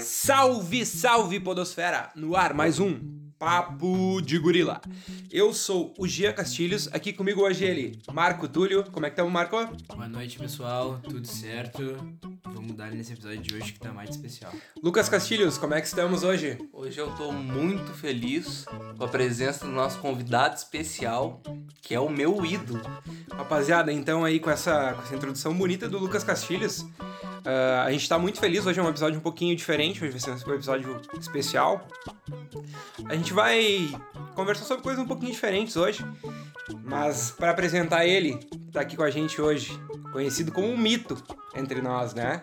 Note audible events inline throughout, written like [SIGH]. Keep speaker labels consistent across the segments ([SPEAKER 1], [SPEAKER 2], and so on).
[SPEAKER 1] Salve, salve Podosfera! No ar, mais um Papo de Gorila. Eu sou o Gia Castilhos, aqui comigo hoje ele, Marco Túlio. Como é que estamos, Marco?
[SPEAKER 2] Boa noite, pessoal. Tudo certo? Vamos dar nesse episódio de hoje que tá mais especial.
[SPEAKER 1] Lucas Castilhos, como é que estamos hoje?
[SPEAKER 3] Hoje eu tô muito feliz com a presença do nosso convidado especial, que é o meu ídolo.
[SPEAKER 1] Rapaziada, então aí com essa, com essa introdução bonita do Lucas Castilhos, ah, a gente tá muito feliz. Hoje é um episódio um pouquinho diferente, hoje vai ser um episódio especial. A gente vai conversar sobre coisas um pouquinho diferentes hoje, mas para apresentar ele, que tá aqui com a gente hoje, conhecido como um mito entre nós, né?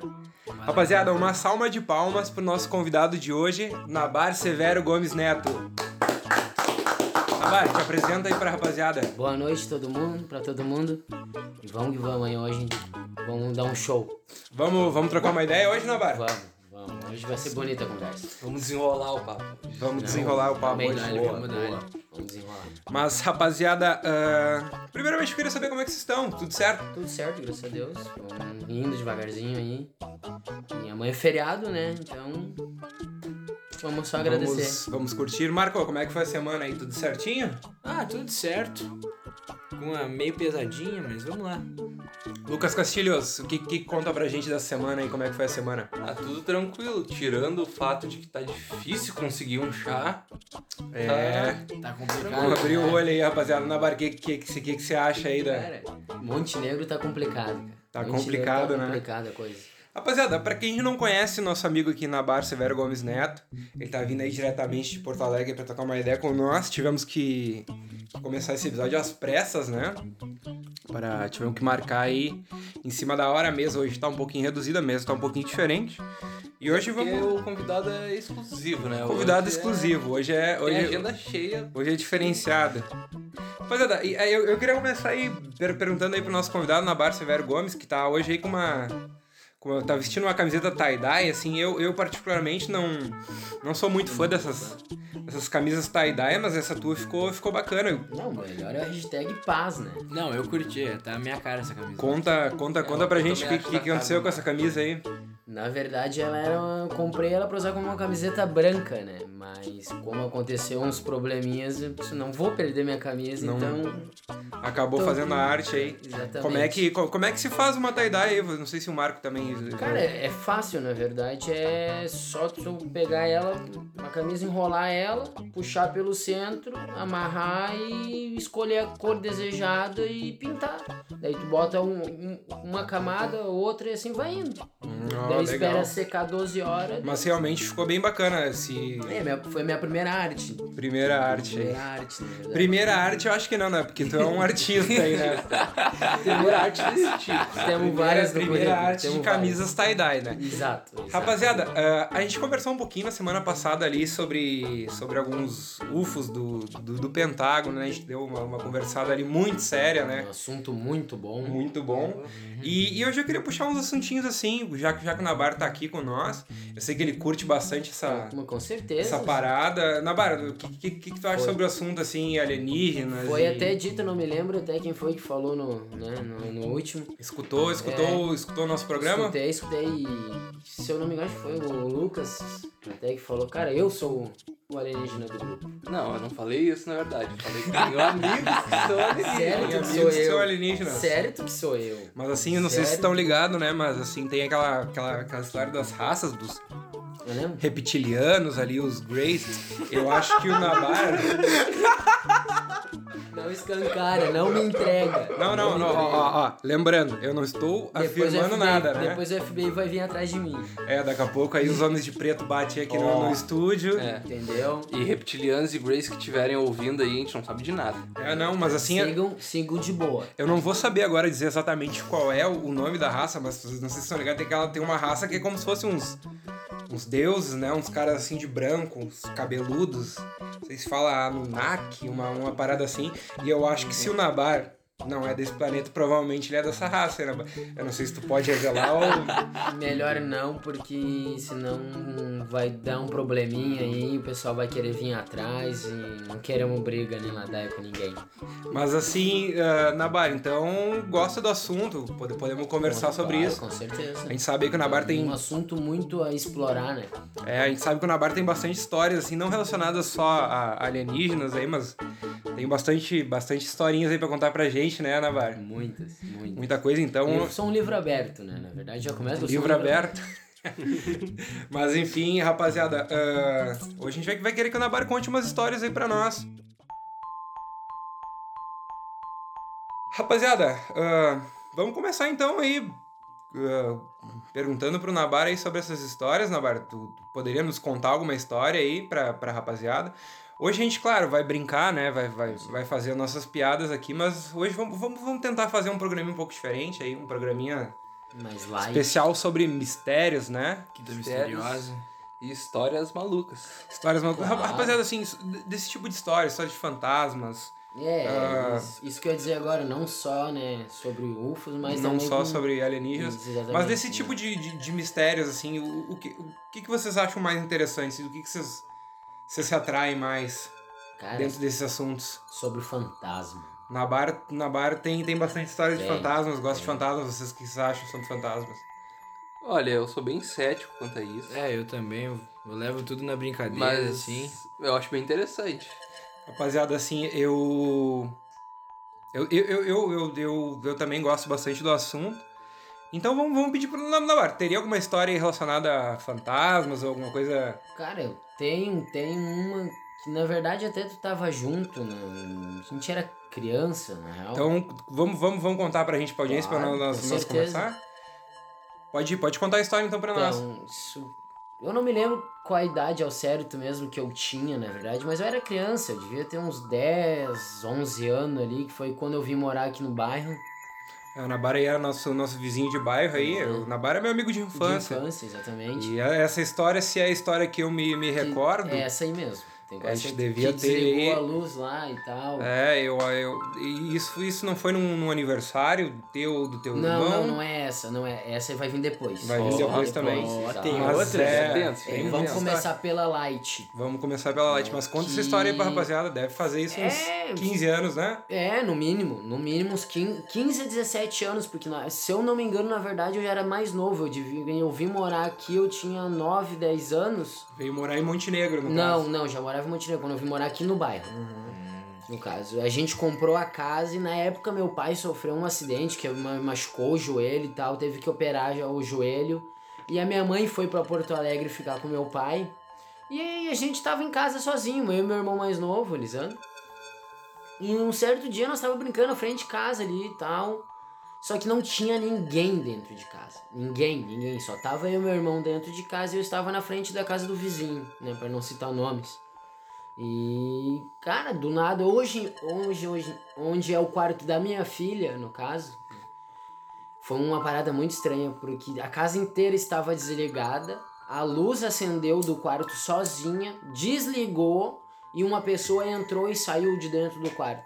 [SPEAKER 1] Rapaziada, uma salva de palmas pro nosso convidado de hoje, Nabar Severo Gomes Neto. Nabar, te apresenta aí pra rapaziada.
[SPEAKER 4] Boa noite todo mundo, pra todo mundo. E vamos que vamos aí hoje. Vamos dar um show.
[SPEAKER 1] Vamos, vamos trocar uma ideia hoje, Nabar?
[SPEAKER 4] Vamos, vamos. Hoje vai ser bonita a conversa.
[SPEAKER 3] Vamos desenrolar o papo.
[SPEAKER 1] Vamos desenrolar o papo
[SPEAKER 4] Também
[SPEAKER 1] hoje.
[SPEAKER 4] dá-lhe,
[SPEAKER 1] Boa.
[SPEAKER 4] vamos dar-lhe. Vamos desenrolar.
[SPEAKER 1] Mas, rapaziada, ah, primeiramente eu queria saber como é que vocês estão. Tudo certo?
[SPEAKER 4] Tudo certo, graças a Deus. Vamos indo devagarzinho aí. E amanhã é feriado, né? Então. Vamos só agradecer.
[SPEAKER 1] Vamos, vamos curtir. Marco, como é que foi a semana aí? Tudo certinho?
[SPEAKER 2] Ah, tudo certo. Com uma meio pesadinha, mas vamos lá.
[SPEAKER 1] Lucas Castilhos, o que, que conta pra gente da semana aí? Como é que foi a semana?
[SPEAKER 3] Tá tudo tranquilo, tirando o fato de que tá difícil conseguir um chá.
[SPEAKER 1] É.
[SPEAKER 4] Ah,
[SPEAKER 2] Tá complicado.
[SPEAKER 1] Vamos né? abrir o olho aí, rapaziada. Nabar, o que, que, que, que você acha aí da,
[SPEAKER 4] Cara, né? Montenegro tá complicado, cara.
[SPEAKER 1] Tá
[SPEAKER 4] Montenegro
[SPEAKER 1] complicado,
[SPEAKER 4] tá
[SPEAKER 1] né?
[SPEAKER 4] complicada a coisa.
[SPEAKER 1] Rapaziada, pra quem não conhece nosso amigo aqui na Bar, Severo Gomes Neto, ele tá vindo aí diretamente de Porto Alegre pra tocar uma ideia com nós. Tivemos que começar esse episódio às pressas, né? Para, tivemos que marcar aí em cima da hora. A mesa hoje tá um pouquinho reduzida, a mesa tá um pouquinho diferente. E hoje
[SPEAKER 3] Porque
[SPEAKER 1] vamos.
[SPEAKER 3] o convidado é exclusivo, né?
[SPEAKER 1] Convidado
[SPEAKER 3] Hoje é-
[SPEAKER 1] exclusivo. Hoje é.
[SPEAKER 3] Tem
[SPEAKER 1] Hoje,
[SPEAKER 3] agenda cheia.
[SPEAKER 1] hoje é diferenciada. Rapaziada, e aí eu, eu queria começar aí per- perguntando aí pro nosso convidado na Bar Severo Gomes, que tá hoje aí com uma. com uma- tá vestindo uma camiseta tie-dye, assim, eu, eu particularmente não, não sou muito fã dessas, dessas camisas tie-dye, mas essa tua ficou, ficou bacana.
[SPEAKER 4] Não, o melhor é a hashtag paz, né?
[SPEAKER 2] Não, eu curti. Tá a minha cara essa camisa.
[SPEAKER 1] Conta,
[SPEAKER 4] É,
[SPEAKER 1] conta, conta pra
[SPEAKER 3] eu
[SPEAKER 1] gente o que,
[SPEAKER 3] também acho
[SPEAKER 1] que, que
[SPEAKER 3] bacana.
[SPEAKER 1] aconteceu com essa camisa aí.
[SPEAKER 4] Na verdade,
[SPEAKER 1] Tá.
[SPEAKER 4] ela era. uma- Eu comprei ela pra usar como uma camiseta branca, né? Mas como aconteceu uns probleminhas, eu disse, não vou perder minha camisa,
[SPEAKER 1] Não.
[SPEAKER 4] então.
[SPEAKER 1] Acabou
[SPEAKER 4] Tô-
[SPEAKER 1] fazendo a arte aí.
[SPEAKER 4] Exatamente.
[SPEAKER 1] Como é, que, co- como é que se faz uma tie-dye aí? Não sei se o Marco também...
[SPEAKER 4] Cara, é é fácil, na verdade. É só tu pegar ela, uma camisa, enrolar ela, puxar pelo centro, amarrar e escolher a cor desejada e pintar. Daí tu bota um- um- uma camada, outra e assim vai indo.
[SPEAKER 1] Hum, ó,
[SPEAKER 4] Daí
[SPEAKER 1] legal.
[SPEAKER 4] espera secar 12 horas.
[SPEAKER 1] Mas realmente ficou bem bacana esse...
[SPEAKER 4] É, minha- foi minha primeira arte.
[SPEAKER 1] Primeira arte aí.
[SPEAKER 4] Primeira arte, na verdade.
[SPEAKER 1] Primeira arte eu acho que não, né? Porque tu é um artista aí,
[SPEAKER 4] [LAUGHS]
[SPEAKER 1] né?
[SPEAKER 3] Primeira arte desse tipo.
[SPEAKER 4] Temos
[SPEAKER 1] Primeira-
[SPEAKER 4] várias no
[SPEAKER 1] primeira
[SPEAKER 4] currículo,
[SPEAKER 1] arte de
[SPEAKER 4] temos
[SPEAKER 1] camisas tie-dye, né?
[SPEAKER 4] várias. Exato. exato.
[SPEAKER 1] Rapaziada, ah, a gente conversou um pouquinho na semana passada ali sobre, sobre alguns UFOs do, do, do Pentágono, né? A gente deu uma, uma conversada ali muito séria, né?
[SPEAKER 4] um assunto muito bom.
[SPEAKER 1] Muito bom. E, e hoje eu queria puxar uns assuntinhos assim, já que já que o Nabar tá aqui com nós. Eu sei que ele curte bastante essa,
[SPEAKER 4] Uma- Com certeza. assim,
[SPEAKER 1] essa parada. Nabar, o que, que, que tu acha
[SPEAKER 4] Foi.
[SPEAKER 1] sobre o assunto assim, alienígenas?
[SPEAKER 4] Foi
[SPEAKER 1] e-
[SPEAKER 4] até dito, não me lembro até quem foi que falou no, né, no, no último.
[SPEAKER 1] Escutou, escutou, escutou o nosso programa?
[SPEAKER 4] É. Escutei, escutei. e, Se eu não me engano, acho que foi o Lucas até que falou, cara, eu sou o alienígena do grupo.
[SPEAKER 3] Não, eu não falei isso, na verdade. Eu falei que tenho amigos que são
[SPEAKER 2] [LAUGHS]
[SPEAKER 3] alienígenas.
[SPEAKER 4] Sério
[SPEAKER 1] Tem
[SPEAKER 4] tu que
[SPEAKER 1] amigos
[SPEAKER 4] sou
[SPEAKER 1] que são
[SPEAKER 4] eu.
[SPEAKER 1] alienígenas.
[SPEAKER 4] Sério tu que sou eu.
[SPEAKER 1] Mas assim, eu não sei se
[SPEAKER 4] Sério?
[SPEAKER 1] vocês estão ligados, né? Mas assim, tem aquela, aquela, aquela história das raças, dos
[SPEAKER 4] Eu lembro?
[SPEAKER 1] reptilianos ali, os Greys. Eu acho que o Nabar.
[SPEAKER 4] [LAUGHS] Não escancara, não me entrega.
[SPEAKER 1] Não, não,
[SPEAKER 4] me
[SPEAKER 1] não, ó,
[SPEAKER 4] entrega.
[SPEAKER 1] ó, ó. Lembrando, eu não estou
[SPEAKER 4] Depois o
[SPEAKER 1] afirmando
[SPEAKER 4] FBI
[SPEAKER 1] nada, né?
[SPEAKER 4] Depois o FBI vai vir atrás de mim.
[SPEAKER 1] É, daqui a pouco aí os homens de preto batem aqui no, no estúdio. É.
[SPEAKER 3] É.
[SPEAKER 4] Entendeu?
[SPEAKER 3] E reptilianos e Grace que estiverem ouvindo aí, a gente não sabe de nada.
[SPEAKER 1] não, mas assim.
[SPEAKER 4] Sigam, sigam de boa.
[SPEAKER 1] Eu não vou saber agora dizer exatamente qual é o nome da raça, mas vocês não sei se estão ligados, tem, aquela, tem uma raça que é como se fossem uns, uns deuses, né? Uns caras assim de branco, uns cabeludos. Vocês falam Anunnaki, uma, uma parada assim. E eu acho que se o Nabar não é desse planeta, provavelmente ele é dessa raça. né? Eu não sei se tu pode revelar ou.
[SPEAKER 4] Melhor não, porque senão vai dar um probleminha aí, o pessoal vai querer vir atrás e não queremos briga nem ladaia com ninguém.
[SPEAKER 1] Mas assim, ah, Nabar, então gosta do assunto, pode- podemos conversar sobre
[SPEAKER 4] Claro,
[SPEAKER 1] isso.
[SPEAKER 4] Com
[SPEAKER 1] A
[SPEAKER 4] certeza.
[SPEAKER 1] gente sabe que o Nabar tem
[SPEAKER 4] Um assunto muito a explorar, né?
[SPEAKER 1] É, a gente sabe que o Nabar tem bastante histórias, assim, não relacionadas só a alienígenas aí, mas tem bastante, bastante historinhas aí pra contar pra gente, né, Nabar?
[SPEAKER 4] Muitas, muitas.
[SPEAKER 1] Muita coisa, então,
[SPEAKER 4] Eu sou um livro aberto, né? Na verdade, já começa eu sou um
[SPEAKER 1] livro aberto. [LAUGHS] mas enfim, rapaziada, ah, hoje a gente vai, vai querer que o Nabar conte umas histórias aí pra nós. Rapaziada, ah, vamos começar então aí. ah, perguntando pro Nabar aí sobre essas histórias, Nabar, tu, tu poderia nos contar alguma história aí pra, pra rapaziada? Hoje a gente, claro, vai brincar, né? Vai, vai, vai fazer nossas piadas aqui, mas hoje vamos, vamos, vamos tentar fazer um programinha um pouco diferente aí, um programinha
[SPEAKER 4] Mas lá
[SPEAKER 1] especial sobre mistérios, né?
[SPEAKER 2] Quinta
[SPEAKER 3] Mistérios.
[SPEAKER 2] misteriosa.
[SPEAKER 3] E histórias malucas.
[SPEAKER 1] Histórias malucas.
[SPEAKER 4] Claro.
[SPEAKER 1] Rapaziada, assim, isso- desse tipo de história, história de fantasmas,
[SPEAKER 4] É,
[SPEAKER 1] Ah.
[SPEAKER 4] isso- isso que eu ia dizer agora, não só, né, sobre UFOs, mas
[SPEAKER 1] não
[SPEAKER 4] também
[SPEAKER 1] só
[SPEAKER 4] com-
[SPEAKER 1] sobre alienígenas.
[SPEAKER 4] Isso, exatamente,
[SPEAKER 1] Mas desse
[SPEAKER 4] né?
[SPEAKER 1] tipo de, de, de mistérios, assim, o, o, que, o que, que vocês acham mais interessante? O que, que vocês, vocês se atraem mais
[SPEAKER 4] Cara,
[SPEAKER 1] dentro desses assuntos?
[SPEAKER 4] sobre fantasma.
[SPEAKER 1] Nabar, Nabar tem, tem bastante história de
[SPEAKER 4] Tem,
[SPEAKER 1] fantasmas, gosta de
[SPEAKER 4] tem.
[SPEAKER 1] fantasmas, vocês que vocês acham sobre fantasmas?
[SPEAKER 3] Olha, eu sou bem cético quanto a isso.
[SPEAKER 2] É, eu também. Eu eu levo tudo na brincadeira,
[SPEAKER 3] mas
[SPEAKER 2] assim.
[SPEAKER 3] eu acho bem interessante.
[SPEAKER 1] Rapaziada, assim, eu. Eu, eu, eu, eu, eu, eu- eu também gosto bastante do assunto. Então vamos, vamos pedir pro Nam- Namar. Teria alguma história aí relacionada a fantasmas ou alguma coisa.
[SPEAKER 4] Cara, eu tenho, tenho uma que na verdade até tu tava junto, né? A gente era criança, na real.
[SPEAKER 1] Então vamos, vamos, vamos contar pra gente, pra audiência,
[SPEAKER 4] Claro,
[SPEAKER 1] pra nós,
[SPEAKER 4] com
[SPEAKER 1] nós, nós
[SPEAKER 4] certeza.
[SPEAKER 1] conversar? Pode, pode contar a história então pra nós.
[SPEAKER 4] Então, isso- Eu não me lembro qual a idade ao certo mesmo que eu tinha, na verdade, mas eu era criança, eu devia ter uns 10, 11 anos ali, que foi quando eu vim morar aqui no bairro.
[SPEAKER 1] É, O Nabar aí era nosso, nosso vizinho de bairro aí.
[SPEAKER 4] Uhum.
[SPEAKER 1] O Nabar é meu amigo de
[SPEAKER 4] De
[SPEAKER 1] infância.
[SPEAKER 4] infância, exatamente.
[SPEAKER 1] E a- essa história, se é a história que eu me, me
[SPEAKER 4] Que-
[SPEAKER 1] recordo.
[SPEAKER 4] É essa aí mesmo. Tem
[SPEAKER 1] A gente
[SPEAKER 4] certeza.
[SPEAKER 1] devia
[SPEAKER 4] que
[SPEAKER 1] ter aí-
[SPEAKER 4] desligou a luz lá e tal.
[SPEAKER 1] É, eu, eu e isso, isso não foi num, num aniversário teu do teu
[SPEAKER 4] Não,
[SPEAKER 1] irmão.
[SPEAKER 4] não, não é essa, não é. Essa aí vai vir depois.
[SPEAKER 1] Vai vir
[SPEAKER 4] Ó,
[SPEAKER 1] depois também.
[SPEAKER 4] exato.
[SPEAKER 2] tem
[SPEAKER 1] Mas
[SPEAKER 2] outras?
[SPEAKER 1] é,
[SPEAKER 3] Tem
[SPEAKER 4] É,
[SPEAKER 1] tem
[SPEAKER 4] vamos
[SPEAKER 1] outras.
[SPEAKER 4] começar pela Light.
[SPEAKER 1] Vamos começar pela Light, mas conta essa
[SPEAKER 4] Que-
[SPEAKER 1] história aí pra rapaziada. Deve fazer isso
[SPEAKER 4] É.
[SPEAKER 1] uns 15 anos, né?
[SPEAKER 4] É, no mínimo, no mínimo uns 15, 15 a 17 anos, porque na- se eu não me engano, na verdade, eu já era mais novo. Eu, devia, eu vim morar aqui, eu tinha 9, 10 anos.
[SPEAKER 1] Veio morar em Montenegro, no
[SPEAKER 4] Não,
[SPEAKER 1] caso. Uhum.
[SPEAKER 4] não, já morava em Montenegro, quando eu vim morar aqui no bairro. No caso, a gente comprou a casa e na época meu pai sofreu um acidente que ma- machucou o joelho e tal, teve que operar já o joelho. E a minha mãe foi pra Porto Alegre ficar com meu pai. E aí a gente tava em casa sozinho, eu e meu irmão mais novo, Lisandro. E um certo dia nós tava brincando na frente de casa ali e tal. Só que não tinha ninguém dentro de casa. Ninguém, ninguém. Só tava eu e meu irmão dentro de casa e eu estava na frente da casa do vizinho, né? Pra não citar nomes. E, cara, do nada, hoje, hoje, hoje, onde é o quarto da minha filha, no caso, foi uma parada muito estranha, porque a casa inteira estava desligada, a luz acendeu do quarto sozinha, desligou e uma pessoa entrou e saiu de dentro do quarto.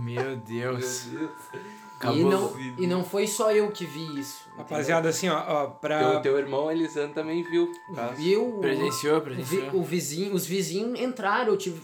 [SPEAKER 2] Meu Deus.
[SPEAKER 4] E
[SPEAKER 2] Acabou.
[SPEAKER 4] não, e não foi só eu que vi isso. entendeu?
[SPEAKER 1] Rapaziada, assim, ó, ó pra.
[SPEAKER 3] Teu, teu irmão Elisandro também viu. tá?
[SPEAKER 4] Viu? o-
[SPEAKER 2] Presenciou,
[SPEAKER 4] Vi-
[SPEAKER 2] presenciou.
[SPEAKER 4] o vizinho, os vizinhos entraram, eu tive,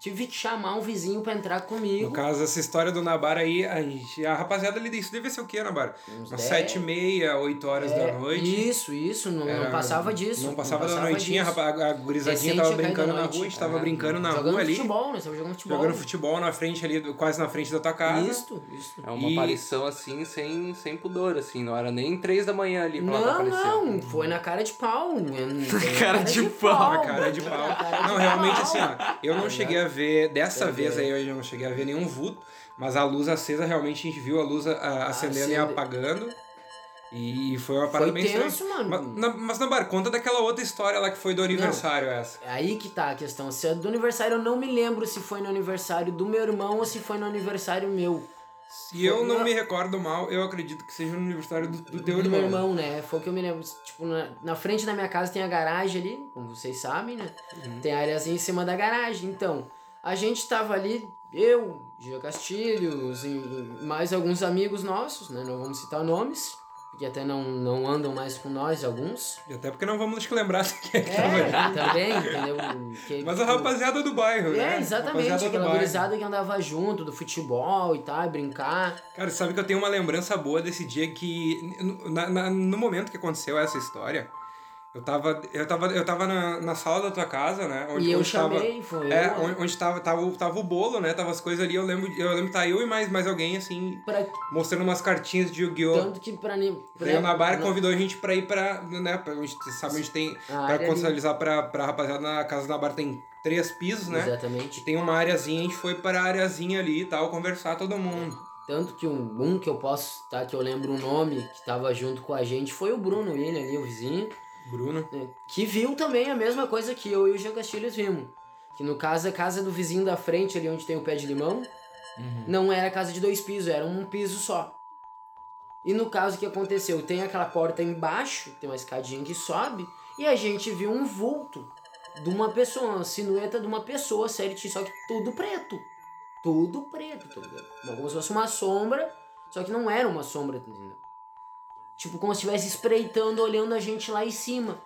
[SPEAKER 4] tive que chamar um vizinho pra entrar
[SPEAKER 1] No
[SPEAKER 4] comigo.
[SPEAKER 1] caso, essa história do Nabar aí, a, gente, a rapaziada ali, isso deve ser o quê, Nabar? Umas
[SPEAKER 4] Uns dez-
[SPEAKER 1] sete e meia, oito horas
[SPEAKER 4] é,
[SPEAKER 1] da noite.
[SPEAKER 4] Isso, isso, não, não
[SPEAKER 1] Era-
[SPEAKER 4] passava disso.
[SPEAKER 1] Não passava da noitinha,
[SPEAKER 4] disso.
[SPEAKER 1] rapa- a, a gurizadinha
[SPEAKER 4] Recente
[SPEAKER 1] tava
[SPEAKER 4] tinha caído
[SPEAKER 1] brincando
[SPEAKER 4] a
[SPEAKER 1] na
[SPEAKER 4] noite.
[SPEAKER 1] rua, a gente tava
[SPEAKER 4] Aham.
[SPEAKER 1] brincando na
[SPEAKER 4] jogando
[SPEAKER 1] rua ali.
[SPEAKER 4] futebol, né? Tava jogando futebol.
[SPEAKER 1] Jogando futebol na frente ali, quase na frente da tua casa.
[SPEAKER 4] Isso, isso.
[SPEAKER 3] É uma
[SPEAKER 1] E-
[SPEAKER 3] aparição assim, sem, sem pudor, assim. Não era nem três da manhã ali pra ela
[SPEAKER 4] Não,
[SPEAKER 3] aparecer.
[SPEAKER 4] não, foi na cara de pau. né? Na
[SPEAKER 2] tá [LAUGHS] Cara de pau,
[SPEAKER 1] A cara de pau.
[SPEAKER 4] é
[SPEAKER 1] Não, realmente assim, ó, eu
[SPEAKER 4] Tá
[SPEAKER 1] não cheguei a ver, dessa vez aí eu já não cheguei a ver nenhum vulto, mas a luz acesa realmente a gente viu a luz a- a- acendendo e
[SPEAKER 4] Ah, Acende-
[SPEAKER 1] apagando. E foi uma parada é
[SPEAKER 4] Foi
[SPEAKER 1] bem estranha.
[SPEAKER 4] tenso, mano.
[SPEAKER 1] Mas, na, mas Nambar, conta daquela outra história lá que foi do aniversário essa.
[SPEAKER 4] É Aí que tá a questão. Se é do aniversário, eu não me lembro se foi no aniversário do meu irmão ou se foi no aniversário meu.
[SPEAKER 1] Se eu não
[SPEAKER 4] na-
[SPEAKER 1] me recordo mal, eu acredito que seja no aniversário do, do teu
[SPEAKER 4] do
[SPEAKER 1] irmão.
[SPEAKER 4] meu irmão, né? Foi o que eu me lembro. Tipo, na, na frente da minha casa tem a garagem
[SPEAKER 1] Uhum.
[SPEAKER 4] ali, como vocês sabem, né? Tem a areazinha em cima da garagem. Então, a gente tava ali eu, Gia Castilhos e mais alguns amigos nossos, né? Não vamos citar nomes, porque até não, não andam mais com nós alguns.
[SPEAKER 1] E até porque não vamos te lembrar [LAUGHS] quem é que tava ali.
[SPEAKER 4] É, também, entendeu? Que-
[SPEAKER 1] Mas a
[SPEAKER 4] que-
[SPEAKER 1] rapaziada do bairro, né?
[SPEAKER 4] É, exatamente,
[SPEAKER 1] Rapaziada do
[SPEAKER 4] aquela
[SPEAKER 1] bairro.
[SPEAKER 4] gurizada que andava junto do futebol e tal, e brincar.
[SPEAKER 1] Cara, sabe que eu tenho uma lembrança boa desse dia que. n- na- na- no momento que aconteceu essa história, eu tava. Eu tava, eu tava na, na sala da tua casa, né?
[SPEAKER 4] e eu
[SPEAKER 1] tava-
[SPEAKER 4] chamei, foi
[SPEAKER 1] É,
[SPEAKER 4] eu.
[SPEAKER 1] onde, onde tava, tava, o- tava o bolo, né? Tava as coisas ali. Eu lembro, eu lembro que tá eu e mais, mais alguém, assim,
[SPEAKER 4] Pra-
[SPEAKER 1] mostrando umas cartinhas de Yu-Gi-Oh!
[SPEAKER 4] tanto que pra mim.
[SPEAKER 1] Daí o
[SPEAKER 4] né?
[SPEAKER 1] Nabar convidou a gente pra ir pra. Né, pra onde, sabe onde tem. Pra contextualizar pra, pra rapaziada, na casa do Nabar tem três pisos, né?
[SPEAKER 4] Exatamente.
[SPEAKER 1] Tem uma areazinha, a gente foi pra areazinha ali e tal, conversar todo mundo.
[SPEAKER 4] Tanto que um, um que eu posso, tá? Que eu lembro o nome que tava junto com a gente foi o Bruno William ali, o vizinho,
[SPEAKER 1] Bruno.
[SPEAKER 4] né, que viu também a mesma coisa que eu e o Jean Castilhos vimos. Que no caso é a casa do vizinho da frente ali onde tem o pé de limão.
[SPEAKER 2] Uhum.
[SPEAKER 4] Não era casa de dois pisos, era um piso só. E no caso o que aconteceu, tem aquela porta embaixo, tem uma escadinha que sobe, e a gente viu um vulto de uma pessoa, uma silhueta de uma pessoa certinho, só que tudo preto. Tudo preto, tá ligado? Uma- Como se fosse uma sombra, só que não era uma sombra, entendeu? Tipo, como se estivesse espreitando, olhando a gente lá em cima.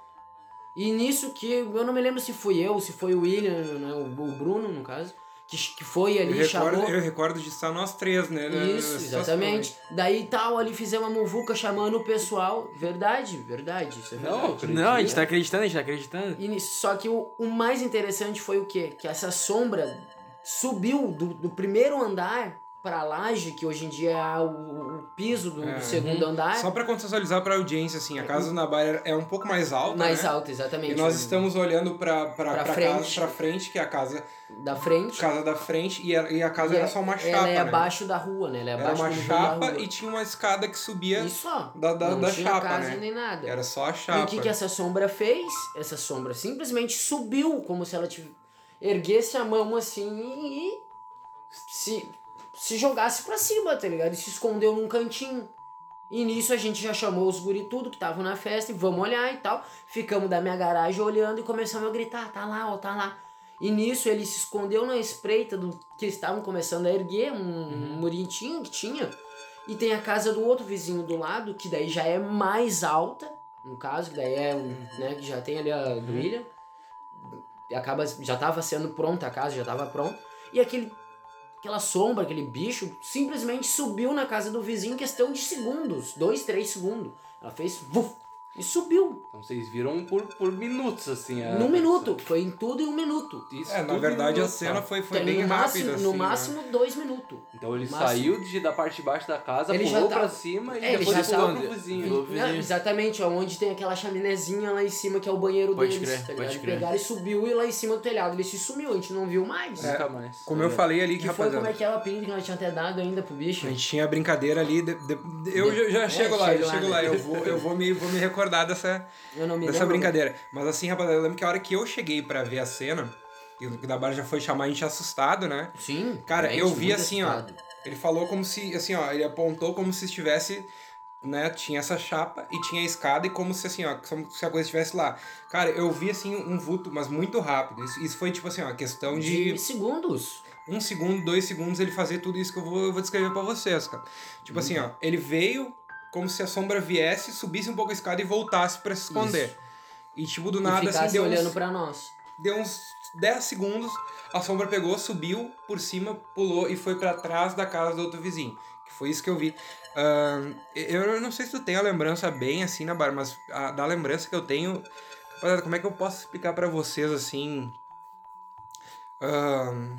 [SPEAKER 4] E nisso que eu não me lembro se fui eu, se foi o William, né, o o Bruno, no caso, que, que foi
[SPEAKER 1] Eu
[SPEAKER 4] ali,
[SPEAKER 1] recordo,
[SPEAKER 4] chamou.
[SPEAKER 1] eu recordo de estar nós três, né? né,
[SPEAKER 4] Isso,
[SPEAKER 1] nessa situação,
[SPEAKER 4] exatamente. Daí tal, ali fizemos uma muvuca chamando o pessoal. Verdade, verdade. Isso é verdade.
[SPEAKER 3] Não, eu acredito.
[SPEAKER 2] Não, a gente tá acreditando, a gente tá acreditando.
[SPEAKER 4] E, só que o, o mais interessante foi o quê? Que essa sombra subiu do, do primeiro andar pra laje, que hoje em dia é o, o piso do, do
[SPEAKER 1] É.
[SPEAKER 4] segundo andar.
[SPEAKER 1] né? Só pra contextualizar pra audiência, assim, a casa do Nabar é um pouco mais alta,
[SPEAKER 4] Uhum. mais
[SPEAKER 1] né?
[SPEAKER 4] alto, exatamente.
[SPEAKER 1] E nós estamos olhando pra, pra,
[SPEAKER 4] Pra
[SPEAKER 1] pra
[SPEAKER 4] frente.
[SPEAKER 1] Casa, pra frente, que é a casa,
[SPEAKER 4] Da frente.
[SPEAKER 1] casa da frente, e a, e a casa
[SPEAKER 4] E
[SPEAKER 1] era
[SPEAKER 4] é-
[SPEAKER 1] só uma chapa.
[SPEAKER 4] ela é
[SPEAKER 1] né?
[SPEAKER 4] abaixo da rua, né? Ela é
[SPEAKER 1] Era
[SPEAKER 4] abaixo
[SPEAKER 1] uma
[SPEAKER 4] do muro da
[SPEAKER 1] chapa
[SPEAKER 4] rua.
[SPEAKER 1] e tinha uma escada que subia
[SPEAKER 4] Isso, ó.
[SPEAKER 1] da, da,
[SPEAKER 4] não
[SPEAKER 1] da
[SPEAKER 4] tinha
[SPEAKER 1] chapa,
[SPEAKER 4] casa
[SPEAKER 1] né?
[SPEAKER 4] nem nada.
[SPEAKER 1] Era só a
[SPEAKER 4] E
[SPEAKER 1] chapa.
[SPEAKER 4] o que, que essa sombra fez? Essa sombra simplesmente subiu, como se ela tive- erguesse a mão assim e se, se jogasse pra cima, tá ligado? E se escondeu num cantinho. E nisso a gente já chamou os guri tudo que estavam na festa e vamos olhar e tal. Ficamos da minha garagem olhando e começamos a gritar, tá lá, ó, tá lá. E nisso ele se escondeu na espreita do que eles estavam começando a erguer, um murintinho que tinha. E tem a casa do outro vizinho do lado, que daí já é mais alta, no caso, que daí é um, né, que já tem ali a
[SPEAKER 2] Uhum.
[SPEAKER 4] do William. E acaba, já tava sendo pronta a casa, já tava pronta. E aquele, aquela sombra, aquele bicho, simplesmente subiu na casa do vizinho em questão de segundos. Dois, três segundos. Ela fez... vuf, e subiu.
[SPEAKER 3] Então vocês viram por, por minutos, assim.
[SPEAKER 2] É,
[SPEAKER 3] a
[SPEAKER 4] num
[SPEAKER 3] pessoa.
[SPEAKER 4] minuto. Foi em tudo em um minuto.
[SPEAKER 3] Isso,
[SPEAKER 1] É, na
[SPEAKER 3] tudo
[SPEAKER 1] verdade a
[SPEAKER 3] minutos,
[SPEAKER 1] cena
[SPEAKER 3] sabe?
[SPEAKER 1] foi, foi
[SPEAKER 4] Então,
[SPEAKER 1] bem
[SPEAKER 4] no
[SPEAKER 1] rápida,
[SPEAKER 4] máximo,
[SPEAKER 1] assim.
[SPEAKER 4] No
[SPEAKER 1] né?
[SPEAKER 4] máximo, dois minutos.
[SPEAKER 3] Então ele
[SPEAKER 4] Máximo.
[SPEAKER 3] saiu de, da parte de baixo da casa,
[SPEAKER 4] Ele já
[SPEAKER 3] pulou
[SPEAKER 4] tá-
[SPEAKER 3] pra cima e
[SPEAKER 4] É, ele
[SPEAKER 3] depois
[SPEAKER 4] já tá-
[SPEAKER 3] pulou pro vizinho.
[SPEAKER 2] Do vizinho.
[SPEAKER 4] Não, exatamente, é onde tem aquela chaminézinha lá em cima que é o banheiro
[SPEAKER 2] Pode
[SPEAKER 4] deles.
[SPEAKER 2] crer,
[SPEAKER 4] tá
[SPEAKER 2] pode
[SPEAKER 4] ligado?
[SPEAKER 2] crer.
[SPEAKER 4] Pegaram e subiu e lá em cima do telhado. Ele se sumiu, a gente não viu mais.
[SPEAKER 3] Nunca mais.
[SPEAKER 1] É, Como eu falei ali,
[SPEAKER 4] Que foi
[SPEAKER 1] rapaziada,
[SPEAKER 4] como é que era o apelido que nós tinha até dado ainda pro bicho.
[SPEAKER 1] A gente tinha a brincadeira ali. de- de- de- eu já, já
[SPEAKER 4] É,
[SPEAKER 1] chego lá,
[SPEAKER 4] chego
[SPEAKER 1] eu
[SPEAKER 4] lá,
[SPEAKER 1] chego
[SPEAKER 4] né?
[SPEAKER 1] lá. Eu, vou, eu vou, me, vou me recordar dessa,
[SPEAKER 4] Eu não me
[SPEAKER 1] dessa
[SPEAKER 4] lembro.
[SPEAKER 1] brincadeira. Mas assim, rapaziada, eu lembro que a hora que eu cheguei pra ver a cena, e o Dabar já foi chamar a gente assustado, né?
[SPEAKER 4] Sim.
[SPEAKER 1] Cara,
[SPEAKER 4] realmente,
[SPEAKER 1] eu vi
[SPEAKER 4] muito
[SPEAKER 1] assim, ó.
[SPEAKER 4] assustado.
[SPEAKER 1] Ele falou como se, assim, ó, ele apontou como se estivesse, né, tinha essa chapa e tinha a escada e como se, assim, ó, como se a coisa estivesse lá. Cara, eu vi, assim, um vulto, mas muito rápido. Isso, isso foi, tipo assim, ó, questão de
[SPEAKER 4] De segundos.
[SPEAKER 1] um segundo, dois segundos ele fazer tudo isso que eu vou, eu vou descrever pra vocês, cara. Tipo assim,
[SPEAKER 4] Uhum.
[SPEAKER 1] ó, ele veio como se a sombra viesse, subisse um pouco a escada e voltasse pra se esconder. E tipo, do
[SPEAKER 4] e
[SPEAKER 1] nada,
[SPEAKER 4] ficasse
[SPEAKER 1] assim, deu
[SPEAKER 4] olhando
[SPEAKER 1] uns,
[SPEAKER 4] pra nós.
[SPEAKER 1] deu uns 10 segundos, a sombra pegou, subiu por cima, pulou e foi pra trás da casa do outro vizinho. Que foi isso que eu vi. Ahn, eu não sei se tu tem a lembrança bem assim na barra, mas a- da lembrança que eu tenho. Rapaziada, como é que eu posso explicar pra vocês assim? Ahn,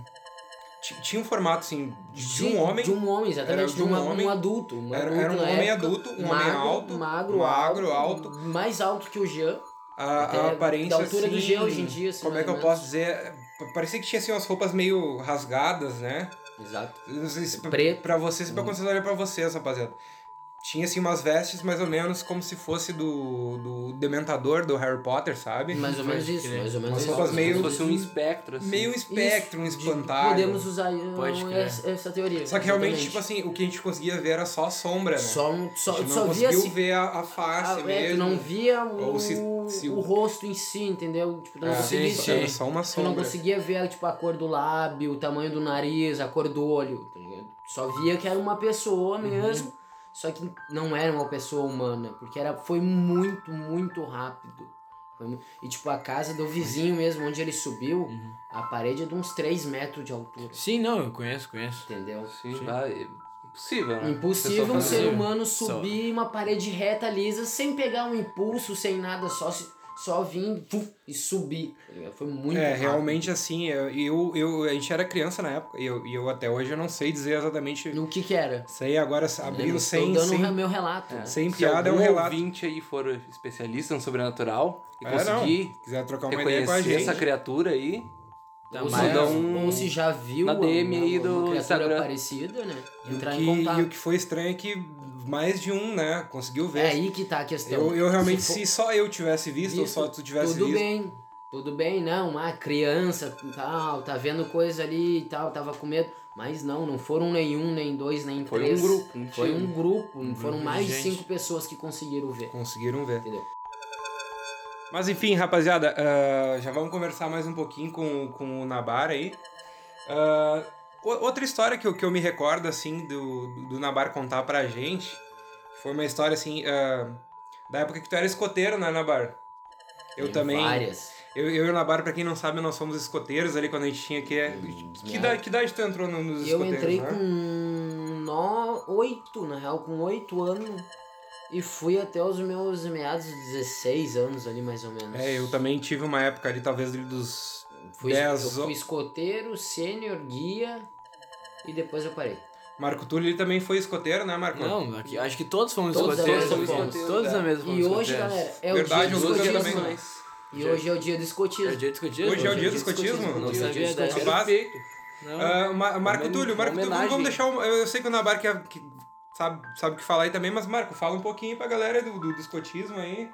[SPEAKER 1] ti- tinha um formato assim de, de
[SPEAKER 4] Sim,
[SPEAKER 1] um homem.
[SPEAKER 4] De um homem, exatamente.
[SPEAKER 1] Era
[SPEAKER 4] De,
[SPEAKER 1] de um
[SPEAKER 4] uma-
[SPEAKER 1] homem.
[SPEAKER 4] um adulto. Um
[SPEAKER 1] era,
[SPEAKER 4] adulto
[SPEAKER 1] era um
[SPEAKER 4] na
[SPEAKER 1] homem
[SPEAKER 4] época,
[SPEAKER 1] adulto, um homem
[SPEAKER 4] magro,
[SPEAKER 1] alto,
[SPEAKER 4] Magro,
[SPEAKER 1] magro, alto.
[SPEAKER 4] Mais alto que o Jean.
[SPEAKER 1] A, a
[SPEAKER 4] até
[SPEAKER 1] aparência
[SPEAKER 4] Da altura do
[SPEAKER 1] assim,
[SPEAKER 4] Jean hoje em dia. assim,
[SPEAKER 1] Como é
[SPEAKER 4] mais
[SPEAKER 1] que eu
[SPEAKER 4] ou menos.
[SPEAKER 1] posso dizer? P- Parecia que tinha assim umas roupas meio rasgadas, né?
[SPEAKER 4] Exato.
[SPEAKER 1] Não sei se pra-
[SPEAKER 4] Preto. Uhum.
[SPEAKER 1] Pra vocês, pra quando vocês olharem pra vocês, rapaziada. Tinha, assim, umas vestes mais ou menos como se fosse do, do Dementador do Harry Potter, sabe?
[SPEAKER 4] Mais ou menos
[SPEAKER 2] Pode
[SPEAKER 4] isso,
[SPEAKER 2] crer.
[SPEAKER 4] mais ou menos
[SPEAKER 1] Umas
[SPEAKER 4] isso.
[SPEAKER 1] roupas meio-
[SPEAKER 3] Se fosse um espectro, assim.
[SPEAKER 1] Meio um espectro, um
[SPEAKER 4] De-
[SPEAKER 1] espantalho.
[SPEAKER 4] Podemos usar eu-
[SPEAKER 2] Pode crer.
[SPEAKER 4] essa, essa teoria.
[SPEAKER 1] Só que realmente,
[SPEAKER 4] exatamente.
[SPEAKER 1] tipo assim, o que a gente conseguia ver era só a sombra, né?
[SPEAKER 4] Só, um-
[SPEAKER 1] a
[SPEAKER 4] só,
[SPEAKER 1] gente não
[SPEAKER 4] só via
[SPEAKER 1] conseguiu
[SPEAKER 4] se
[SPEAKER 1] ver a, a face
[SPEAKER 4] Ah, é,
[SPEAKER 1] mesmo.
[SPEAKER 4] tu não via o,
[SPEAKER 1] Ou se- se
[SPEAKER 4] o
[SPEAKER 1] o-
[SPEAKER 4] rosto em si, entendeu? Tipo, tu não
[SPEAKER 1] É,
[SPEAKER 4] conseguia,
[SPEAKER 2] sim,
[SPEAKER 1] só- era só uma
[SPEAKER 4] tu não
[SPEAKER 1] sombra.
[SPEAKER 4] conseguia ver tipo, a cor do lábio, o tamanho do nariz, a cor do olho. tá ligado? Tu Só via que era uma
[SPEAKER 1] Uhum.
[SPEAKER 4] pessoa mesmo, só que não era uma pessoa humana, porque era, foi muito, muito rápido. Foi mu- E tipo, a casa do vizinho mesmo, onde ele subiu,
[SPEAKER 2] Uhum.
[SPEAKER 4] a parede é de uns 3 metros de altura,
[SPEAKER 2] Sim, não, eu conheço, conheço.
[SPEAKER 4] entendeu?
[SPEAKER 3] Sim,
[SPEAKER 2] Sim.
[SPEAKER 3] vai. é Impossível, né?
[SPEAKER 4] Impossível um
[SPEAKER 3] Pessoa
[SPEAKER 4] ser
[SPEAKER 3] fazer-
[SPEAKER 4] humano subir uma parede reta lisa sem pegar um impulso, sem nada, só se- só vir puf, e subir. tá ligado? Foi muito
[SPEAKER 1] É,
[SPEAKER 4] rápido.
[SPEAKER 1] realmente assim, eu, eu, eu- a gente era criança na época, e eu, e eu até hoje eu não sei dizer exatamente.
[SPEAKER 4] O que que era?
[SPEAKER 1] Sei agora,
[SPEAKER 4] Eu
[SPEAKER 1] abrindo
[SPEAKER 4] estou
[SPEAKER 1] sem,
[SPEAKER 4] dando um
[SPEAKER 1] sem,
[SPEAKER 4] o meu relato. né?
[SPEAKER 1] sem
[SPEAKER 3] Se
[SPEAKER 1] piada, é um
[SPEAKER 3] algum
[SPEAKER 1] relato.
[SPEAKER 3] ouvinte aí for especialista no sobrenatural e
[SPEAKER 1] É,
[SPEAKER 3] conseguir
[SPEAKER 1] Quiser trocar uma ideia com a
[SPEAKER 3] reconhecer
[SPEAKER 1] gente.
[SPEAKER 3] essa criatura aí,
[SPEAKER 2] Tá,
[SPEAKER 4] ou, se,
[SPEAKER 2] mas-
[SPEAKER 3] Manda um
[SPEAKER 4] ou se já viu
[SPEAKER 3] na
[SPEAKER 4] alguma-
[SPEAKER 3] DM aí do
[SPEAKER 4] uma criatura
[SPEAKER 3] Instagram.
[SPEAKER 4] parecida, né?
[SPEAKER 1] E o,
[SPEAKER 4] Entrar
[SPEAKER 1] que,
[SPEAKER 4] em
[SPEAKER 1] e o
[SPEAKER 4] contato.
[SPEAKER 1] que foi estranho é que mais de um, né, conseguiu ver.
[SPEAKER 4] É aí que tá a questão.
[SPEAKER 1] eu, eu realmente,
[SPEAKER 4] Se
[SPEAKER 1] se,
[SPEAKER 4] for-
[SPEAKER 1] só eu tivesse visto, ou só tu tivesse
[SPEAKER 4] Tudo
[SPEAKER 1] visto.
[SPEAKER 4] bem, tudo bem, não. Ah, criança, tal, tá vendo coisa ali e tal, tava com medo. Mas não, não foram nenhum, nem dois, nem
[SPEAKER 3] foi
[SPEAKER 4] três.
[SPEAKER 3] um grupo, um
[SPEAKER 4] Foi um
[SPEAKER 3] time.
[SPEAKER 4] grupo,
[SPEAKER 2] Um
[SPEAKER 4] foram
[SPEAKER 2] grupo de
[SPEAKER 4] mais de
[SPEAKER 2] gente.
[SPEAKER 4] cinco pessoas que conseguiram ver.
[SPEAKER 1] Conseguiram ver.
[SPEAKER 4] Entendeu?
[SPEAKER 1] Mas enfim, rapaziada, ah, já vamos conversar mais um pouquinho com, com o Nabar aí. Ah, o- outra história que eu, que eu me recordo, assim, do, do Nabar contar pra gente, foi uma história, assim, ah, da época que tu era escoteiro, né, Nabar? Eu
[SPEAKER 4] Tem
[SPEAKER 1] também.
[SPEAKER 4] Várias.
[SPEAKER 1] Eu, eu e o Nabar, pra quem não sabe, nós somos escoteiros ali quando a gente tinha que. É, Que idade, que idade tu entrou no- nos
[SPEAKER 4] Uhum. Eu
[SPEAKER 1] escoteiros?
[SPEAKER 4] entrei
[SPEAKER 1] né?
[SPEAKER 4] com no... oito, na real, com oito anos. E fui até os meus meados de 16 anos ali, mais ou menos.
[SPEAKER 1] É, eu também tive uma época ali, talvez ali dos.
[SPEAKER 4] fui,
[SPEAKER 1] dez
[SPEAKER 4] eu fui
[SPEAKER 1] o-
[SPEAKER 4] escoteiro, sênior, guia e depois eu parei.
[SPEAKER 1] Marco Túlio, ele também foi escoteiro, né, Marco?
[SPEAKER 2] Não, aqui- acho que todos fomos
[SPEAKER 4] Todos
[SPEAKER 2] escoteiros.
[SPEAKER 4] somos
[SPEAKER 2] Todos,
[SPEAKER 3] escoteiros,
[SPEAKER 2] todos
[SPEAKER 3] é.
[SPEAKER 2] na mesma
[SPEAKER 4] E hoje, galera, é
[SPEAKER 1] Verdade,
[SPEAKER 4] o
[SPEAKER 1] eu
[SPEAKER 4] dia do
[SPEAKER 1] nunca
[SPEAKER 4] escotismo.
[SPEAKER 1] também.
[SPEAKER 4] né? E hoje é o dia do escotismo.
[SPEAKER 2] É o dia do escotismo?
[SPEAKER 1] Hoje é o dia do escotismo?
[SPEAKER 2] Não sabia
[SPEAKER 4] Hoje é o dia do
[SPEAKER 2] dessa.
[SPEAKER 4] escotismo.
[SPEAKER 3] Perfeito.
[SPEAKER 2] Não.
[SPEAKER 1] Ah, Ma- Marco
[SPEAKER 2] Uma
[SPEAKER 1] Túlio, Marco Túlio, vamos,
[SPEAKER 2] homenagem.
[SPEAKER 1] vamos deixar. um- eu, eu sei que o Nabar que, que sabe, sabe o que falar aí também, mas Marco, fala um pouquinho pra galera do, do, do escotismo aí.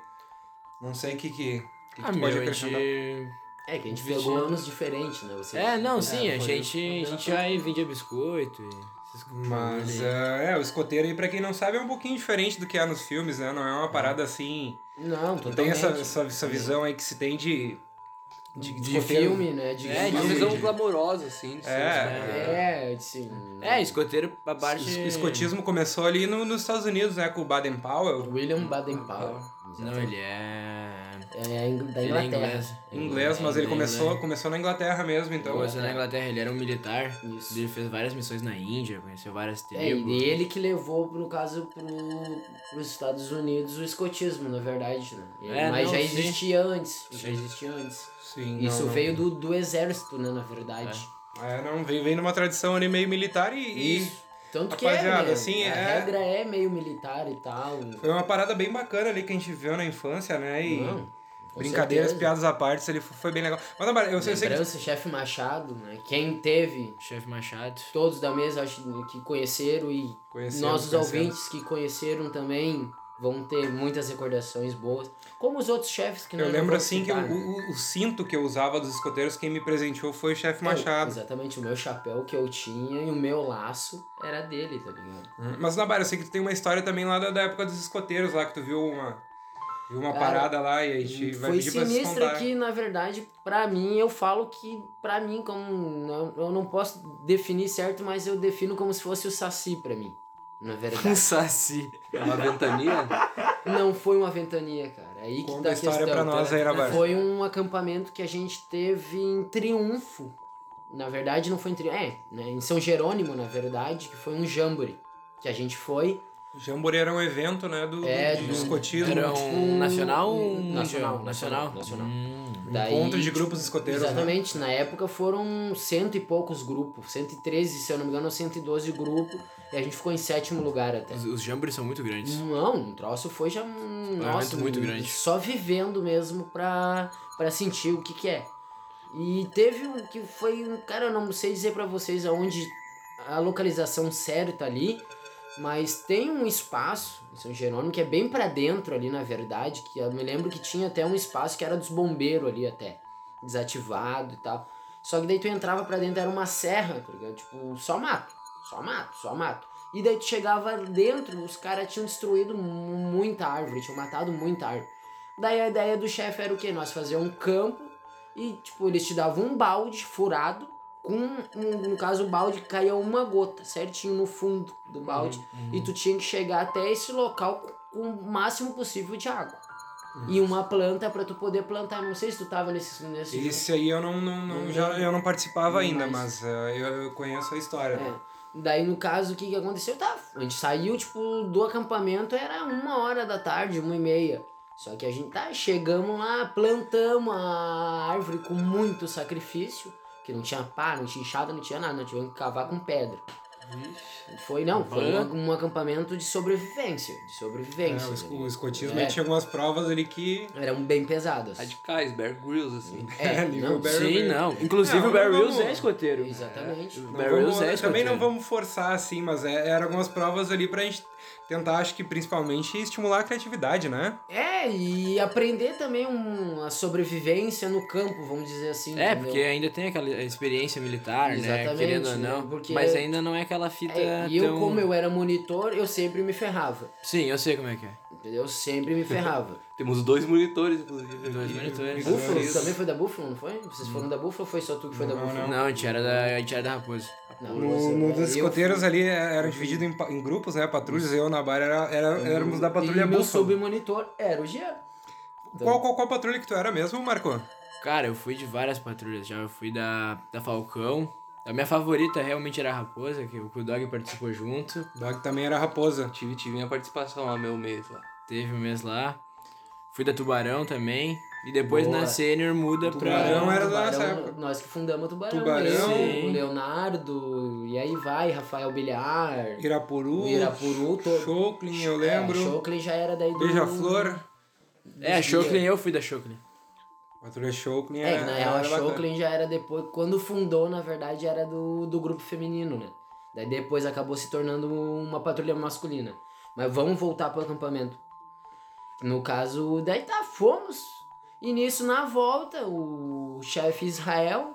[SPEAKER 1] Não sei o que, que, o que,
[SPEAKER 2] Ah,
[SPEAKER 1] que
[SPEAKER 2] meu,
[SPEAKER 1] pode
[SPEAKER 2] a
[SPEAKER 1] acrescentar.
[SPEAKER 2] gente...
[SPEAKER 4] É que a gente
[SPEAKER 2] Vixe.
[SPEAKER 4] pegou anos diferentes, né? Vocês...
[SPEAKER 2] É, não, sim, a
[SPEAKER 4] foi
[SPEAKER 2] gente, a
[SPEAKER 4] isso.
[SPEAKER 2] gente já é aí vendia biscoito e... essas coisas.
[SPEAKER 1] Mas ah, é, o escoteiro aí, pra quem não sabe, é um pouquinho diferente do que é nos filmes, né? Não é uma parada assim.
[SPEAKER 4] Não,
[SPEAKER 1] Não
[SPEAKER 4] totalmente.
[SPEAKER 1] tem essa, essa, essa visão aí que se tem de. De, de
[SPEAKER 4] de
[SPEAKER 1] roteiro.
[SPEAKER 4] filme, né? De
[SPEAKER 2] É,
[SPEAKER 3] Uma
[SPEAKER 2] de-
[SPEAKER 3] visão glamourosa, assim, de
[SPEAKER 1] É.
[SPEAKER 3] ser, né?
[SPEAKER 4] É, sim.
[SPEAKER 2] É, escoteiro, a parte...
[SPEAKER 4] É.
[SPEAKER 1] O escotismo começou ali no- nos Estados Unidos, né? Com o Baden Powell.
[SPEAKER 4] William Baden-Powell.
[SPEAKER 2] Não, ele é...
[SPEAKER 4] É ing- da
[SPEAKER 2] Ele é
[SPEAKER 4] Inglaterra.
[SPEAKER 2] inglês.
[SPEAKER 1] Inglês, mas ele
[SPEAKER 4] né?
[SPEAKER 2] É,
[SPEAKER 1] começou,
[SPEAKER 2] inglês.
[SPEAKER 1] começou na Inglaterra mesmo, então.
[SPEAKER 2] Começou na Inglaterra, ele era um militar.
[SPEAKER 4] Isso.
[SPEAKER 2] Ele fez várias missões na Índia, conheceu várias tribos.
[SPEAKER 4] É, e ele que levou, no caso, pro, pros Estados Unidos o escotismo, na verdade, né? Ele-
[SPEAKER 2] É,
[SPEAKER 4] mas
[SPEAKER 2] não,
[SPEAKER 4] já
[SPEAKER 2] sim.
[SPEAKER 4] existia antes. Já
[SPEAKER 2] Sim.
[SPEAKER 4] existia antes.
[SPEAKER 1] Sim,
[SPEAKER 4] Isso
[SPEAKER 1] não, não.
[SPEAKER 4] veio do, do exército, né, na verdade.
[SPEAKER 1] É, não, vem, vem numa tradição ali meio militar e, e
[SPEAKER 4] Isso. Tanto que é,
[SPEAKER 1] Rapaziada,
[SPEAKER 4] né?
[SPEAKER 1] assim,
[SPEAKER 4] a
[SPEAKER 1] é-
[SPEAKER 4] regra é meio militar e tal.
[SPEAKER 1] foi uma parada bem bacana ali que a gente viu na infância, né? E
[SPEAKER 4] Não, com
[SPEAKER 1] brincadeiras,
[SPEAKER 4] certeza.
[SPEAKER 1] piadas à parte, ele foi, foi bem legal. Mas não, eu, sei- eu sei que.
[SPEAKER 4] Lembrança, chefe Machado, né? Quem teve,
[SPEAKER 2] Chefe Machado.
[SPEAKER 4] todos da mesa acho que conheceram e
[SPEAKER 1] Conhecemos,
[SPEAKER 4] nossos
[SPEAKER 1] conhecemos.
[SPEAKER 4] ouvintes que conheceram também vão ter muitas recordações boas. Como os outros chefes que
[SPEAKER 1] Eu
[SPEAKER 4] nós não
[SPEAKER 1] lembro
[SPEAKER 4] vamos
[SPEAKER 1] assim que
[SPEAKER 4] citar,
[SPEAKER 1] o,
[SPEAKER 4] né?
[SPEAKER 1] o- o cinto que eu usava dos escoteiros, quem me presenteou foi o chefe
[SPEAKER 4] Eu,
[SPEAKER 1] Machado.
[SPEAKER 4] Então, exatamente, o meu chapéu que eu tinha e o meu laço era dele, tá ligado?
[SPEAKER 1] Hum, Mas na eu sei que tu tem uma história também lá da, da época dos escoteiros lá, que tu viu uma, viu uma
[SPEAKER 4] Cara,
[SPEAKER 1] parada lá e a gente vai
[SPEAKER 4] Foi
[SPEAKER 1] pedir pra vocês
[SPEAKER 4] sinistra
[SPEAKER 1] contar.
[SPEAKER 4] que, na verdade, pra mim, eu falo que, pra mim, como eu, eu não posso definir certo, mas eu defino como se fosse o Saci pra mim, na verdade.
[SPEAKER 2] Saci.
[SPEAKER 3] É Uma ventania.
[SPEAKER 4] Não foi uma ventania, cara. Aí que
[SPEAKER 1] Conta
[SPEAKER 4] tá
[SPEAKER 1] a
[SPEAKER 4] a
[SPEAKER 1] história
[SPEAKER 4] questão.
[SPEAKER 1] pra nós aí, Nabar.
[SPEAKER 4] Foi um acampamento que a gente teve em Triunfo. Na verdade, não foi em Triunfo. É, né? Em São Jerônimo, na verdade, que foi um jamboree. Que a gente foi.
[SPEAKER 1] Jamboree era um evento, né, do,
[SPEAKER 4] É,
[SPEAKER 1] do
[SPEAKER 4] do-
[SPEAKER 1] escotismo.
[SPEAKER 2] Era
[SPEAKER 4] Tipo,
[SPEAKER 2] um nacional ou um
[SPEAKER 4] nacional,
[SPEAKER 2] mundial?
[SPEAKER 4] nacional, nacional.
[SPEAKER 2] Hum.
[SPEAKER 4] Daí,
[SPEAKER 1] Um Encontro de
[SPEAKER 4] tipo,
[SPEAKER 1] grupos escoteiros, né?
[SPEAKER 4] Exatamente, na época foram cento e poucos grupos. 113, se eu não me engano, ou 112 grupos. E a gente ficou em sétimo lugar até.
[SPEAKER 2] Os, os jambores são muito grandes.
[SPEAKER 4] Não, o troço foi já. um
[SPEAKER 2] evento
[SPEAKER 4] nossa,
[SPEAKER 2] muito
[SPEAKER 4] um-
[SPEAKER 2] grande.
[SPEAKER 4] Só vivendo mesmo pra, pra sentir o que, que é. E teve um que foi um. Cara, eu não sei dizer pra vocês aonde a localização certa ali. Mas tem um espaço em São Jerônimo que é bem pra dentro ali, na verdade, que eu me lembro que tinha até um espaço que era dos bombeiros ali até, desativado e tal. Só que daí tu entrava pra dentro, era uma serra, tá ligado? Tipo, só mato, só mato, só mato. E daí tu chegava dentro, os caras tinham destruído mu- muita árvore, tinham matado muita árvore. Daí a ideia do chefe era o quê? Nós fazer um campo e, tipo, eles te davam um balde furado com, um- no caso, o balde caía uma gota certinho no fundo do balde. E tu tinha que chegar até esse local com o máximo possível de água. E uma planta pra tu poder plantar. Não sei se tu tava nesse... nesse
[SPEAKER 1] Esse aí eu não, não, não-
[SPEAKER 4] Não
[SPEAKER 1] já,
[SPEAKER 4] lembro.
[SPEAKER 1] eu não participava
[SPEAKER 4] Não
[SPEAKER 1] ainda,
[SPEAKER 4] mais.
[SPEAKER 1] mas eh, eu, eu conheço a história.
[SPEAKER 4] É. Daí, no caso, o que, que aconteceu? Tá, a gente saiu, tipo, do acampamento, era uma hora da tarde, uma e meia. Só que a gente tá, chegamos lá, plantamos a árvore com muito sacrifício, que não tinha pá, não tinha enxada, não tinha nada, nós tivemos que cavar com pedra. Foi não, foi um, um acampamento de sobrevivência, de
[SPEAKER 1] É,
[SPEAKER 4] sobrevivência.
[SPEAKER 1] o, esco- o escotismo
[SPEAKER 4] É.
[SPEAKER 1] ele tinha algumas provas ali que.
[SPEAKER 4] Eram bem pesadas.
[SPEAKER 2] Tá
[SPEAKER 3] Radicais, Bear Grylls, assim.
[SPEAKER 2] [LAUGHS]
[SPEAKER 4] É,
[SPEAKER 1] nível
[SPEAKER 4] não,
[SPEAKER 1] Barry
[SPEAKER 2] Sim,
[SPEAKER 1] Grylls.
[SPEAKER 2] não. Inclusive
[SPEAKER 1] Não,
[SPEAKER 2] o Barry
[SPEAKER 1] não
[SPEAKER 2] Wills
[SPEAKER 1] vamos-
[SPEAKER 2] é escoteiro.
[SPEAKER 4] Exatamente.
[SPEAKER 2] O
[SPEAKER 1] Não
[SPEAKER 2] Barry
[SPEAKER 1] vamos-
[SPEAKER 2] Wills é escoteiro.
[SPEAKER 1] também não vamos forçar assim, mas é, eram algumas provas ali pra gente tentar, acho que principalmente, estimular a criatividade, né?
[SPEAKER 4] É, e aprender também um, a sobrevivência no campo, vamos dizer assim.
[SPEAKER 2] É,
[SPEAKER 4] entendeu?
[SPEAKER 2] porque ainda tem aquela experiência militar, né?
[SPEAKER 4] Exatamente,
[SPEAKER 2] Querendo ou
[SPEAKER 4] né?
[SPEAKER 2] não.
[SPEAKER 4] Porque-
[SPEAKER 2] Mas ainda não é aquela fita
[SPEAKER 1] Ah,
[SPEAKER 4] É, e eu,
[SPEAKER 1] então
[SPEAKER 2] tão...
[SPEAKER 4] como eu era monitor, eu sempre me ferrava.
[SPEAKER 2] Sim, eu sei como é que é.
[SPEAKER 4] Entendeu? Eu sempre me ferrava.
[SPEAKER 3] Temos dois monitores, inclusive.
[SPEAKER 2] Dois
[SPEAKER 3] aqui.
[SPEAKER 2] monitores.
[SPEAKER 1] [LAUGHS]
[SPEAKER 4] Búfalo,
[SPEAKER 1] Isso.
[SPEAKER 4] também foi da Búfalo, não foi? Vocês foram da Búfalo ou foi só tu que foi da
[SPEAKER 1] Não,
[SPEAKER 4] Búfalo?
[SPEAKER 2] Não, a gente era da, a gente era da Raposa.
[SPEAKER 4] Não,
[SPEAKER 1] No, no dos escoteiros ali eh, eram divididos em, pa- em grupos, né? Patrulhas, eu na barra era, era- éramos da patrulha
[SPEAKER 4] E meu
[SPEAKER 1] Búfalo.
[SPEAKER 4] submonitor era o Jean.
[SPEAKER 1] Qual, qual, qual patrulha que tu era mesmo, Marco?
[SPEAKER 2] Cara, eu fui de várias patrulhas já. Eu fui da, da Falcão. A minha favorita realmente era a Raposa, que o Dog participou junto.
[SPEAKER 1] Dog também era raposa.
[SPEAKER 3] Tive, tive minha participação lá, meu mês lá.
[SPEAKER 2] Teve um mês lá. Fui da Tubarão também. E depois
[SPEAKER 4] Boa.
[SPEAKER 2] na Sênior muda
[SPEAKER 1] Tubarão
[SPEAKER 2] pra.
[SPEAKER 1] era da nossa época.
[SPEAKER 4] Nós que fundamos o Tubarão.
[SPEAKER 1] Tubarão.
[SPEAKER 4] esse, o Leonardo, e aí vai, Rafael Bilhar,
[SPEAKER 1] Irapuru.
[SPEAKER 4] o Irapuru, todo.
[SPEAKER 1] Choclin, eu lembro.
[SPEAKER 4] É, Choclin já era daí do...
[SPEAKER 1] Beija-flor.
[SPEAKER 2] É, a Choclin, eu fui da Choclin.
[SPEAKER 1] Patrulha Choclin
[SPEAKER 4] É, que na real a
[SPEAKER 1] era bacana.
[SPEAKER 4] Choclin já era depois. Quando fundou, na verdade, era do, do grupo feminino, né? Daí depois acabou se tornando uma patrulha masculina. Mas vamos voltar pro acampamento. No caso, daí tá, fomos. E nisso, na volta, o chefe Israel,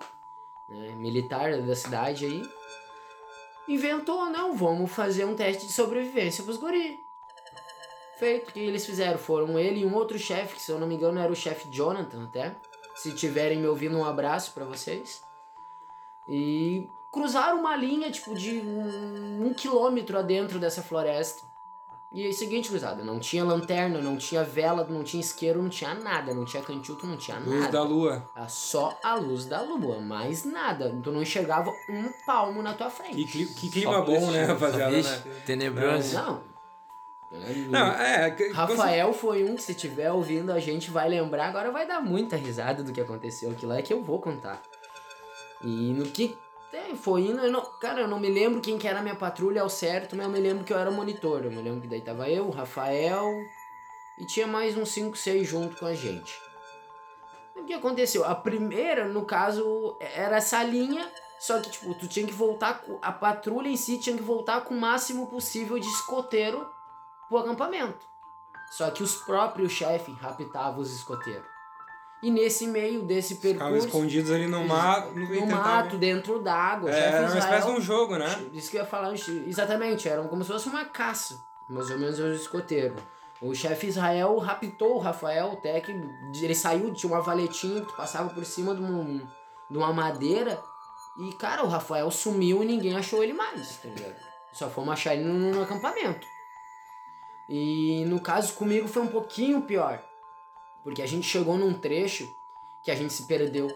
[SPEAKER 4] né, militar da cidade aí, inventou, não, vamos fazer um teste de sobrevivência pros guri. Feito, o que eles fizeram? Foram ele e um outro chefe, que se eu não me engano era o chefe Jonathan até. Se tiverem me ouvindo, um abraço pra vocês. E cruzaram uma linha, tipo, de um, um quilômetro adentro dessa floresta. E é o seguinte, cruzada, não tinha lanterna, não tinha vela, não tinha isqueiro, não tinha nada, não tinha cantilto, não tinha
[SPEAKER 1] Luz
[SPEAKER 4] nada.
[SPEAKER 1] da lua.
[SPEAKER 4] Era só a luz da lua, mais nada. Tu não enxergava um palmo na tua frente.
[SPEAKER 1] Que, cli- que clima
[SPEAKER 3] Só
[SPEAKER 1] bom, né,
[SPEAKER 3] política,
[SPEAKER 1] rapaziada? né?
[SPEAKER 2] Vixe, tenebroso.
[SPEAKER 4] Não.
[SPEAKER 1] Não, é. que-
[SPEAKER 4] Rafael foi um que se tiver ouvindo a gente vai lembrar, agora vai dar muita risada do que aconteceu aqui lá, é que eu vou contar. E no que é, foi indo, eu não, cara, eu não me lembro quem que era a minha patrulha ao certo, mas eu me lembro que eu era o monitor, eu me lembro que daí tava eu, o Rafael e tinha mais uns 5, 6 junto com a gente. O que aconteceu? A primeira, no caso, era essa linha, só que tipo, tu tinha que voltar, com- a patrulha em si tinha que voltar com o máximo possível de escoteiro pro acampamento. Só que os próprios chefes raptavam os escoteiros. E nesse meio desse
[SPEAKER 1] Ficavam
[SPEAKER 4] percurso,
[SPEAKER 1] escondidos ali no mar.
[SPEAKER 4] no mato, dentro d'água,
[SPEAKER 1] É,
[SPEAKER 4] chefe
[SPEAKER 1] era uma espécie de
[SPEAKER 4] Israel.
[SPEAKER 1] um jogo, né?
[SPEAKER 4] Isso que eu ia falar, antes. exatamente, era como se fosse uma caça, mais ou menos os escoteiros. O chefe Israel raptou o Rafael, até que ele saiu, tinha uma valetinha que passava por cima de, um- de uma madeira, e cara, o Rafael sumiu e ninguém achou ele mais, tá ligado? Só fomos achar ele no, no acampamento. E no caso comigo foi um pouquinho pior, porque a gente chegou num trecho que a gente se perdeu.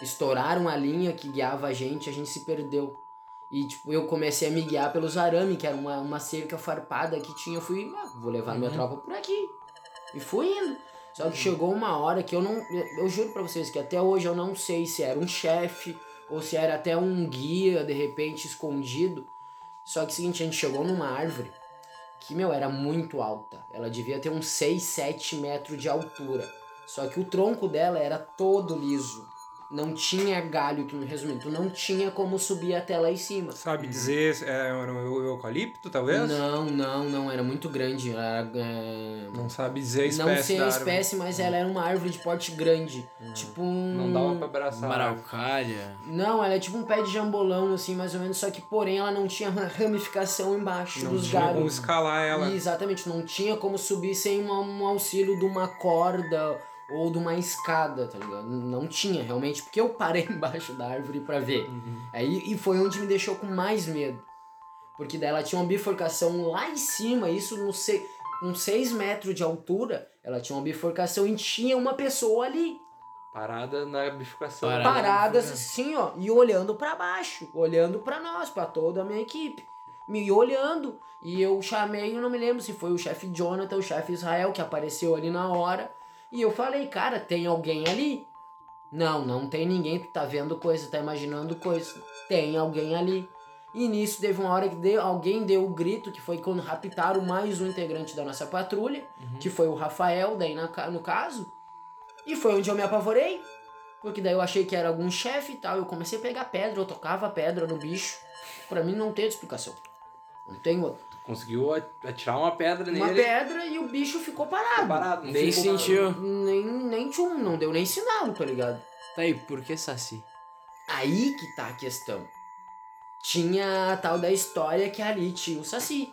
[SPEAKER 4] Estouraram a linha que guiava a gente, a gente se perdeu. E, tipo, eu comecei a me guiar pelos arame, que era uma, uma cerca farpada que tinha. Eu fui, ah, vou levar minha tropa por aqui. E fui indo. Só que chegou uma hora que eu não. eu- Eu juro pra vocês que até hoje eu não sei se era um chefe ou se era até um guia, de repente, escondido. Só que é o seguinte, a gente chegou numa árvore que, meu, era muito alta. Ela devia ter uns 6, 7 metros de altura. Só que o tronco dela era todo liso. Não tinha galho, tu, resumindo, tu não tinha como subir até lá em cima.
[SPEAKER 1] Sabe dizer, é, era o eucalipto, talvez?
[SPEAKER 4] Uhum. Não, não, não, era muito grande. Era, é,
[SPEAKER 1] Não sabe dizer a espécie
[SPEAKER 4] não sei
[SPEAKER 1] da
[SPEAKER 4] a
[SPEAKER 1] árvore. Ah.
[SPEAKER 4] espécie, mas ela era uma árvore de porte grande. Tipo um.
[SPEAKER 3] Não dava pra abraçar.
[SPEAKER 2] Maraucária.
[SPEAKER 4] Não, ela é tipo um pé de jambolão, assim, mais ou menos, só que porém ela não tinha uma ramificação embaixo
[SPEAKER 1] Não
[SPEAKER 4] dos
[SPEAKER 1] tinha como
[SPEAKER 4] galhos.
[SPEAKER 1] escalar ela.
[SPEAKER 4] E, exatamente, não tinha como subir sem uma- um auxílio de uma corda ou de uma escada, tá ligado? Não tinha, realmente, porque eu parei [LAUGHS] embaixo da árvore pra ver. Aí, e foi onde me deixou com mais medo. Porque daí ela tinha uma bifurcação lá em cima, isso não sei, com 6 metros de altura, ela tinha uma bifurcação e tinha uma pessoa ali
[SPEAKER 3] Parada na bifurcação.
[SPEAKER 2] Parada.
[SPEAKER 4] paradas assim, ó, e olhando pra baixo, olhando pra nós, pra toda a minha equipe, me olhando. E eu chamei, eu não me lembro se foi o chefe Jonathan, o chefe Israel, que apareceu ali na hora, e eu falei, cara, tem alguém ali? Não, não tem ninguém, tu tá vendo coisa, tá imaginando coisa. Tem alguém ali. E nisso teve uma hora que deu- alguém deu o grito, que foi quando raptaram mais um integrante da nossa patrulha, que foi o Rafael, daí na ca- no caso. E foi onde eu me apavorei. Porque daí eu achei que era algum chefe e tal. Eu comecei a pegar pedra, eu tocava pedra no bicho. Pra mim não tem outra explicação. Não tem outra.
[SPEAKER 3] Conseguiu atirar uma pedra
[SPEAKER 4] Uma
[SPEAKER 3] nele.
[SPEAKER 4] pedra e o bicho ficou parado.
[SPEAKER 3] Parado. não
[SPEAKER 2] Nem
[SPEAKER 3] ficou
[SPEAKER 2] sentiu.
[SPEAKER 4] Nem, nem tchum, não deu nem sinal, tá ligado?
[SPEAKER 2] Tá aí, por que Saci?
[SPEAKER 4] Aí que tá a questão. Tinha a tal da história que ali tinha o Saci.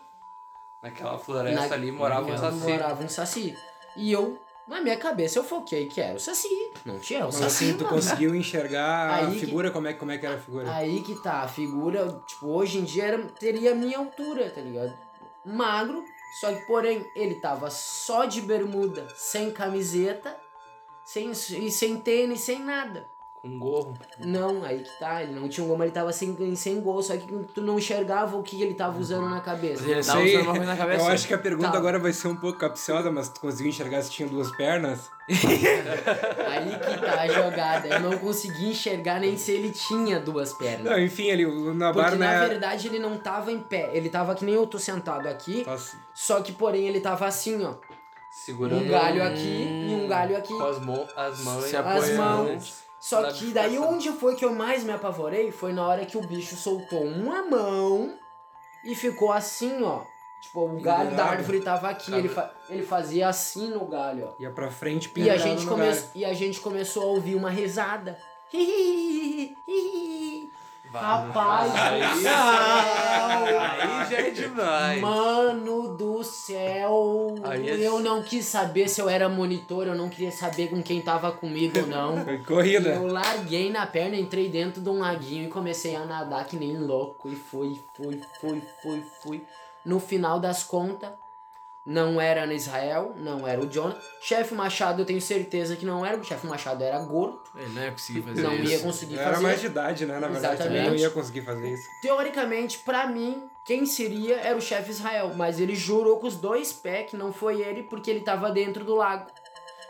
[SPEAKER 3] Naquela floresta
[SPEAKER 4] Na-
[SPEAKER 3] ali morava um
[SPEAKER 2] naquela
[SPEAKER 3] saci.
[SPEAKER 4] Morava um Saci. E eu, na minha cabeça, eu foquei que era o Saci. Não tinha, era o
[SPEAKER 1] Mas
[SPEAKER 4] Saci.
[SPEAKER 1] assim, tu
[SPEAKER 4] mano.
[SPEAKER 1] conseguiu enxergar a
[SPEAKER 4] Aí que-
[SPEAKER 1] figura, como, é, como é que era a figura?
[SPEAKER 4] Aí que tá, a figura, tipo, hoje em dia era, teria a minha altura, tá ligado? Magro, só que porém ele tava só de bermuda, sem camiseta, sem, e sem tênis, sem nada.
[SPEAKER 3] Com um gorro.
[SPEAKER 4] Não, aí que tá, ele não tinha um gol, mas ele tava sem, sem gol, só que tu não enxergava o que ele tava usando na cabeça.
[SPEAKER 2] Mas ele
[SPEAKER 1] Não
[SPEAKER 2] tava
[SPEAKER 1] sei,
[SPEAKER 2] usando é uma [LAUGHS] coisa na cabeça.
[SPEAKER 1] Eu acho que a pergunta
[SPEAKER 4] Tá.
[SPEAKER 1] agora vai ser um pouco capciosa, mas tu conseguiu enxergar se tinha duas pernas?
[SPEAKER 4] Aí que tá a jogada, eu não consegui enxergar nem se ele tinha duas pernas.
[SPEAKER 1] Não, enfim, ali, o
[SPEAKER 4] Porque
[SPEAKER 1] Nabar,
[SPEAKER 4] na
[SPEAKER 1] né?
[SPEAKER 4] verdade ele não tava em pé, ele tava que nem eu tô sentado aqui,
[SPEAKER 1] Nossa,
[SPEAKER 4] só que porém ele tava assim, ó.
[SPEAKER 3] Segurando
[SPEAKER 4] Um galho aqui
[SPEAKER 1] Hum.
[SPEAKER 4] e um galho aqui.
[SPEAKER 3] com as, mão, as mãos.
[SPEAKER 2] Se
[SPEAKER 4] As
[SPEAKER 2] apoiando.
[SPEAKER 4] mãos. Só
[SPEAKER 3] na
[SPEAKER 4] que daí
[SPEAKER 3] bifurcação.
[SPEAKER 4] onde foi que eu mais me apavorei foi na hora que o bicho soltou uma mão e ficou assim, ó. Tipo, o galho da
[SPEAKER 1] Pendurado.
[SPEAKER 4] árvore tava aqui, ele, fa- ele fazia assim no galho, ó.
[SPEAKER 1] ia pra frente,
[SPEAKER 4] E a,
[SPEAKER 1] pendurado
[SPEAKER 4] gente
[SPEAKER 1] no
[SPEAKER 4] come-
[SPEAKER 1] galho.
[SPEAKER 4] e a gente começou a ouvir uma risada. Rapaz do céu!
[SPEAKER 3] Aí já é demais.
[SPEAKER 4] Mano do céu!
[SPEAKER 3] Aí é-
[SPEAKER 4] Eu não quis saber se eu era monitor, eu não queria saber com quem tava comigo ou não.
[SPEAKER 1] Foi
[SPEAKER 4] E
[SPEAKER 1] corrida.
[SPEAKER 4] Eu larguei na perna, entrei dentro de um laguinho e comecei a nadar que nem louco. E fui, fui, fui, fui, fui. No final das contas, não era no Israel, não era o John. Chefe Machado, eu tenho certeza que não era, porque o chefe Machado era gordo.
[SPEAKER 2] Ele não ia conseguir fazer
[SPEAKER 4] Não
[SPEAKER 2] isso.
[SPEAKER 4] ia conseguir
[SPEAKER 1] Era
[SPEAKER 4] fazer.
[SPEAKER 1] mais de idade, né? Na verdade,
[SPEAKER 4] Exatamente.
[SPEAKER 1] não ia conseguir fazer isso.
[SPEAKER 4] Teoricamente, pra mim, quem seria era o chefe Israel, mas ele jurou com os dois pés que não foi ele porque ele tava dentro do lago.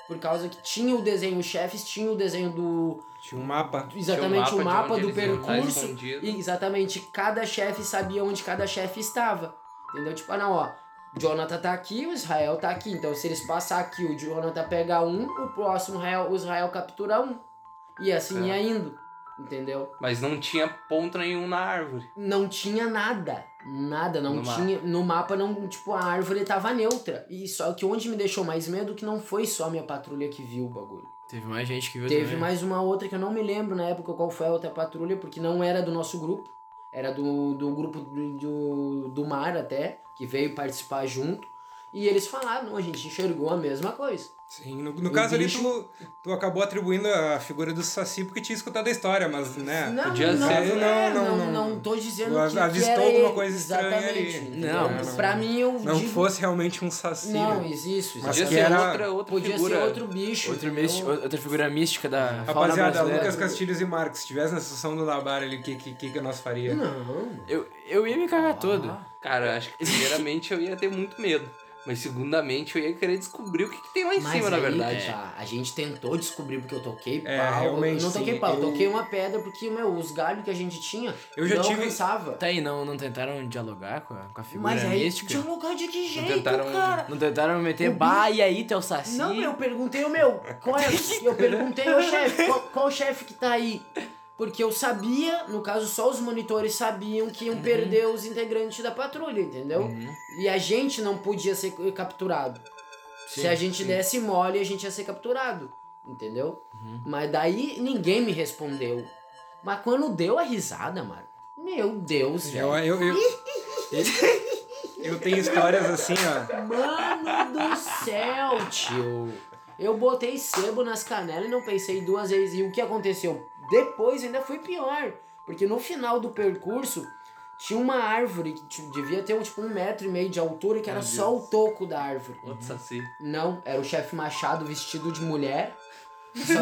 [SPEAKER 4] Por causa que tinha o desenho, os chefes tinham o desenho do.
[SPEAKER 1] Tinha um mapa.
[SPEAKER 4] Exatamente
[SPEAKER 3] Tinha
[SPEAKER 4] o mapa,
[SPEAKER 3] de
[SPEAKER 4] do
[SPEAKER 3] onde eles iam tá? estar
[SPEAKER 4] percurso.
[SPEAKER 3] escondido.
[SPEAKER 4] E, exatamente, cada chefe sabia onde cada chefe estava. Entendeu? Tipo, ah, não, ó. Jonathan tá aqui, o Israel tá aqui. Então, se eles passar aqui, o Jonathan pega um, o próximo Israel, o Israel captura um. E assim
[SPEAKER 3] Certo.
[SPEAKER 4] ia indo. Entendeu?
[SPEAKER 3] Mas não tinha ponto nenhum na árvore.
[SPEAKER 4] Não tinha nada. Nada, não
[SPEAKER 3] No
[SPEAKER 4] tinha. No mapa, não, tipo, a árvore tava neutra. E só que onde me deixou mais medo é que não foi só a minha patrulha que viu o bagulho.
[SPEAKER 2] Teve mais gente que viu
[SPEAKER 4] Teve
[SPEAKER 2] também.
[SPEAKER 4] mais uma outra que eu não me lembro na época qual foi a outra patrulha, porque não era do nosso grupo. Era do, do grupo do, do, do mar até, que veio participar junto. E eles falaram, não, a gente enxergou a mesma coisa.
[SPEAKER 1] Sim, no, no
[SPEAKER 4] O
[SPEAKER 1] caso
[SPEAKER 4] bicho-
[SPEAKER 1] ali tu, tu acabou atribuindo a figura do Saci porque tinha escutado a história, mas né.
[SPEAKER 4] não,
[SPEAKER 3] podia
[SPEAKER 4] não,
[SPEAKER 1] ser,
[SPEAKER 4] não,
[SPEAKER 1] não,
[SPEAKER 4] não,
[SPEAKER 1] não,
[SPEAKER 4] não,
[SPEAKER 1] não.
[SPEAKER 4] tô dizendo
[SPEAKER 1] Tu
[SPEAKER 4] que, que
[SPEAKER 1] avistou
[SPEAKER 4] era
[SPEAKER 1] alguma
[SPEAKER 4] ele.
[SPEAKER 1] coisa estranha
[SPEAKER 4] Exatamente.
[SPEAKER 1] ali. É,
[SPEAKER 4] entendeu?
[SPEAKER 2] Não,
[SPEAKER 4] Mas pra mim eu
[SPEAKER 1] Não
[SPEAKER 4] digo-
[SPEAKER 1] fosse realmente um Saci.
[SPEAKER 4] Não,
[SPEAKER 1] né?
[SPEAKER 4] isso, isso.
[SPEAKER 1] Mas
[SPEAKER 3] Podia
[SPEAKER 1] que
[SPEAKER 3] ser
[SPEAKER 1] era-
[SPEAKER 3] outra, outra
[SPEAKER 4] podia
[SPEAKER 3] figura.
[SPEAKER 4] ser outro bicho.
[SPEAKER 2] Outro
[SPEAKER 4] entendeu?
[SPEAKER 2] místico- outra figura mística da fauna
[SPEAKER 1] Rapaziada,
[SPEAKER 2] brasileira.
[SPEAKER 1] Lucas Castilhos e Marcos, se tivesse na sessão do Nabar ali, o que, que, que que nós faria?
[SPEAKER 4] Não.
[SPEAKER 2] Eu, eu ia me cagar todo.
[SPEAKER 3] Ah, Cara, eu acho que primeiramente eu ia ter muito medo. Mas segundamente eu ia querer descobrir o que, que tem lá em
[SPEAKER 4] Mas
[SPEAKER 3] cima, na
[SPEAKER 4] aí que
[SPEAKER 3] verdade.
[SPEAKER 4] tá, a gente tentou descobrir porque eu toquei pau.
[SPEAKER 1] É, realmente,
[SPEAKER 4] eu não toquei
[SPEAKER 1] sim,
[SPEAKER 4] pau, eu
[SPEAKER 1] eu-
[SPEAKER 4] toquei uma pedra porque, meu, os galhos que a gente tinha
[SPEAKER 1] Eu já
[SPEAKER 4] não
[SPEAKER 1] tive-
[SPEAKER 4] alcançava.
[SPEAKER 2] Tá aí, não, não tentaram dialogar com a, com a figura
[SPEAKER 4] Mas aí,
[SPEAKER 2] mística?
[SPEAKER 4] dialogar de que
[SPEAKER 1] Então
[SPEAKER 4] jeito,
[SPEAKER 3] tentaram-
[SPEAKER 4] cara?
[SPEAKER 2] Não tentaram meter
[SPEAKER 4] O bi-
[SPEAKER 2] bah, e aí, teu saci?
[SPEAKER 4] Não, eu perguntei o meu, qual é- eu perguntei ao chefe, qual, qual chefe que tá aí? Porque eu sabia, no caso só os monitores sabiam que iam perder os integrantes da patrulha, entendeu?
[SPEAKER 2] Uhum.
[SPEAKER 4] E a gente não podia ser capturado. Se
[SPEAKER 2] Sim,
[SPEAKER 4] a gente
[SPEAKER 2] sim.
[SPEAKER 4] desse mole, a gente ia ser capturado, entendeu?
[SPEAKER 2] Uhum.
[SPEAKER 4] Mas daí ninguém me respondeu. Mas quando deu a risada, mano, meu Deus, velho.
[SPEAKER 1] Eu, eu, eu, eu tenho histórias assim, ó.
[SPEAKER 4] Mano do céu, tio. Eu botei sebo nas canelas e não pensei duas vezes. E o que aconteceu? Depois ainda foi pior. Porque no final do percurso tinha uma árvore que tipo, devia ter um, tipo um metro e meio de altura que era
[SPEAKER 3] Meu
[SPEAKER 4] só o toco da árvore.
[SPEAKER 3] Outro saci.
[SPEAKER 4] Uhum. Não, era o chefe Machado vestido de mulher. Só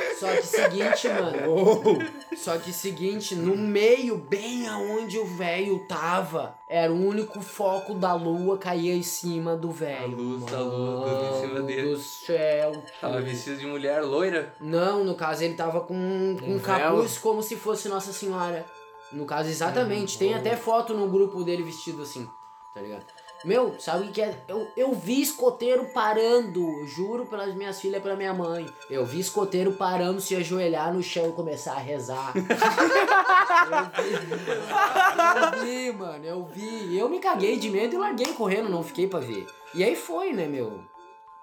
[SPEAKER 4] que,
[SPEAKER 3] [LAUGHS]
[SPEAKER 4] só que seguinte, mano.
[SPEAKER 1] Oh,
[SPEAKER 4] Só que seguinte, no meio, bem aonde o velho tava, era o único foco da lua caía em cima do velho.
[SPEAKER 3] A luz da lua dando em cima
[SPEAKER 4] Mano
[SPEAKER 3] dele.
[SPEAKER 4] do céu.
[SPEAKER 3] Tava vestido de mulher loira.
[SPEAKER 4] Não, no caso ele tava com um, com
[SPEAKER 2] Um
[SPEAKER 4] um
[SPEAKER 2] véu.
[SPEAKER 4] capuz como se fosse Nossa Senhora. No caso, exatamente. Tem até foto no grupo dele vestido assim, tá ligado? Meu, sabe o que que é? Eu, eu vi escoteiro parando, eu juro pelas minhas filhas e pela minha mãe. Eu vi escoteiro parando, se ajoelhar no chão e começar a rezar. [LAUGHS] eu, vi, eu vi, mano, eu vi. Eu me caguei de medo e larguei correndo, não fiquei pra ver. E aí foi, né, meu?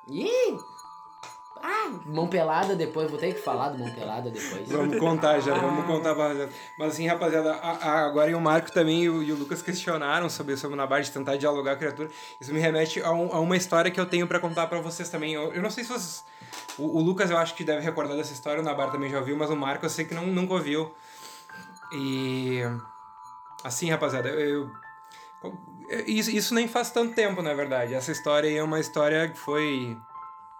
[SPEAKER 4] E Mão pelada depois, vou ter que falar do mão pelada depois.
[SPEAKER 1] vamos contar já, vamos contar. rapaziada. Mas assim, rapaziada, a- a- agora e o Marco também e o, e o Lucas questionaram sobre, sobre o Nabar de tentar dialogar com a criatura. Isso me remete a, um- a uma história que eu tenho pra contar pra vocês também. Eu, eu não sei se vocês. O, o Lucas eu acho que deve recordar dessa história, o Nabar também já ouviu, mas o Marco eu sei que não, nunca ouviu. E. Assim, rapaziada, eu. eu- isso, isso nem faz tanto tempo, na verdade. Essa história aí é uma história que foi.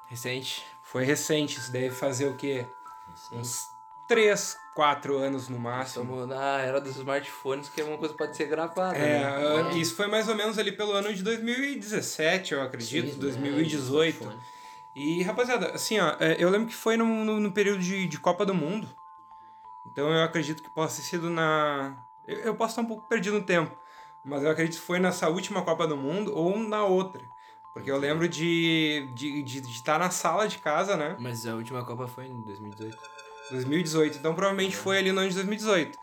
[SPEAKER 2] Recente.
[SPEAKER 1] Foi recente, isso deve fazer o quê? Uns 3, 4 anos no máximo.
[SPEAKER 3] Estamos na era dos smartphones, que é uma coisa que pode ser gravada.
[SPEAKER 1] É,
[SPEAKER 3] né?
[SPEAKER 1] ah, isso foi mais ou menos ali pelo ano de 2017, eu
[SPEAKER 4] né?
[SPEAKER 1] acredito, 2018. E, rapaziada, assim, ó, é, eu lembro que foi no, no, no período de, de Copa do Mundo. Então eu acredito que possa ter sido na. Eu, eu posso estar um pouco perdido no tempo, mas eu acredito que foi nessa última Copa do Mundo ou na outra. Porque eu lembro de estar de, de, de estar na sala de casa, né?
[SPEAKER 2] Mas a última Copa foi em 2018.
[SPEAKER 1] 2018. Então provavelmente foi ali no ano de 2018.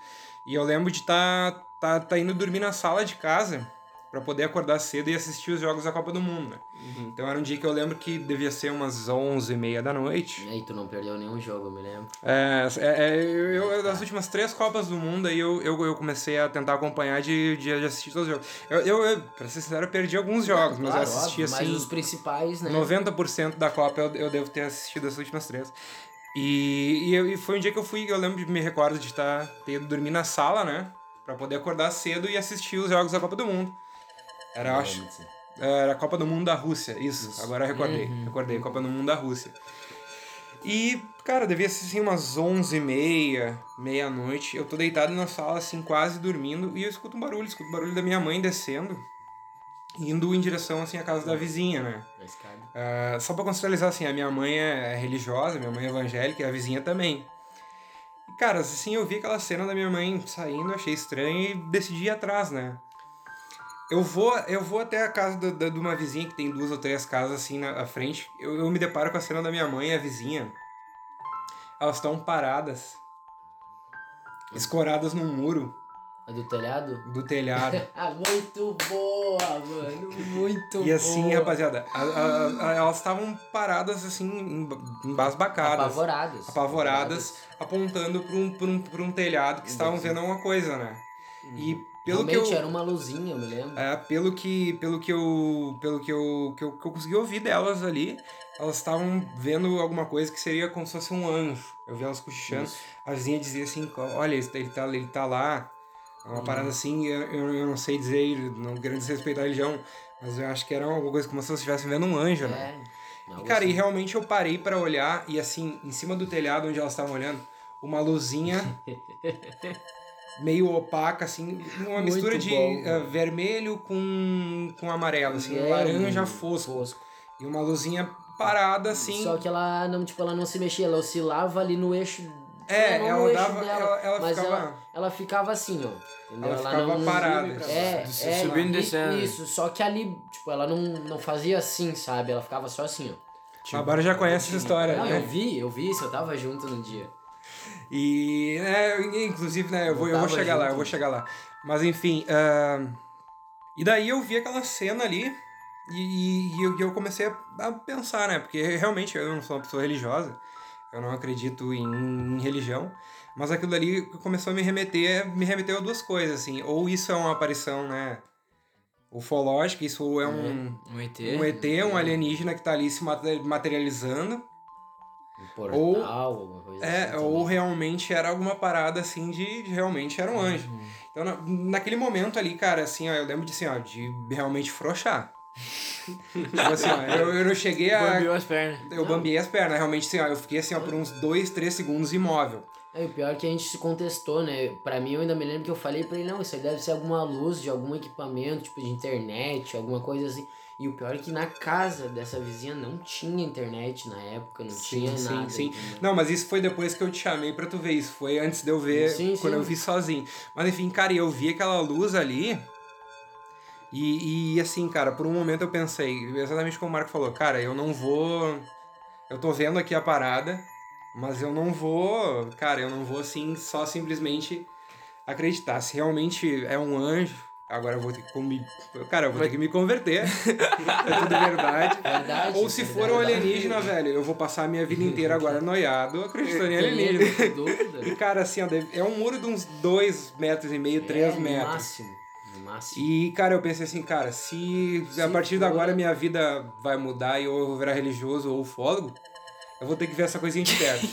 [SPEAKER 1] E eu lembro de tá, tá, tá indo dormir na sala de casa pra poder acordar cedo e assistir os jogos da Copa do Mundo, né?
[SPEAKER 3] Uhum.
[SPEAKER 1] Então era um dia que eu lembro que devia ser umas 11 e meia da noite.
[SPEAKER 4] E aí, tu não perdeu nenhum jogo, eu me lembro.
[SPEAKER 1] É, é, é, eu, eu- das últimas três Copas do Mundo aí eu, eu, eu comecei a tentar acompanhar de, de, de assistir todos os jogos. Eu, eu, eu, pra ser sincero, eu perdi alguns jogos, mas eu
[SPEAKER 4] Claro,
[SPEAKER 1] assisti
[SPEAKER 4] óbvio,
[SPEAKER 1] assim...
[SPEAKER 4] Mas os principais, né?
[SPEAKER 1] 90% da Copa eu, eu devo ter assistido as últimas três. E, e, eu- e foi um dia que eu fui, eu lembro, de- me recordo de tá, ter ido dormir na sala, né? Pra poder acordar cedo e assistir os jogos da Copa do Mundo. Era, acho,
[SPEAKER 4] assim,
[SPEAKER 1] era a Copa do Mundo da Rússia, isso. Agora eu recordei, recordei, Copa do Mundo da Rússia. E, cara, devia ser assim umas 11h30, meia-noite. Eu tô deitado na sala, assim, quase dormindo, e eu escuto um barulho, escuto o barulho da minha mãe descendo, indo em direção, assim, à casa da vizinha, né?
[SPEAKER 4] Na escada.
[SPEAKER 1] Ah, só pra contextualizar, assim, a minha mãe é religiosa, minha mãe é evangélica e a vizinha também. E, Cara, assim, eu vi aquela cena da minha mãe saindo, achei estranho e decidi ir atrás, né? Eu vou, eu vou até a casa do- da- de uma vizinha que tem duas ou três casas assim na à frente. Eu, eu me deparo com a cena da minha mãe e a vizinha. Elas estão paradas, escoradas num muro
[SPEAKER 4] A do telhado?
[SPEAKER 1] do telhado.
[SPEAKER 4] [LAUGHS] Ah, muito boa, mano. Muito
[SPEAKER 1] e assim,
[SPEAKER 4] boa.
[SPEAKER 1] rapaziada, a- a- a- elas estavam paradas assim, emba- embasbacadas.
[SPEAKER 4] Apavoradas.
[SPEAKER 1] apavoradas, apontando para um, pra um, pra um telhado que estavam vendo alguma coisa, né? E pelo que
[SPEAKER 4] Realmente
[SPEAKER 1] eu
[SPEAKER 4] era um uma luzinha, eu me lembro.
[SPEAKER 1] é, pelo que pelo que eu pelo que eu, que eu que eu consegui ouvir delas ali, elas estavam vendo alguma coisa que seria como se fosse um anjo. Eu vi elas cochichando. A vizinha dizia assim, olha, ele tá, ele tá, ele tá lá. É uma parada assim, eu, eu eu não sei dizer, não querendo desrespeitar a religião, mas eu acho que era alguma coisa como se elas estivessem vendo um anjo, né?
[SPEAKER 4] É.
[SPEAKER 1] E,
[SPEAKER 4] Algo
[SPEAKER 1] cara, e
[SPEAKER 4] assim.
[SPEAKER 1] realmente eu parei pra olhar
[SPEAKER 4] [LAUGHS]
[SPEAKER 1] e assim, em cima do telhado onde elas estavam olhando, uma luzinha meio opaca, assim, uma
[SPEAKER 4] Muito
[SPEAKER 1] mistura de
[SPEAKER 4] bom.
[SPEAKER 1] eh, vermelho com, com amarelo, assim,
[SPEAKER 4] É,
[SPEAKER 1] laranja
[SPEAKER 4] um
[SPEAKER 1] fosco.
[SPEAKER 4] fosco.
[SPEAKER 1] E uma luzinha parada, assim.
[SPEAKER 4] Só que ela não, tipo, ela não se mexia, ela oscilava ali no eixo.
[SPEAKER 1] É,
[SPEAKER 4] não
[SPEAKER 1] ela
[SPEAKER 4] no eixo
[SPEAKER 1] dava.
[SPEAKER 4] dela,
[SPEAKER 1] ela ela
[SPEAKER 4] mas
[SPEAKER 1] ficava.
[SPEAKER 4] ela, ela ficava assim, ó. Entendeu?
[SPEAKER 1] Ela ficava
[SPEAKER 4] não-
[SPEAKER 1] parada.
[SPEAKER 4] É,
[SPEAKER 2] Su-
[SPEAKER 4] é,
[SPEAKER 2] subindo e
[SPEAKER 4] i-
[SPEAKER 2] descendo.
[SPEAKER 4] Isso, só que ali, tipo, ela não, não fazia assim, sabe? Ela ficava só assim, ó.
[SPEAKER 1] Agora já conhece essa história,
[SPEAKER 4] Não, é
[SPEAKER 1] né?
[SPEAKER 4] eu vi, eu vi isso, eu tava junto no dia.
[SPEAKER 1] E, né, inclusive, né, eu vou, eu vou
[SPEAKER 4] Botava
[SPEAKER 1] chegar lá, eu
[SPEAKER 4] junto.
[SPEAKER 1] vou chegar lá. Mas, enfim, ahn, e daí eu vi aquela cena ali e, e eu, e eu comecei a- a pensar, né, porque realmente eu não sou uma pessoa religiosa, eu não acredito em, em religião, mas aquilo ali começou a me remeter, me remeteu a duas coisas, assim, ou isso é uma aparição, né, ufológica, isso é um...
[SPEAKER 2] Um ET.
[SPEAKER 1] Um ET, um alienígena que tá ali se mate- materializando.
[SPEAKER 4] Um portal,
[SPEAKER 1] Ou-
[SPEAKER 4] alguma coisa assim.
[SPEAKER 1] É,
[SPEAKER 4] também.
[SPEAKER 1] ou realmente era alguma parada assim de, de realmente era um anjo. Então, na- naquele momento ali, cara, assim, ó, eu lembro de assim, ó, de realmente frouxar. [LAUGHS] tipo assim, ó, eu, eu não cheguei a.
[SPEAKER 2] Bambiou as pernas.
[SPEAKER 1] Eu bambiei as pernas, realmente assim, ó, eu fiquei assim, ó, por uns dois, três segundos imóvel.
[SPEAKER 4] É, o pior é que a gente se contestou, né? Pra mim, eu ainda me lembro que eu falei pra ele, não, isso aí deve ser alguma luz de algum equipamento, tipo de internet, alguma coisa assim. E o pior é que na casa dessa vizinha não tinha internet na época, não
[SPEAKER 1] Sim,
[SPEAKER 4] tinha
[SPEAKER 1] sim,
[SPEAKER 4] nada.
[SPEAKER 1] sim.
[SPEAKER 4] entendeu?
[SPEAKER 1] Não, mas isso foi depois que eu te chamei pra tu ver isso. Foi antes de eu ver,
[SPEAKER 4] Sim,
[SPEAKER 1] quando
[SPEAKER 4] sim.
[SPEAKER 1] eu vi sozinho. Mas enfim, cara, eu vi aquela luz ali. E, e assim, cara, por um momento eu pensei, exatamente como o Marco falou, cara, eu não vou. Eu tô vendo aqui a parada, mas eu não vou. Cara, eu não vou assim, só simplesmente acreditar. Se realmente é um anjo, agora eu vou ter que. comi- Cara, eu vou ter que me converter. [LAUGHS] é tudo verdade.
[SPEAKER 4] Verdade, é
[SPEAKER 1] Ou se for um
[SPEAKER 4] verdade.
[SPEAKER 1] alienígena, velho, eu vou passar a minha vida inteira agora noiado acreditando em alienígena.
[SPEAKER 4] Não tem dúvida.
[SPEAKER 1] E, cara, assim, ó, deve- é um muro de uns 2 metros [LAUGHS] e meio,
[SPEAKER 4] É,
[SPEAKER 1] 3
[SPEAKER 4] no
[SPEAKER 1] metros.
[SPEAKER 4] máximo, no máximo.
[SPEAKER 1] E, cara, eu pensei assim, cara, se,
[SPEAKER 4] Se
[SPEAKER 1] a partir de
[SPEAKER 4] for-
[SPEAKER 1] agora minha vida vai mudar e ou eu vou virar religioso ou ufólogo, eu vou ter que ver essa coisinha de perto.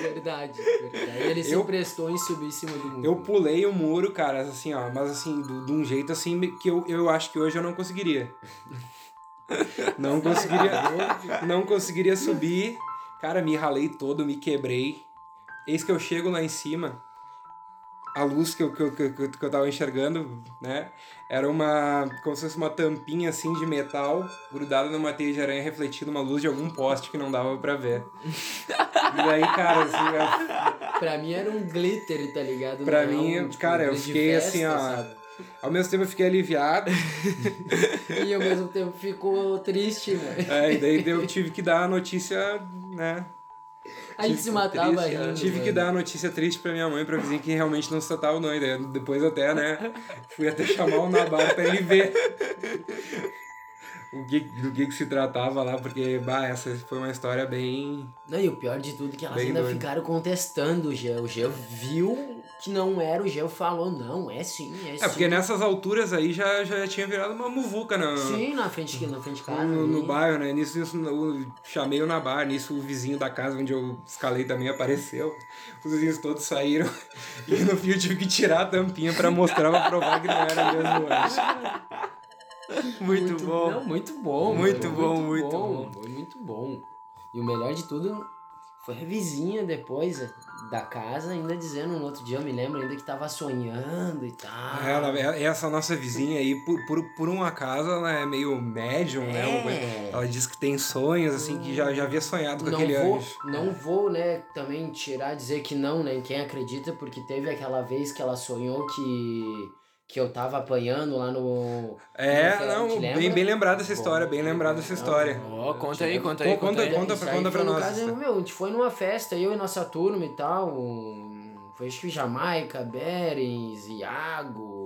[SPEAKER 4] Verdade, verdade. E ele se
[SPEAKER 1] Eu-
[SPEAKER 4] prestou em subir em cima do mundo.
[SPEAKER 1] eu pulei o muro, cara, assim, ó, mas assim, do- de um jeito assim que eu, eu acho que hoje eu não conseguiria. Não conseguiria. não conseguiria subir. Cara, me ralei todo, me quebrei. Eis que eu chego lá em cima, a luz que eu, que eu, que eu, que eu- que eu tava enxergando, né? Era uma. como se fosse uma tampinha assim de metal grudada numa teia de aranha refletindo uma luz de algum poste que não dava pra ver. e daí, cara, assim,
[SPEAKER 4] Pra mim era um glitter, tá ligado?
[SPEAKER 1] Pra
[SPEAKER 4] Não é
[SPEAKER 1] mim,
[SPEAKER 4] um, tipo,
[SPEAKER 1] cara, eu
[SPEAKER 4] glitter de
[SPEAKER 1] fiquei
[SPEAKER 4] festa,
[SPEAKER 1] assim, ó,
[SPEAKER 4] sabe?
[SPEAKER 1] ao mesmo tempo eu fiquei aliviado. [LAUGHS]
[SPEAKER 4] E ao mesmo tempo ficou triste,
[SPEAKER 1] [LAUGHS]
[SPEAKER 4] velho.
[SPEAKER 1] é, e daí eu tive que dar a notícia, né?
[SPEAKER 4] A gente
[SPEAKER 1] Tive-
[SPEAKER 4] se matava
[SPEAKER 3] triste,
[SPEAKER 4] rindo.
[SPEAKER 1] Tive que
[SPEAKER 4] velho.
[SPEAKER 1] dar a notícia triste pra minha mãe, pra vizinha que realmente não se tratava não. E daí depois até, né, fui até chamar o Nabar pra ele ver o que, do que, que se tratava lá, porque, bah, essa foi uma história bem...
[SPEAKER 4] Não, e o pior de tudo é que elas
[SPEAKER 1] Bem
[SPEAKER 4] ainda
[SPEAKER 1] doido.
[SPEAKER 4] ficaram contestando o Geo. O Geo viu que não era, o Geo falou, não, é sim, é, sim.
[SPEAKER 1] É, porque nessas alturas aí já, já tinha virado uma muvuca na,
[SPEAKER 4] Sim, na frente, na frente de casa.
[SPEAKER 1] no,
[SPEAKER 4] ali.
[SPEAKER 1] no bairro, né? Nisso, nisso eu chamei o Nabar, nisso o vizinho da casa onde eu escalei também apareceu. Os vizinhos todos saíram [LAUGHS] e no fim eu tive que tirar a tampinha pra mostrar, pra provar que não era mesmo anjo.
[SPEAKER 2] Muito, bom.
[SPEAKER 4] Não, muito bom.
[SPEAKER 2] Muito
[SPEAKER 4] mano,
[SPEAKER 2] bom, muito bom.
[SPEAKER 4] Foi muito bom. E o melhor de tudo foi a vizinha depois da casa, ainda dizendo no outro dia, eu me lembro ainda que tava sonhando e tal.
[SPEAKER 2] Ah,
[SPEAKER 1] Ela, e- essa nossa vizinha aí, por, por, por um acaso, ela é meio médium, né? Uma coisa-
[SPEAKER 4] É.
[SPEAKER 1] Ela diz que tem sonhos, assim, que já, já havia sonhado com
[SPEAKER 4] não
[SPEAKER 1] aquele
[SPEAKER 4] vou,
[SPEAKER 1] anjo.
[SPEAKER 4] Não vou, né, também tirar, dizer que não, né, quem acredita, porque teve aquela vez que ela sonhou que, que eu tava apanhando lá no...
[SPEAKER 1] É,
[SPEAKER 4] Você
[SPEAKER 1] não,
[SPEAKER 4] te lembra?
[SPEAKER 1] bem, bem lembrada essa
[SPEAKER 4] Bom,
[SPEAKER 1] história, bem lembrada essa história.
[SPEAKER 2] Ó, conta aí, conta
[SPEAKER 1] Pô,
[SPEAKER 2] aí, conta aí.
[SPEAKER 1] conta-
[SPEAKER 4] É, Isso
[SPEAKER 1] pra-
[SPEAKER 4] aí
[SPEAKER 1] conta pra
[SPEAKER 4] foi no
[SPEAKER 1] nós,
[SPEAKER 4] caso,
[SPEAKER 1] Cícero.
[SPEAKER 4] meu, a gente foi numa festa, eu e nossa turma e tal, um- foi acho que Jamaica, Berens, Iago,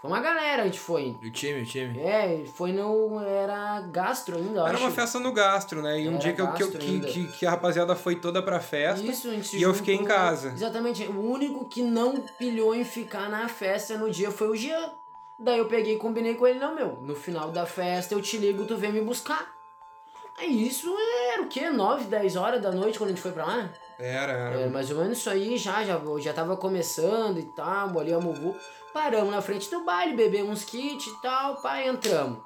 [SPEAKER 4] foi uma galera a gente foi.
[SPEAKER 2] O time, o time.
[SPEAKER 4] É, foi no, era gastro ainda, eu
[SPEAKER 1] Era
[SPEAKER 4] acho.
[SPEAKER 1] uma festa no gastro, né? E um
[SPEAKER 4] Era
[SPEAKER 1] dia que, eu- que, eu-
[SPEAKER 4] gastro
[SPEAKER 1] que,
[SPEAKER 4] ainda.
[SPEAKER 1] que, que a rapaziada foi toda pra festa.
[SPEAKER 4] Isso, a gente se
[SPEAKER 1] e eu fiquei em
[SPEAKER 4] juntou-
[SPEAKER 1] casa.
[SPEAKER 4] Exatamente. O único que não pilhou em ficar na festa no dia foi o Jean. Daí eu peguei e combinei com ele, não, meu. No final da festa eu te ligo, tu vem me buscar. Aí isso era o quê? 9, 10 horas da noite quando a gente foi pra lá?
[SPEAKER 1] Era,
[SPEAKER 4] Era
[SPEAKER 1] era.
[SPEAKER 4] É, mais ou menos isso aí já, já, já tava começando e tal, ali a Muvu. Paramos na frente do baile, bebemos uns kits e tal, pá, entramos.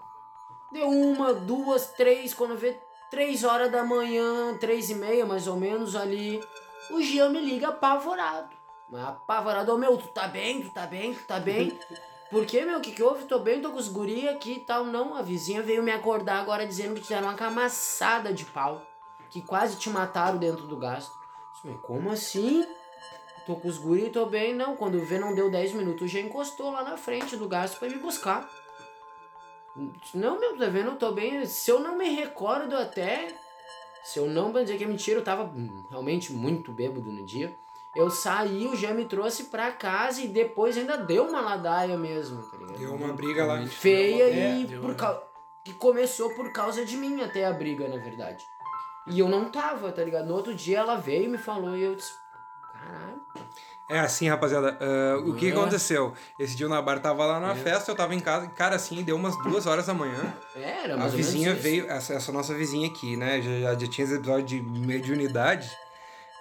[SPEAKER 4] Deu uma, duas, três, quando vê, três horas da manhã, três e meia mais ou menos ali, o Jean me liga apavorado. Mas apavorado, ô meu, tu tá bem, tu tá bem, tu tá bem. Por que, meu, o que que houve? Tô bem, tô com os guri aqui e tal. Não, a vizinha veio me acordar agora dizendo que te deram uma camaçada de pau. Que quase te mataram dentro do gasto. Disse, Mas como assim? Tô com os guri, tô bem. Não, quando vê não deu 10 minutos, já encostou lá na frente do gasto pra me buscar. Disse, Não, meu, tá vendo, eu tô bem. Se eu não me recordo até... Se eu não vou dizer que é mentira, eu tava hum, realmente muito bêbado no dia. Eu saí, o Jean me trouxe pra casa e depois ainda deu uma ladaia mesmo, tá ligado?
[SPEAKER 1] Deu uma briga lá.
[SPEAKER 4] feia
[SPEAKER 2] É,
[SPEAKER 4] e
[SPEAKER 2] deu
[SPEAKER 4] por
[SPEAKER 2] uma-
[SPEAKER 4] cau- que começou por causa de mim até a briga, na verdade. E eu não tava, tá ligado? No outro dia ela veio e me falou e eu disse, caralho.
[SPEAKER 1] É assim, rapaziada. ah, o que
[SPEAKER 2] É.
[SPEAKER 1] aconteceu? Esse dia o Nabar tava lá numa
[SPEAKER 2] É.
[SPEAKER 1] festa, eu tava em casa. Cara, assim, deu umas duas horas da manhã.
[SPEAKER 2] É,
[SPEAKER 4] Era,
[SPEAKER 1] A
[SPEAKER 4] mas
[SPEAKER 1] vizinha veio, essa, essa nossa vizinha aqui, né? Já, já- já tinha esse episódio de mediunidade.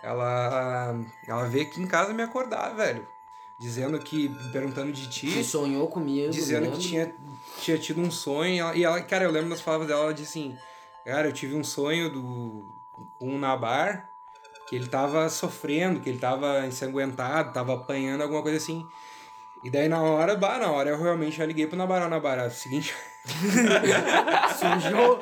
[SPEAKER 1] Ela, ela veio aqui em casa me acordar, velho. Dizendo que. Perguntando de
[SPEAKER 4] Que
[SPEAKER 1] ti.
[SPEAKER 4] sonhou comigo,
[SPEAKER 1] Dizendo
[SPEAKER 4] lembra?
[SPEAKER 1] que tinha, tinha tido um sonho. E ela- E ela, cara, eu lembro das palavras dela, ela disse assim: Cara, eu tive um sonho do. com um Nabar, que ele tava sofrendo, que ele tava ensanguentado, tava apanhando, alguma coisa assim. E daí na hora, bah, na hora eu realmente já liguei pro Nabar, ó, Nabar, é o seguinte,
[SPEAKER 4] [LAUGHS]
[SPEAKER 1] [LAUGHS]
[SPEAKER 4] Sujou,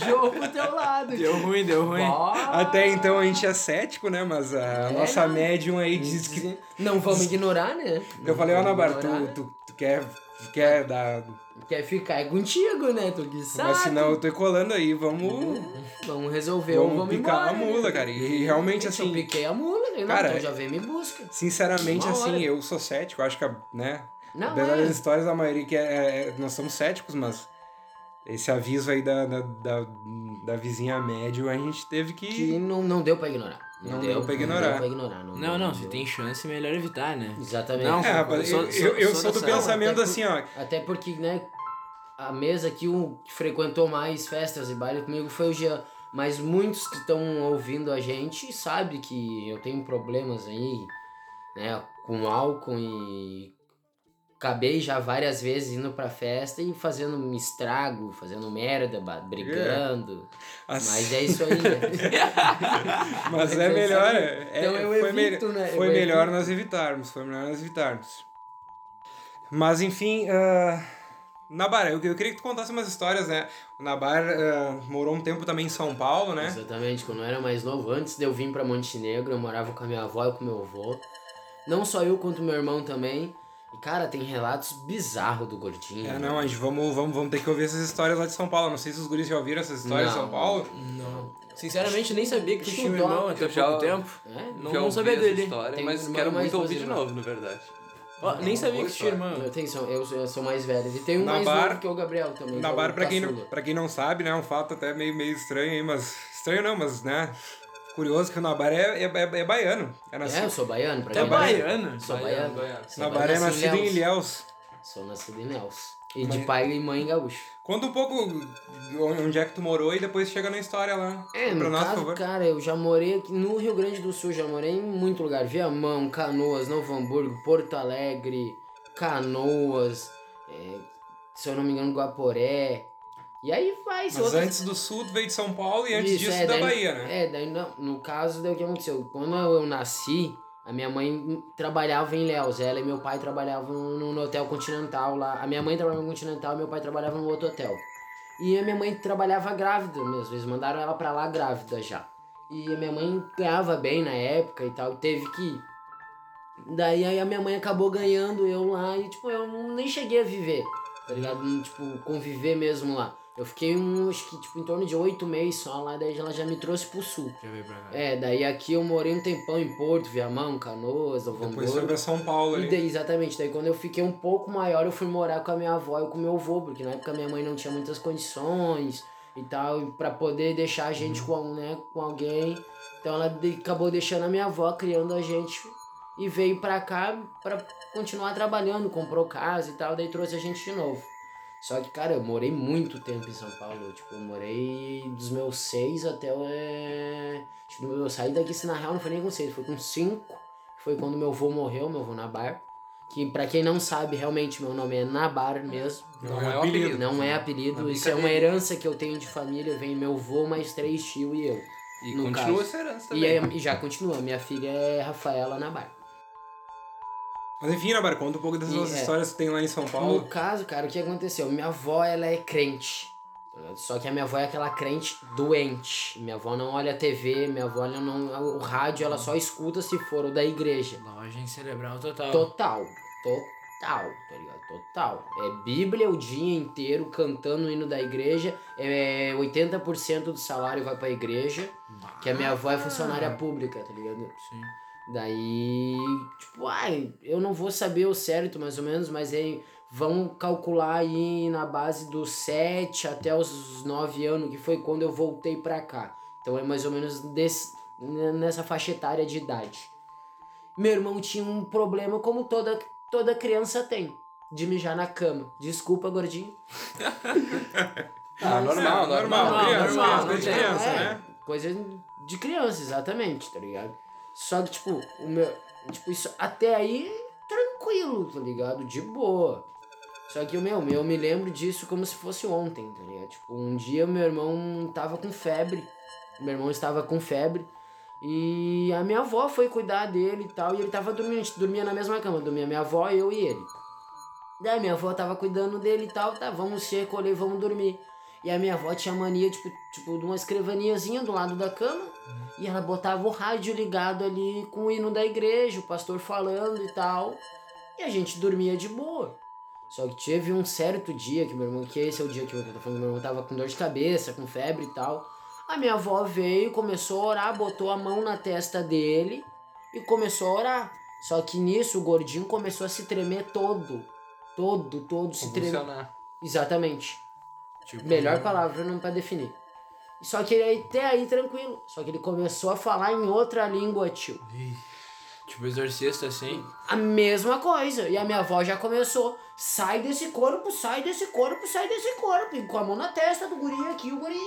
[SPEAKER 4] sujou pro teu lado. tipo,
[SPEAKER 2] Deu ruim, deu ruim.
[SPEAKER 4] Bah.
[SPEAKER 1] até então a gente é cético, né? Mas a
[SPEAKER 4] É,
[SPEAKER 1] nossa médium aí diz que.
[SPEAKER 4] Não vamos ignorar, né?
[SPEAKER 1] Eu
[SPEAKER 4] Não
[SPEAKER 1] falei, ó,
[SPEAKER 4] vamos
[SPEAKER 1] Nabar, tu,
[SPEAKER 4] ignorar.
[SPEAKER 1] tu, tu quer. Tu quer dar.
[SPEAKER 4] Quer ficar é contigo, né? Tu que sabe. Uhum.
[SPEAKER 1] Mas senão eu tô colando aí, vamos.
[SPEAKER 4] Vamos resolver ou
[SPEAKER 1] Vamos
[SPEAKER 4] vamos
[SPEAKER 1] picar
[SPEAKER 4] embora,
[SPEAKER 1] a mula, cara. E realmente,
[SPEAKER 4] Gente,
[SPEAKER 1] assim-
[SPEAKER 4] Eu piquei a mula, né? Não,
[SPEAKER 1] Cara,
[SPEAKER 4] então já vem me busca.
[SPEAKER 1] Sinceramente,
[SPEAKER 4] Uma hora.
[SPEAKER 1] assim, eu sou cético, eu acho que, a- né?
[SPEAKER 4] Não,
[SPEAKER 1] Apesar das
[SPEAKER 4] é.
[SPEAKER 1] histórias, a maioria que é, é- Nós somos céticos, mas esse aviso aí da, da, da, da vizinha médio, a gente teve que.
[SPEAKER 4] Que não, não deu pra ignorar.
[SPEAKER 1] Não deu pra ignorar.
[SPEAKER 4] Não deu pra ignorar. Não,
[SPEAKER 2] Não, não, se
[SPEAKER 4] deu.
[SPEAKER 2] tem chance, melhor evitar, né?
[SPEAKER 4] Exatamente.
[SPEAKER 1] É,
[SPEAKER 2] Não,
[SPEAKER 1] rapaz,
[SPEAKER 2] sou-
[SPEAKER 1] eu,
[SPEAKER 2] sou-
[SPEAKER 1] eu, eu
[SPEAKER 2] sou
[SPEAKER 1] sou do
[SPEAKER 2] dessa-
[SPEAKER 1] pensamento
[SPEAKER 4] Não, até
[SPEAKER 1] assim, ó.
[SPEAKER 4] Até porque, né? A mesa que o que frequentou mais festas e baile comigo foi o Jean. Mas muitos que estão ouvindo a gente sabem que eu tenho problemas aí, né? Com álcool e. Acabei já várias vezes indo pra festa e fazendo um estrago, fazendo merda, ba-
[SPEAKER 1] É.
[SPEAKER 4] brigando.
[SPEAKER 1] as-
[SPEAKER 4] Mas é isso aí, né?
[SPEAKER 1] [LAUGHS] mas é
[SPEAKER 4] é
[SPEAKER 1] melhor.
[SPEAKER 4] isso aí.
[SPEAKER 1] é-
[SPEAKER 4] Então eu
[SPEAKER 1] foi me-
[SPEAKER 4] evito, né? Eu
[SPEAKER 1] Foi melhor
[SPEAKER 4] evito.
[SPEAKER 1] nós evitarmos, foi melhor nós evitarmos. Mas enfim. ah, Nabar, eu, eu queria que tu contasse umas histórias, né? O Nabar ah, morou um tempo também em São Paulo,
[SPEAKER 4] é.
[SPEAKER 1] né?
[SPEAKER 4] Exatamente, quando eu era mais novo, antes de eu vir pra Montenegro, eu morava com a minha avó e com meu avô. Não só eu, quanto meu irmão também. E, cara, tem relatos bizarros do gordinho.
[SPEAKER 1] É, não, a gente vamos, vamos, vamos ter que ouvir essas histórias lá de São Paulo. Não sei se os guris já ouviram essas histórias de
[SPEAKER 4] Não.
[SPEAKER 1] São Paulo.
[SPEAKER 2] Não. Sinceramente, eu nem sabia que tu tinha um
[SPEAKER 4] Estudar.
[SPEAKER 2] irmão até
[SPEAKER 3] Eu já-
[SPEAKER 2] pouco tempo.
[SPEAKER 4] É?
[SPEAKER 2] Não,
[SPEAKER 3] Já
[SPEAKER 2] não
[SPEAKER 3] ouvi
[SPEAKER 2] sabia
[SPEAKER 3] essa
[SPEAKER 2] dele.
[SPEAKER 3] história,
[SPEAKER 4] Tem
[SPEAKER 3] mas
[SPEAKER 4] um
[SPEAKER 3] quero
[SPEAKER 4] irmão
[SPEAKER 3] muito
[SPEAKER 4] mais
[SPEAKER 3] ouvir de
[SPEAKER 4] doze
[SPEAKER 3] novo, na verdade.
[SPEAKER 2] Ó, nem sabia
[SPEAKER 3] boa
[SPEAKER 2] que tu tinha
[SPEAKER 3] história.
[SPEAKER 2] irmão.
[SPEAKER 4] Eu, tenho, são- eu, sou- eu sou mais velho. E tem um
[SPEAKER 1] Na
[SPEAKER 4] mais
[SPEAKER 1] bar-
[SPEAKER 4] novo que é o Gabriel também. que é o
[SPEAKER 1] Nabar, pra quem, não,
[SPEAKER 4] caçula.
[SPEAKER 1] pra quem não sabe, né, é um fato até meio, meio estranho aí, mas... Estranho não, mas, né... Curioso que o Nabar é, é, é, é baiano. É
[SPEAKER 4] É, eu
[SPEAKER 1] nascido,
[SPEAKER 4] sou baiano. Pra
[SPEAKER 2] Até
[SPEAKER 4] quem não-
[SPEAKER 2] baiano.
[SPEAKER 4] Sou
[SPEAKER 3] Baiano,
[SPEAKER 4] baiano.
[SPEAKER 3] baiano.
[SPEAKER 4] Sou
[SPEAKER 1] Nabar é
[SPEAKER 4] nasci
[SPEAKER 1] nascido em
[SPEAKER 4] Ilhéus.
[SPEAKER 1] Ilhéus.
[SPEAKER 4] Sou nascido em Ilhéus. E de pai e mãe gaúcho.
[SPEAKER 1] Conta um pouco onde é que tu morou e depois chega na história lá.
[SPEAKER 4] É,
[SPEAKER 1] pra
[SPEAKER 4] no
[SPEAKER 1] nós, por
[SPEAKER 4] caso,
[SPEAKER 1] favor.
[SPEAKER 4] cara, eu já morei aqui no Rio Grande do Sul, já morei em muito lugar. Viamão, Canoas, Novo Hamburgo, Porto Alegre, Canoas, é, se eu não me engano, Guaporé. E aí vai,
[SPEAKER 1] Mas
[SPEAKER 4] se outras-
[SPEAKER 1] antes do Sul, tu veio de São Paulo e antes
[SPEAKER 4] Isso,
[SPEAKER 1] disso
[SPEAKER 4] é,
[SPEAKER 1] da
[SPEAKER 4] daí-
[SPEAKER 1] Bahia, né?
[SPEAKER 4] É, daí não, no caso, daí o que aconteceu? Quando eu nasci, a minha mãe trabalhava em Léus, ela e meu pai trabalhavam no, no Hotel Continental lá. A minha mãe trabalhava no Continental, meu pai trabalhava no outro hotel. E a minha mãe trabalhava grávida mesmo, eles mandaram ela pra lá grávida já. E a minha mãe ganhava bem na época e tal, teve que ir. Daí aí a minha mãe acabou ganhando eu lá e, tipo, eu não- nem cheguei a viver, tá ligado? Não, Tipo, conviver mesmo lá. Eu fiquei, um, acho que, tipo, em torno de oito meses só lá, daí ela já me trouxe pro sul.
[SPEAKER 2] Já veio pra cá.
[SPEAKER 4] É, daí aqui eu morei um tempão em Porto, Viamão, Canoas, Novo
[SPEAKER 1] Depois foi pra
[SPEAKER 4] Hamburgo.
[SPEAKER 1] São Paulo
[SPEAKER 4] um E
[SPEAKER 1] ali.
[SPEAKER 4] daí, exatamente, daí quando eu fiquei um pouco maior, eu fui morar com a minha avó e com meu avô, porque na época minha mãe não tinha muitas condições e tal, e pra poder deixar a gente com, al- né, com alguém. Então ela de- acabou deixando a minha avó, criando a gente e veio pra cá pra continuar trabalhando, comprou casa e tal, daí trouxe a gente de novo. Só que, cara, eu morei muito tempo em São Paulo. Tipo, eu morei dos meus seis até. É... Tipo, eu saí daqui, se na real não foi nem com seis, foi com cinco. Foi quando meu avô morreu, meu avô Nabar. Que pra quem não sabe, realmente meu nome é Nabar mesmo.
[SPEAKER 1] Não
[SPEAKER 3] Não
[SPEAKER 1] é
[SPEAKER 3] é
[SPEAKER 1] um
[SPEAKER 3] um
[SPEAKER 1] apelido.
[SPEAKER 4] Não é apelido, isso é uma herança que eu tenho de família. Vem meu avô, mais três tio e eu.
[SPEAKER 3] E
[SPEAKER 4] No
[SPEAKER 3] continua
[SPEAKER 4] caso.
[SPEAKER 3] essa herança
[SPEAKER 4] E,
[SPEAKER 3] também.
[SPEAKER 4] aí- e já continua, minha filha é Rafaela Nabar.
[SPEAKER 1] Mas enfim, Nabar, conta um pouco dessas
[SPEAKER 4] E,
[SPEAKER 1] nossas
[SPEAKER 4] é.
[SPEAKER 1] histórias que tem lá em São
[SPEAKER 4] No
[SPEAKER 1] Paulo.
[SPEAKER 4] caso, cara, o que aconteceu? Minha avó, ela é crente. tá ligado? Só que a minha avó é aquela crente doente. Minha avó não olha a TV, minha avó ela não. O rádio ela só escuta se for o da igreja.
[SPEAKER 2] Lavagem cerebral total.
[SPEAKER 4] Total. Total, tá ligado? Total. É Bíblia o dia inteiro cantando o hino da igreja. É, 80% do salário vai pra igreja. Que a minha avó é funcionária pública, tá ligado?
[SPEAKER 2] Sim.
[SPEAKER 4] Daí, tipo, ai, eu não vou saber o certo mais ou menos, mas aí vão calcular aí na base dos 7 até os 9 anos, que foi quando eu voltei pra cá. Então é mais ou menos desse, n- nessa faixa etária de idade. Meu irmão tinha um problema, como toda, toda criança tem, de mijar na cama. Desculpa, gordinho.
[SPEAKER 3] [LAUGHS] Ah, normal,
[SPEAKER 1] É, normal,
[SPEAKER 3] normal.
[SPEAKER 1] criança,
[SPEAKER 2] normal,
[SPEAKER 1] criança,
[SPEAKER 2] não tem-
[SPEAKER 1] criança,
[SPEAKER 4] é,
[SPEAKER 1] né?
[SPEAKER 4] Coisa de criança, exatamente, tá ligado? Só que, tipo, o meu. Tipo, isso até aí, tranquilo, tá ligado? De boa. Só que, meu, eu me lembro disso como se fosse ontem, tá ligado? Tipo, um dia meu irmão tava com febre. Meu irmão estava com febre. E a minha avó foi cuidar dele e tal. E ele tava dormindo, a gente dormia na mesma cama. Dormia minha avó, eu e ele. Daí minha avó tava cuidando dele e tal. Tá, vamos se recolher, vamos dormir. E a minha avó tinha mania, tipo, tipo, de uma escrivaniazinha do lado da cama. E ela botava o rádio ligado ali com o hino da igreja, o pastor falando e tal. E a gente dormia de boa. Só que teve um certo dia que meu irmão, que esse é o dia que eu tô falando, meu irmão tava com dor de cabeça, com febre e tal. A minha avó veio, começou a orar, botou a mão na testa dele e começou a orar. Só que nisso o gordinho começou a se tremer todo. Todo, todo se tremeu.
[SPEAKER 3] Funcionar.
[SPEAKER 4] Exatamente.
[SPEAKER 2] Tipo,
[SPEAKER 4] Melhor palavra não pra definir. Só que ele aí- até aí tranquilo. Só que ele começou a falar em outra língua, tio.
[SPEAKER 2] Tipo exorcista, assim.
[SPEAKER 4] A mesma coisa. E a minha avó já começou. Sai desse corpo, sai desse corpo, sai desse corpo. E com a mão na testa do guri aqui, o guri.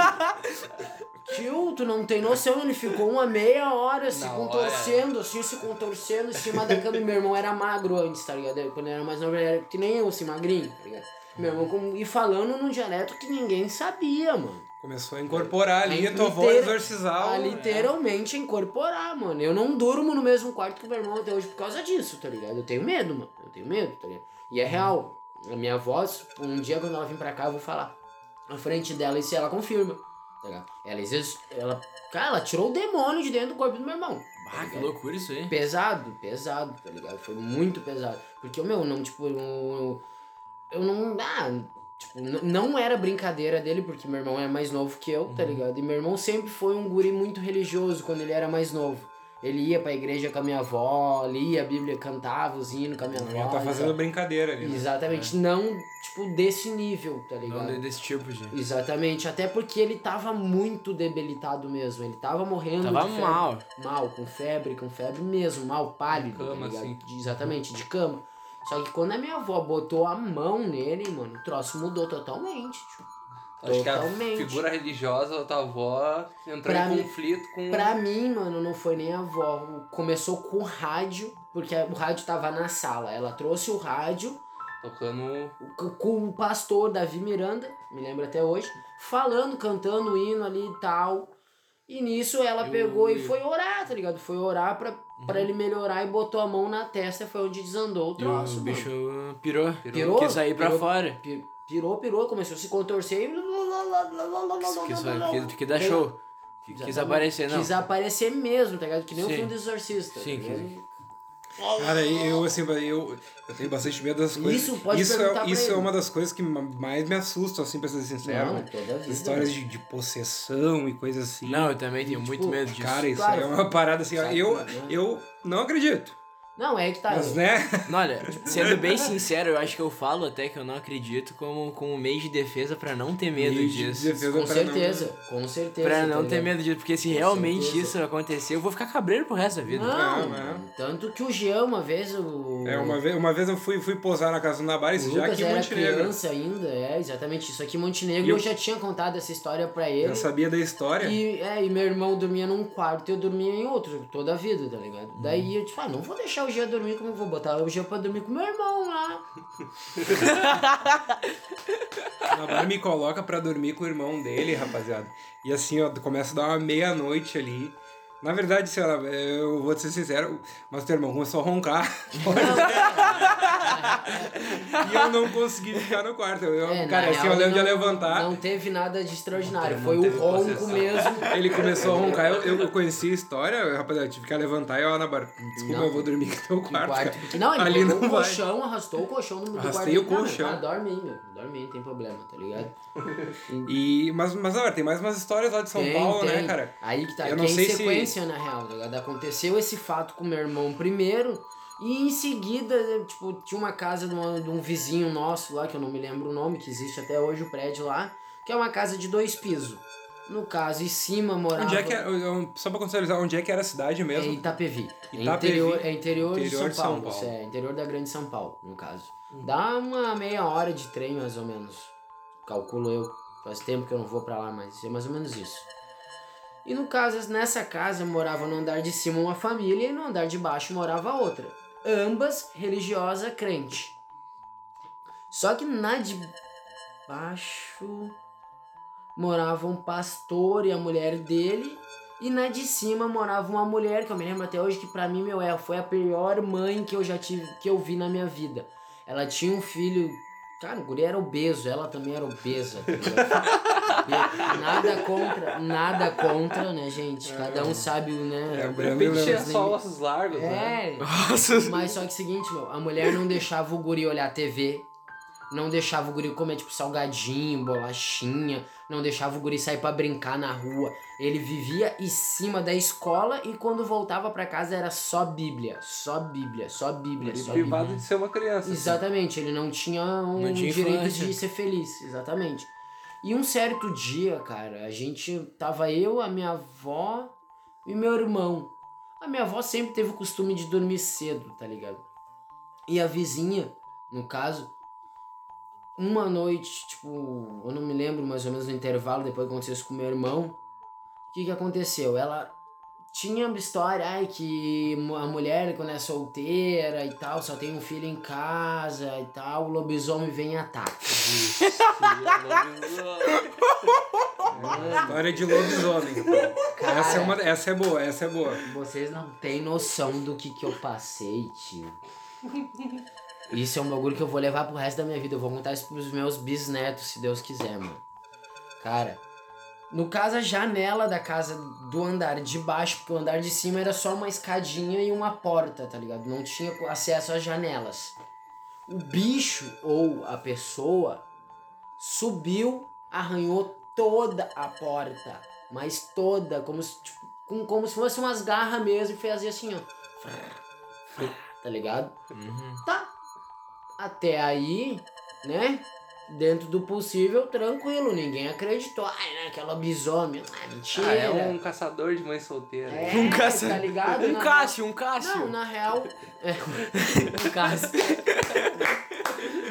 [SPEAKER 4] tio, tio, tu não tem noção, ele ficou uma meia hora se
[SPEAKER 3] Na
[SPEAKER 4] contorcendo, assim, se contorcendo em cima da cama. E meu irmão era magro antes, tá ligado? Quando ele era mais novo, ele era que nem eu, assim, magrinho, tá ligado? Meu irmão com- e falando num dialeto que ninguém sabia, mano.
[SPEAKER 1] Começou a incorporar ali a tua
[SPEAKER 4] É Literal-
[SPEAKER 1] voz exorcizar
[SPEAKER 4] a
[SPEAKER 1] o-
[SPEAKER 4] literalmente incorporar, mano. Eu não durmo no mesmo quarto que meu irmão até hoje por causa disso, tá ligado? Eu tenho medo, mano. Eu tenho medo, tá ligado? E é real. A minha voz, um dia quando ela vir pra cá, eu vou falar na frente dela e se ela confirma, tá ligado? Ela, exis- ela, cara, ela tirou o demônio de dentro do corpo do meu irmão.
[SPEAKER 2] Ah, que loucura isso aí.
[SPEAKER 4] Pesado, pesado, tá ligado? Foi muito pesado. Porque, meu, não, tipo, eu, eu, eu não. Ah, tipo, n- não era brincadeira dele, porque meu irmão é mais novo que eu, tá ligado? E meu irmão sempre foi um guri muito religioso quando ele era mais novo. Ele ia pra igreja com a minha avó, lia a Bíblia, cantava os hinos com a minha
[SPEAKER 1] Não
[SPEAKER 4] avó.
[SPEAKER 1] ia tá
[SPEAKER 4] e
[SPEAKER 1] fazendo
[SPEAKER 4] tal.
[SPEAKER 1] brincadeira ali. né?
[SPEAKER 4] Exatamente, não, tipo, desse nível, tá ligado?
[SPEAKER 2] Não de- desse tipo, gente.
[SPEAKER 4] Exatamente, até porque ele tava muito debilitado mesmo, ele tava morrendo
[SPEAKER 2] Tava
[SPEAKER 4] de febre
[SPEAKER 2] mal.
[SPEAKER 4] mal, com febre, com febre mesmo, mal, pálido,
[SPEAKER 3] De cama,
[SPEAKER 4] tá ligado?
[SPEAKER 3] assim.
[SPEAKER 4] De- exatamente, de cama. Só que quando a minha avó botou a mão nele, mano, o troço mudou totalmente, tipo. tio.
[SPEAKER 3] Acho que a
[SPEAKER 4] Totalmente.
[SPEAKER 3] figura religiosa da tua avó entrou
[SPEAKER 4] Pra
[SPEAKER 3] em
[SPEAKER 4] mim-
[SPEAKER 3] conflito com.
[SPEAKER 4] Pra mim, mano, não foi nem a avó. Começou com o rádio, porque o rádio tava na sala. Ela trouxe o rádio
[SPEAKER 3] Tocando.
[SPEAKER 4] c- com o pastor Davi Miranda, me lembro até hoje, falando, cantando o hino ali e tal. E nisso ela
[SPEAKER 3] Eu- Uhum.
[SPEAKER 4] pegou e foi orar, tá ligado? Foi orar pra, pra ele melhorar e botou a mão na testa, foi onde desandou o
[SPEAKER 2] E
[SPEAKER 4] troço.
[SPEAKER 2] o
[SPEAKER 4] mano.
[SPEAKER 2] bicho pirou.
[SPEAKER 3] Pirou.
[SPEAKER 4] Pirou?
[SPEAKER 2] Quis sair pra
[SPEAKER 4] Pirou.
[SPEAKER 2] fora.
[SPEAKER 4] Pi- Pirou, pirou, começou a se contorcer e.
[SPEAKER 2] Quis, quis, quis, quis dar show. Quis
[SPEAKER 4] Exatamente.
[SPEAKER 2] aparecer, não.
[SPEAKER 4] tá Quis aparecer mesmo, tá ligado? Que nem o
[SPEAKER 2] Sim.
[SPEAKER 4] filme do Exorcista. tá
[SPEAKER 2] Sim,
[SPEAKER 4] ligado?
[SPEAKER 1] Cara, eu assim, eu, eu tenho bastante medo das coisas.
[SPEAKER 4] Isso, pode
[SPEAKER 1] isso
[SPEAKER 4] perguntar
[SPEAKER 1] é,
[SPEAKER 4] pra
[SPEAKER 1] isso é
[SPEAKER 4] ele.
[SPEAKER 1] uma das coisas que ma- mais me assustam, assim, pra ser sincero.
[SPEAKER 4] Não,
[SPEAKER 1] né?
[SPEAKER 4] toda a vida.
[SPEAKER 1] Histórias de, de possessão e coisas assim.
[SPEAKER 2] Não, eu também tenho muito
[SPEAKER 4] Tipo,
[SPEAKER 2] medo disso.
[SPEAKER 1] Cara, isso
[SPEAKER 4] Claro.
[SPEAKER 1] aí é uma parada assim, ó,
[SPEAKER 4] Sabe,
[SPEAKER 1] eu,
[SPEAKER 4] né?
[SPEAKER 1] eu não acredito.
[SPEAKER 4] Não, é que tá.
[SPEAKER 1] Mas, né?
[SPEAKER 2] Não, Olha, sendo bem sincero, eu acho que eu falo até que eu não acredito como, como meio de defesa pra não ter medo
[SPEAKER 1] E de
[SPEAKER 2] disso.
[SPEAKER 1] defesa
[SPEAKER 4] Com
[SPEAKER 1] pra não-
[SPEAKER 4] certeza, com certeza.
[SPEAKER 2] Pra
[SPEAKER 4] tá
[SPEAKER 2] não ter
[SPEAKER 4] ligado?
[SPEAKER 2] medo disso, porque se
[SPEAKER 4] Com
[SPEAKER 2] realmente
[SPEAKER 4] certeza.
[SPEAKER 2] isso acontecer, eu vou ficar cabreiro pro resto da vida.
[SPEAKER 4] Não,
[SPEAKER 1] Não, é.
[SPEAKER 4] tanto que o Jean, uma vez, o.
[SPEAKER 1] É, uma vez, uma vez eu fui, fui posar na casa do Nabar,
[SPEAKER 4] o
[SPEAKER 1] isso já
[SPEAKER 4] Lucas
[SPEAKER 1] aqui em
[SPEAKER 4] era
[SPEAKER 1] Montenegro.
[SPEAKER 4] criança ainda, é, exatamente isso. Aqui em Montenegro
[SPEAKER 2] E
[SPEAKER 4] eu...
[SPEAKER 2] eu-
[SPEAKER 4] já tinha contado essa história pra ele.
[SPEAKER 1] Eu sabia da história.
[SPEAKER 4] E, é, e meu irmão dormia num quarto e eu dormia em outro toda a vida, tá ligado?
[SPEAKER 1] Uhum.
[SPEAKER 4] Daí eu tipo, ah, não vou deixar o Jean dormir como eu vou botar o Jean pra dormir com meu irmão lá.
[SPEAKER 1] O Nabar me coloca pra dormir com o irmão dele, rapaziada. E assim, ó, começa a dar uma meia-noite ali. Na verdade, sei lá, eu vou ser sincero, mas teu irmão começou a
[SPEAKER 4] [LAUGHS]
[SPEAKER 1] roncar. e eu não consegui ficar no quarto. Eu,
[SPEAKER 4] É, na
[SPEAKER 1] cara, assim,
[SPEAKER 4] real,
[SPEAKER 1] eu lembro de
[SPEAKER 4] não-
[SPEAKER 1] levantar.
[SPEAKER 4] Não teve nada de extraordinário,
[SPEAKER 3] Não
[SPEAKER 4] foi
[SPEAKER 3] teve
[SPEAKER 4] o ronco
[SPEAKER 3] possessão.
[SPEAKER 4] mesmo.
[SPEAKER 1] Ele começou a roncar, eu, eu conheci a história, rapaziada, eu tive que levantar e eu, Ana Bar, desculpa,
[SPEAKER 4] Não.
[SPEAKER 1] eu vou dormir no teu
[SPEAKER 4] No
[SPEAKER 1] [LAUGHS] quarto.
[SPEAKER 4] quarto.
[SPEAKER 1] cara.
[SPEAKER 4] Não, ele
[SPEAKER 1] Ali
[SPEAKER 4] pegou
[SPEAKER 1] não
[SPEAKER 4] o
[SPEAKER 1] vai.
[SPEAKER 4] colchão, arrastou o colchão no do quarto.
[SPEAKER 1] Arrastei o
[SPEAKER 4] Não, mas,
[SPEAKER 1] colchão.
[SPEAKER 4] Ah, dorme aí, meu. Dorme aí, não tem problema, tá ligado?
[SPEAKER 1] E, mas, mas olha, tem mais umas histórias lá de São
[SPEAKER 4] Tem,
[SPEAKER 1] Paulo,
[SPEAKER 4] tem.
[SPEAKER 1] né, cara?
[SPEAKER 4] Aí que tá,
[SPEAKER 1] Eu
[SPEAKER 4] que
[SPEAKER 1] não
[SPEAKER 4] é
[SPEAKER 1] sei
[SPEAKER 4] em
[SPEAKER 1] se-
[SPEAKER 4] sequência, na real, tá ligado? Aconteceu esse fato com meu irmão primeiro, e em seguida, eh, tipo, tinha uma casa de, uma- de um vizinho nosso lá, que eu não me lembro o nome, que existe até hoje o prédio lá, que é uma casa de dois pisos. No caso, em cima morava...
[SPEAKER 1] Onde é que era, eu- só pra contextualizar, onde é que era a cidade
[SPEAKER 4] É
[SPEAKER 1] mesmo?
[SPEAKER 4] Itapevi. É
[SPEAKER 1] Itapevi.
[SPEAKER 4] interior, é interior, de
[SPEAKER 1] Interior
[SPEAKER 4] São
[SPEAKER 1] de São
[SPEAKER 4] Paulo.
[SPEAKER 1] Paulo. Hum.
[SPEAKER 4] isso É interior da Grande São Paulo, no caso. Dá uma meia hora de trem, mais ou menos. Calculo eu. Faz tempo que eu não vou pra lá, mas é mais ou menos isso. E no caso, nessa casa morava no andar de cima uma família e no andar de baixo morava outra. Ambas religiosa crente. Só que na de baixo morava um pastor e a mulher dele e na de cima morava uma mulher que eu me lembro até hoje que pra mim meu é foi a pior mãe que eu já tive que eu vi na minha vida. Ela tinha um filho, cara, o guri era obeso, ela também era obesa. tá
[SPEAKER 1] [LAUGHS]
[SPEAKER 4] ligado? E nada contra, nada contra, né, gente? Cada um sabe,
[SPEAKER 1] É,
[SPEAKER 4] né?
[SPEAKER 1] o
[SPEAKER 3] De
[SPEAKER 1] Breno
[SPEAKER 3] repente é
[SPEAKER 1] lembra.
[SPEAKER 3] só ossos largos, né?
[SPEAKER 4] É,
[SPEAKER 2] Nossa.
[SPEAKER 4] mas só que é o seguinte, meu, a mulher não deixava o guri olhar TV, não deixava o guri comer, tipo, salgadinho, bolachinha, não deixava o guri sair pra brincar na rua. Ele vivia em cima da escola e quando voltava pra casa era só Bíblia, só Bíblia, só Bíblia,
[SPEAKER 3] Ele
[SPEAKER 4] só Bíblia.
[SPEAKER 3] privado de ser uma
[SPEAKER 4] assim.
[SPEAKER 3] criança.
[SPEAKER 4] Exatamente, ele não tinha um
[SPEAKER 2] Não tinha
[SPEAKER 4] direito
[SPEAKER 2] infância.
[SPEAKER 4] de ser feliz, exatamente. E um certo dia, cara, a gente tava eu, a minha avó e meu irmão. A minha avó sempre teve o costume de dormir cedo, tá ligado? E a vizinha, no caso, uma noite, tipo, eu não me lembro mais ou menos no intervalo depois que aconteceu isso com meu irmão. O que que aconteceu? Ela tinha uma história, ai, que mu- a mulher quando é solteira e tal, só tem um filho em casa e tal, o lobisomem vem e ataca.
[SPEAKER 3] [LAUGHS]
[SPEAKER 4] Mano,
[SPEAKER 1] História de lobisomem. Essa é, uma, essa é boa, essa é boa.
[SPEAKER 4] vocês não têm noção do que que eu passei, tio. Isso é um bagulho que eu vou levar pro resto da minha vida. Eu vou contar isso pros meus bisnetos, se Deus quiser, mano. Cara, no caso, a janela da casa do andar de baixo, porque o andar de cima era só uma escadinha e uma porta, tá ligado? Não tinha co- acesso às janelas. O bicho ou a pessoa subiu, arranhou toda a porta, mas toda, como se, tipo, com, como se fosse umas garras mesmo, e fazia assim, ó. Tá ligado?
[SPEAKER 2] Uhum.
[SPEAKER 4] Tá. Até aí, né? Dentro do possível, tranquilo. Ninguém acreditou. Ai, né? Aquela bisômia. Ah, mentira.
[SPEAKER 3] Ah, é um caçador de mãe solteira. [LAUGHS]
[SPEAKER 4] É,
[SPEAKER 2] Um Cássio.
[SPEAKER 4] Tá ligado?
[SPEAKER 2] Um
[SPEAKER 4] Na-
[SPEAKER 2] Cássio, um
[SPEAKER 4] Não,
[SPEAKER 2] Cássio.
[SPEAKER 4] na real. É, [LAUGHS] um Cássio.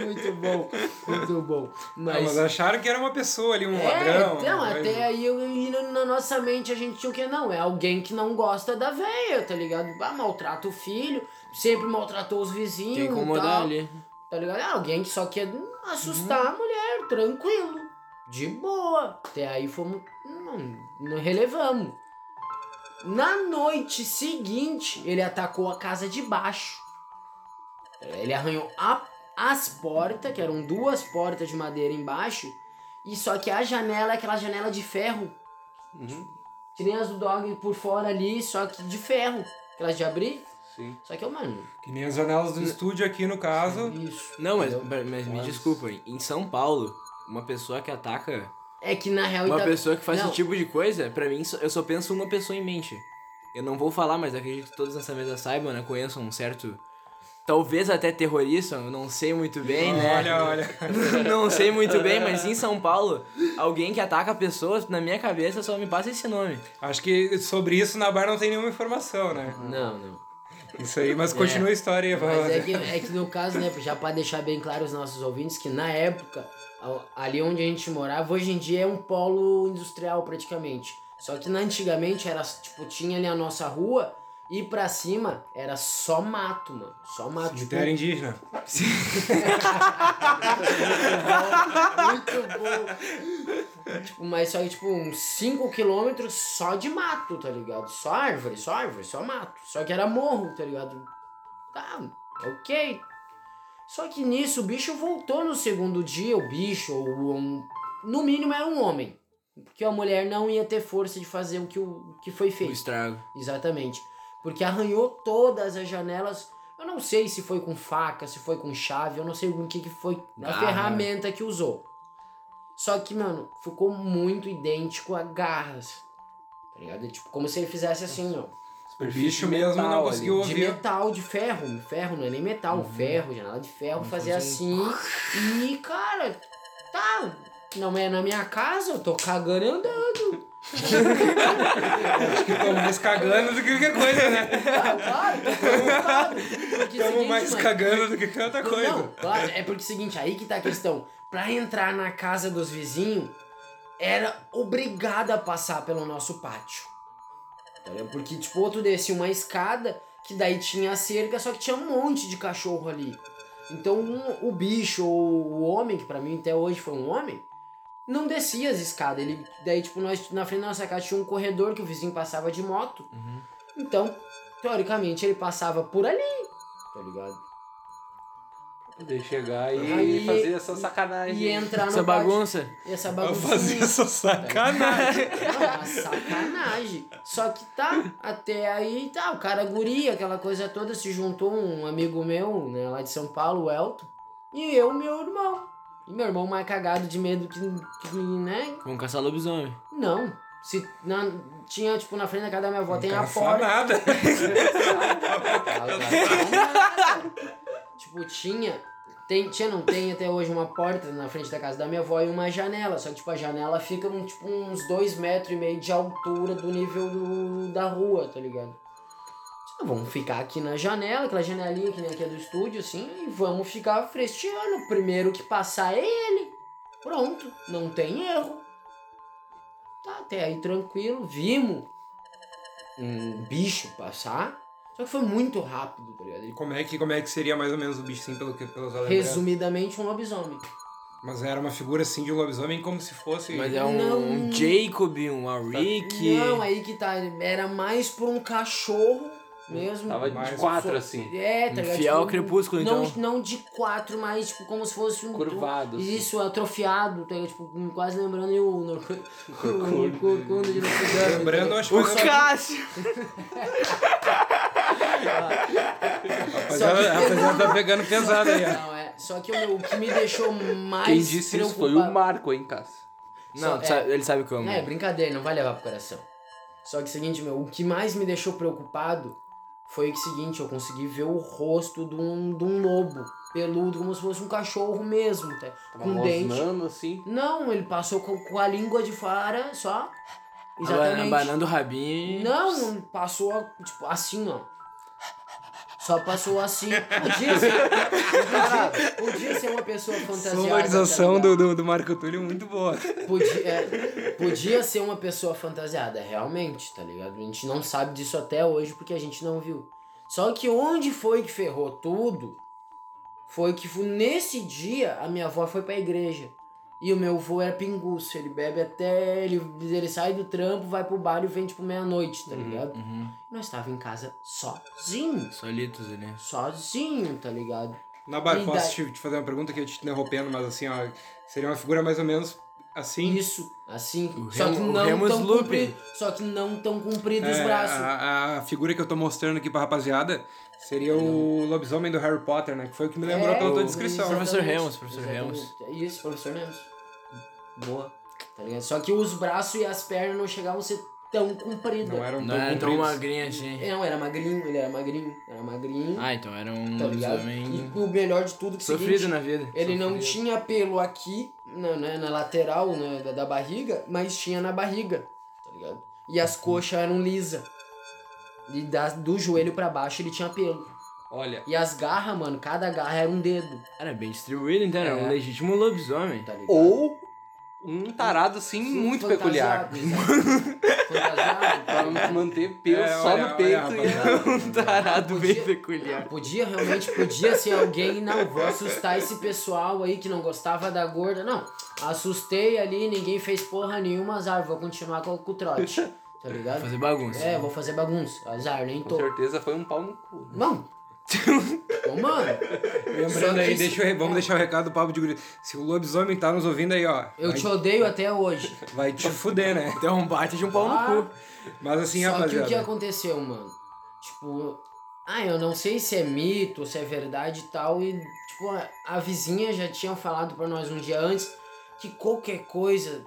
[SPEAKER 4] muito bom, muito bom.
[SPEAKER 1] Não, Mas...
[SPEAKER 4] Mas.
[SPEAKER 1] acharam que era uma pessoa ali, um né?
[SPEAKER 4] é,
[SPEAKER 1] ladrão.
[SPEAKER 4] então,
[SPEAKER 1] uma coisa.
[SPEAKER 4] até aí eu, e na- na nossa mente a gente tinha o que? Não, é alguém que não gosta da véia, tá ligado? Ah, maltrata o filho, sempre maltratou os vizinhos.
[SPEAKER 2] Tem
[SPEAKER 4] e
[SPEAKER 2] como
[SPEAKER 4] tal.
[SPEAKER 2] dar ali.
[SPEAKER 4] Tá ligado? É alguém que só quer
[SPEAKER 2] Uhum.
[SPEAKER 4] assustar a mulher, tranquilo. De boa. Até aí fomos. Não, não relevamos. Na noite seguinte, ele atacou a casa de baixo. Ele arranhou a- as portas, que eram duas portas de madeira embaixo. E só que a janela é aquela janela de ferro.
[SPEAKER 3] Uhum,
[SPEAKER 4] Que nem as do dog por fora ali, só que de ferro. Aquelas de abrir.
[SPEAKER 3] sim.
[SPEAKER 4] Só que é eu, mano.
[SPEAKER 1] Que nem as janelas do estúdio aqui, no caso.
[SPEAKER 4] Isso.
[SPEAKER 2] Não, mas,
[SPEAKER 4] entendeu?
[SPEAKER 2] mas me
[SPEAKER 3] Mas-
[SPEAKER 2] desculpem. Em São Paulo, uma pessoa que ataca.
[SPEAKER 4] É que na real.
[SPEAKER 2] Uma
[SPEAKER 4] Ita-
[SPEAKER 2] pessoa que faz
[SPEAKER 4] Não.
[SPEAKER 2] esse tipo de coisa, pra mim, só- eu só penso uma pessoa em mente. Eu não vou falar, mas acredito que todos nessa mesa saibam, né? Conheçam um certo. Talvez até terrorista, eu não sei muito bem, né?
[SPEAKER 1] Olha, olha.
[SPEAKER 2] [LAUGHS] não sei muito bem, mas em São Paulo, alguém que ataca pessoas, na minha cabeça só me passa esse nome.
[SPEAKER 4] Ah,
[SPEAKER 1] Acho que sobre isso na bar não tem nenhuma informação, né?
[SPEAKER 4] Não, não.
[SPEAKER 1] Isso aí, mas continua a história aí,
[SPEAKER 4] Uhum. É. Mas
[SPEAKER 1] Valdir.
[SPEAKER 4] é que, é que no caso, né, já pra deixar bem claro os nossos ouvintes, que na época, a- ali onde a gente morava, hoje em dia é um polo industrial praticamente. Só que na antigamente era, tipo, tinha ali a nossa rua e pra cima era só mato, mano. Só mato. tipo,
[SPEAKER 1] Cemitério indígena.
[SPEAKER 4] muito bom. Tipo, mas só que, tipo, uns 5km só de mato, tá ligado? Só árvore, só árvore, só mato. Só que era morro, tá ligado? Tá, ok. Só que nisso o bicho voltou no segundo dia, o bicho, ou um- no mínimo era um homem. Porque a mulher não ia ter força de fazer o que, o, que foi
[SPEAKER 2] O
[SPEAKER 4] feito.
[SPEAKER 2] estrago.
[SPEAKER 4] Exatamente. Porque arranhou todas as janelas. Eu não sei se foi com faca, se foi com chave, eu não sei com o que, que foi
[SPEAKER 1] Ah,
[SPEAKER 4] a
[SPEAKER 2] Garra.
[SPEAKER 4] ferramenta que usou. Só que, mano, ficou muito idêntico a garras. Tá ligado? É Tipo, como se ele fizesse assim, ó.
[SPEAKER 1] O bicho mesmo
[SPEAKER 3] metal
[SPEAKER 1] não
[SPEAKER 3] ali.
[SPEAKER 1] conseguiu
[SPEAKER 4] De
[SPEAKER 1] ouvir.
[SPEAKER 4] metal, de ferro. Ferro não é nem metal,
[SPEAKER 1] Uhum.
[SPEAKER 4] ferro, janela de ferro, fazer assim. E, cara, tá. Não é na minha casa, eu tô cagando e andando.
[SPEAKER 1] Acho que estamos mais cagando do que qualquer coisa, né?
[SPEAKER 4] [LAUGHS] Ah, claro, tô preocupado. Porque é o
[SPEAKER 1] Estamos
[SPEAKER 4] seguinte,
[SPEAKER 1] mais
[SPEAKER 4] mano,
[SPEAKER 1] cagando do que qualquer outra coisa.
[SPEAKER 4] Não, claro, é porque é o seguinte, aí que tá a questão. Pra entrar na casa dos vizinhos, era obrigada a passar pelo nosso pátio. Tá ligado? Porque, tipo, ou tu descia uma escada, que daí tinha a cerca, só que tinha um monte de cachorro ali. Então, um- o bicho, ou o homem, que pra mim até hoje foi um homem, não descia as escadas. Ele, daí, tipo, nós, na frente da nossa casa tinha um corredor que o vizinho passava de moto.
[SPEAKER 1] Uhum.
[SPEAKER 4] Então, teoricamente, ele passava por ali, tá ligado?
[SPEAKER 3] Poder chegar e
[SPEAKER 4] Aí-
[SPEAKER 3] fazer essa sacanagem.
[SPEAKER 4] e entrar no
[SPEAKER 2] Essa
[SPEAKER 4] pátio.
[SPEAKER 2] bagunça.
[SPEAKER 4] Essa
[SPEAKER 1] Eu
[SPEAKER 4] bagunça.
[SPEAKER 1] fazia assim. essa sacanagem.
[SPEAKER 4] Uma sacanagem. Só que tá, até aí tá, o cara guria, aquela coisa toda, se juntou um amigo meu, né, lá de São Paulo, o Elton, e eu, meu irmão. E meu irmão mais cagado de medo que, que né?
[SPEAKER 2] Vamos caçar lobisomem.
[SPEAKER 4] Não. Se na, tinha, tipo, na frente da casa da minha avó, tem a
[SPEAKER 1] Não
[SPEAKER 4] porta. [LAUGHS]
[SPEAKER 1] fala nada.
[SPEAKER 4] tipo, tinha. Tem, tinha, não tem até hoje uma porta na frente da casa da minha avó e uma janela. Só que, tipo, a janela fica um, tipo, uns dois metros e meio de altura do nível do, da rua, tá ligado? Ah, Vamos ficar aqui na janela, aquela janelinha que nem aqui é do estúdio, assim, e vamos ficar fresteando. O primeiro que passar é ele. Pronto, não tem erro. Tá, até aí tranquilo, vimos um bicho passar. Só que foi muito rápido, tá ligado? Ele
[SPEAKER 1] Como é, que, como é que seria mais ou menos o bicho, assim, pelo que, pelas horas
[SPEAKER 4] Resumidamente, um lobisomem.
[SPEAKER 1] Mas era uma figura, assim, de um lobisomem, como se fosse...
[SPEAKER 2] Mas é um,
[SPEAKER 4] Não.
[SPEAKER 2] um Jacob, um Auric.
[SPEAKER 4] Não, aí que tá. Era mais por um cachorro mesmo.
[SPEAKER 3] Tava de
[SPEAKER 1] Mas
[SPEAKER 3] quatro,
[SPEAKER 4] só-
[SPEAKER 3] assim.
[SPEAKER 4] É, tá ligado?
[SPEAKER 2] Enfiar o
[SPEAKER 4] Tipo,
[SPEAKER 2] crepúsculo,
[SPEAKER 4] não,
[SPEAKER 2] então.
[SPEAKER 4] não de quatro, mas tipo, como se fosse um.
[SPEAKER 3] Curvado.
[SPEAKER 4] um-
[SPEAKER 3] assim.
[SPEAKER 4] Isso, atrofiado, tá ligado? Tipo, quase lembrando o. [LAUGHS] o- o- o Corcunda de Notre Dame.
[SPEAKER 1] Lembrando, acho que
[SPEAKER 2] O
[SPEAKER 1] foi
[SPEAKER 4] tipo,
[SPEAKER 1] só-
[SPEAKER 2] Cássio!
[SPEAKER 4] Só que-
[SPEAKER 1] Rapaziada, rapaziada
[SPEAKER 4] [LAUGHS]
[SPEAKER 1] tá pegando pesado aí, ó.
[SPEAKER 4] Não, é. Só que o, o que me deixou mais.
[SPEAKER 3] Quem disse isso foi o
[SPEAKER 4] preocupado-
[SPEAKER 3] Marco, hein, Cássio?
[SPEAKER 2] Não,
[SPEAKER 4] Só-
[SPEAKER 2] tu sabe- ele sabe como.
[SPEAKER 4] É, brincadeira, não vai levar pro coração. Só que seguinte, meu, o que mais me deixou preocupado foi o seguinte, eu consegui ver o rosto de um, de um lobo peludo, como se fosse um cachorro mesmo, tá?
[SPEAKER 3] Tava
[SPEAKER 4] Com dente.
[SPEAKER 3] rosnando, assim.
[SPEAKER 4] Não, ele passou com, com a língua de fora, só.
[SPEAKER 2] Exatamente.
[SPEAKER 4] Exatamente.
[SPEAKER 2] Abanando o rabinho.
[SPEAKER 4] Não, passou, tipo, assim, ó. Só passou assim. Podia ser, podia, podia ser uma pessoa fantasiada.
[SPEAKER 1] Sonorização
[SPEAKER 4] tá
[SPEAKER 1] do, do, do Marco Túlio muito boa.
[SPEAKER 4] Podia, é, podia ser uma pessoa fantasiada, realmente, tá ligado? A gente não sabe disso até hoje porque a gente não viu. Só que onde foi que ferrou tudo foi que fu- nesse dia a minha avó foi pra igreja. E o meu avô era pinguço, ele bebe até. Ele, ele sai do trampo, vai pro bar e vem tipo meia-noite, tá ligado?
[SPEAKER 2] Uhum.
[SPEAKER 4] Nós estava em casa sozinho.
[SPEAKER 2] Solitos né? ali.
[SPEAKER 4] Sozinho, tá ligado?
[SPEAKER 1] Na barra,
[SPEAKER 4] E
[SPEAKER 1] posso
[SPEAKER 4] daí?
[SPEAKER 1] te, te fazer uma pergunta que eu te interrompendo, mas assim, ó, seria uma figura mais ou menos assim.
[SPEAKER 4] Isso, assim.
[SPEAKER 2] O
[SPEAKER 4] só, que
[SPEAKER 2] Remo- ah, o
[SPEAKER 4] não
[SPEAKER 2] Remus
[SPEAKER 4] tão
[SPEAKER 2] Lupin.
[SPEAKER 4] comprido, só que não tão comprido os
[SPEAKER 1] É,
[SPEAKER 4] braços.
[SPEAKER 1] a, a figura que eu tô mostrando aqui pra rapaziada seria o lobisomem do Harry Potter, né? Que foi o que me lembrou
[SPEAKER 4] É,
[SPEAKER 1] pela tua
[SPEAKER 4] o-
[SPEAKER 1] descrição. né?
[SPEAKER 4] exatamente,
[SPEAKER 2] Professor Ramos, professor
[SPEAKER 4] exatamente. Isso, professor Ramos. Boa. Tá ligado? Só que os braços e as pernas não chegavam a ser tão compridas.
[SPEAKER 1] Não eram
[SPEAKER 2] Não
[SPEAKER 1] tão
[SPEAKER 2] era
[SPEAKER 4] então
[SPEAKER 2] tão
[SPEAKER 1] compridos.
[SPEAKER 2] magrinho assim.
[SPEAKER 4] Não, era magrinho, ele era magrinho, era magrinho.
[SPEAKER 2] Ah, então era um
[SPEAKER 4] tá ligado?
[SPEAKER 2] lobisomem.
[SPEAKER 4] E o melhor de tudo que
[SPEAKER 2] Sofrido
[SPEAKER 4] seguinte,
[SPEAKER 2] na vida.
[SPEAKER 4] ele não
[SPEAKER 3] Sofrido.
[SPEAKER 4] tinha pelo aqui, na, na, na lateral né, da, da barriga, mas tinha na barriga, tá ligado? E as coxas eram lisas. E da, do joelho pra baixo ele tinha pelo.
[SPEAKER 3] Olha,
[SPEAKER 4] E as garras, mano, cada garra era um dedo,
[SPEAKER 2] Era bem distribuído, então era
[SPEAKER 4] É.
[SPEAKER 2] [LAUGHS] um legítimo lobisomem.
[SPEAKER 4] tá ligado?
[SPEAKER 3] ou um tarado, assim,
[SPEAKER 4] Sim,
[SPEAKER 3] muito
[SPEAKER 4] fantasiado, [LAUGHS]
[SPEAKER 3] peculiar.
[SPEAKER 4] exato. Fantasiado,
[SPEAKER 3] Pra manter
[SPEAKER 1] [LAUGHS]
[SPEAKER 3] pelo
[SPEAKER 1] É,
[SPEAKER 3] só
[SPEAKER 1] olha,
[SPEAKER 3] no
[SPEAKER 1] olha,
[SPEAKER 3] peito
[SPEAKER 1] rapaziada.
[SPEAKER 3] e um tarado
[SPEAKER 4] Podia-
[SPEAKER 3] bem peculiar.
[SPEAKER 4] Podia realmente, podia ser alguém, não, vou assustar esse pessoal aí que não gostava da gorda. Não, assustei ali, ninguém fez porra nenhuma, azar, vou continuar com, com o trote, tá ligado?
[SPEAKER 2] Fazer bagunça.
[SPEAKER 4] É, vou fazer bagunça, azar,
[SPEAKER 3] [LAUGHS]
[SPEAKER 4] nem
[SPEAKER 3] Com
[SPEAKER 4] tô.
[SPEAKER 3] certeza foi um pau no cu. né? [LAUGHS]
[SPEAKER 4] Não. Ô, mano, Só
[SPEAKER 1] Lembrando
[SPEAKER 4] que é.
[SPEAKER 1] aí,
[SPEAKER 4] isso-
[SPEAKER 1] deixa eu- vamos deixar o recado do Pablo de Guri. Se o lobisomem tá nos ouvindo aí, ó,
[SPEAKER 4] eu
[SPEAKER 1] vai,
[SPEAKER 4] te odeio até hoje.
[SPEAKER 1] vai te fuder, né?
[SPEAKER 2] Então um bate de um pau
[SPEAKER 4] Ah,
[SPEAKER 2] no cu.
[SPEAKER 1] Mas assim,
[SPEAKER 4] Só que o
[SPEAKER 1] rapaziada.
[SPEAKER 4] que aconteceu, mano? Tipo, ah, eu não sei se é mito, se é verdade e tal. E, tipo, a, a vizinha já tinha falado pra nós um dia antes que qualquer coisa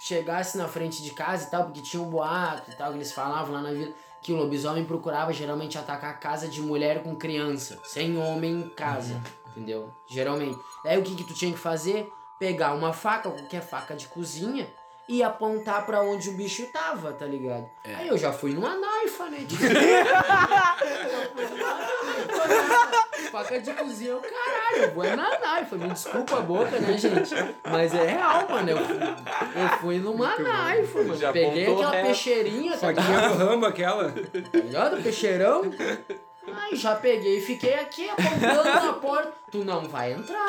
[SPEAKER 4] chegasse na frente de casa e tal, porque tinha um boato e tal, que eles falavam lá na vila, que o lobisomem procurava geralmente atacar a casa de mulher com criança, sem homem em casa, entendeu? Geralmente. Aí o que, que tu tinha que fazer? Pegar uma faca, qualquer faca de cozinha, e apontar pra onde o bicho tava, tá ligado?
[SPEAKER 3] É.
[SPEAKER 4] Aí eu já fui numa naifa,
[SPEAKER 3] [LAUGHS]
[SPEAKER 4] né? Tipo, eu fui numa naifa. Faca de cozinha, eu, caralho, eu vou é na naifa. Me desculpa a boca, né, gente? Mas é real, mano. Eu fui, eu fui numa naifa, mano.
[SPEAKER 3] Já
[SPEAKER 4] Peguei
[SPEAKER 3] apontou
[SPEAKER 4] aquela
[SPEAKER 3] reto.
[SPEAKER 4] peixeirinha, tá ligado?
[SPEAKER 1] Faquinha do rambo aquela.
[SPEAKER 4] tá ligado? Peixeirão. Ai, já peguei e fiquei aqui apontando na porta. Tu não vai entrar.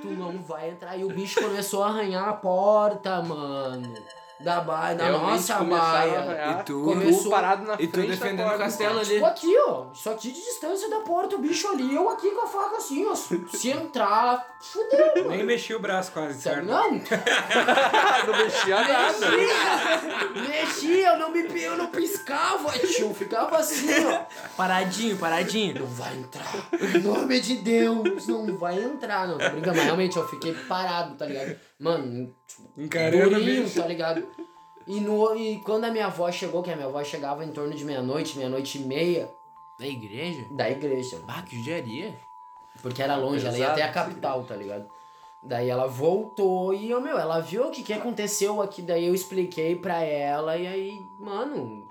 [SPEAKER 4] Tu não vai entrar. E o bicho começou a arranhar a porta, mano. Da, baia, da
[SPEAKER 3] Realmente
[SPEAKER 4] nossa
[SPEAKER 3] começaram a
[SPEAKER 4] baia.
[SPEAKER 3] arranhar,
[SPEAKER 2] E tu-
[SPEAKER 3] com o cu
[SPEAKER 4] Começou-
[SPEAKER 3] parado na
[SPEAKER 2] E tu
[SPEAKER 3] frente da
[SPEAKER 2] defendendo
[SPEAKER 3] porta.
[SPEAKER 2] o castelo ali.
[SPEAKER 4] Tipo aqui, ó. Só aqui de distância da porta, o bicho ali. Eu aqui com a faca assim, ó. Se entrar, fudeu, tá mano.
[SPEAKER 1] Nem mexi o braço quase,
[SPEAKER 4] Sabe,
[SPEAKER 1] certo?
[SPEAKER 4] não?
[SPEAKER 3] [LAUGHS] Não mexia nada. [LAUGHS]
[SPEAKER 4] Mexia! Mexia, eu não, me, eu não piscava, tio. Eu Ficava assim, ó.
[SPEAKER 2] Paradinho, paradinho.
[SPEAKER 4] Não vai entrar. Em nome de Deus, não vai entrar. Não, tô brincando, mas realmente eu fiquei parado, tá ligado? Mano,
[SPEAKER 1] Encarando o
[SPEAKER 4] durinho,
[SPEAKER 1] bicho.
[SPEAKER 4] tá ligado? E, no, e quando a minha avó chegou, que a minha avó chegava em torno de meia-noite, meia-noite e meia,
[SPEAKER 2] Da igreja?
[SPEAKER 4] da igreja. né?
[SPEAKER 2] Bah, que judiaria.
[SPEAKER 4] Porque era longe, ela ia
[SPEAKER 3] Pesado,
[SPEAKER 4] até a
[SPEAKER 3] sim.
[SPEAKER 4] capital, tá ligado? Daí ela voltou e, eu, meu, ela viu o que, que aconteceu aqui. Daí eu expliquei pra ela e aí, mano,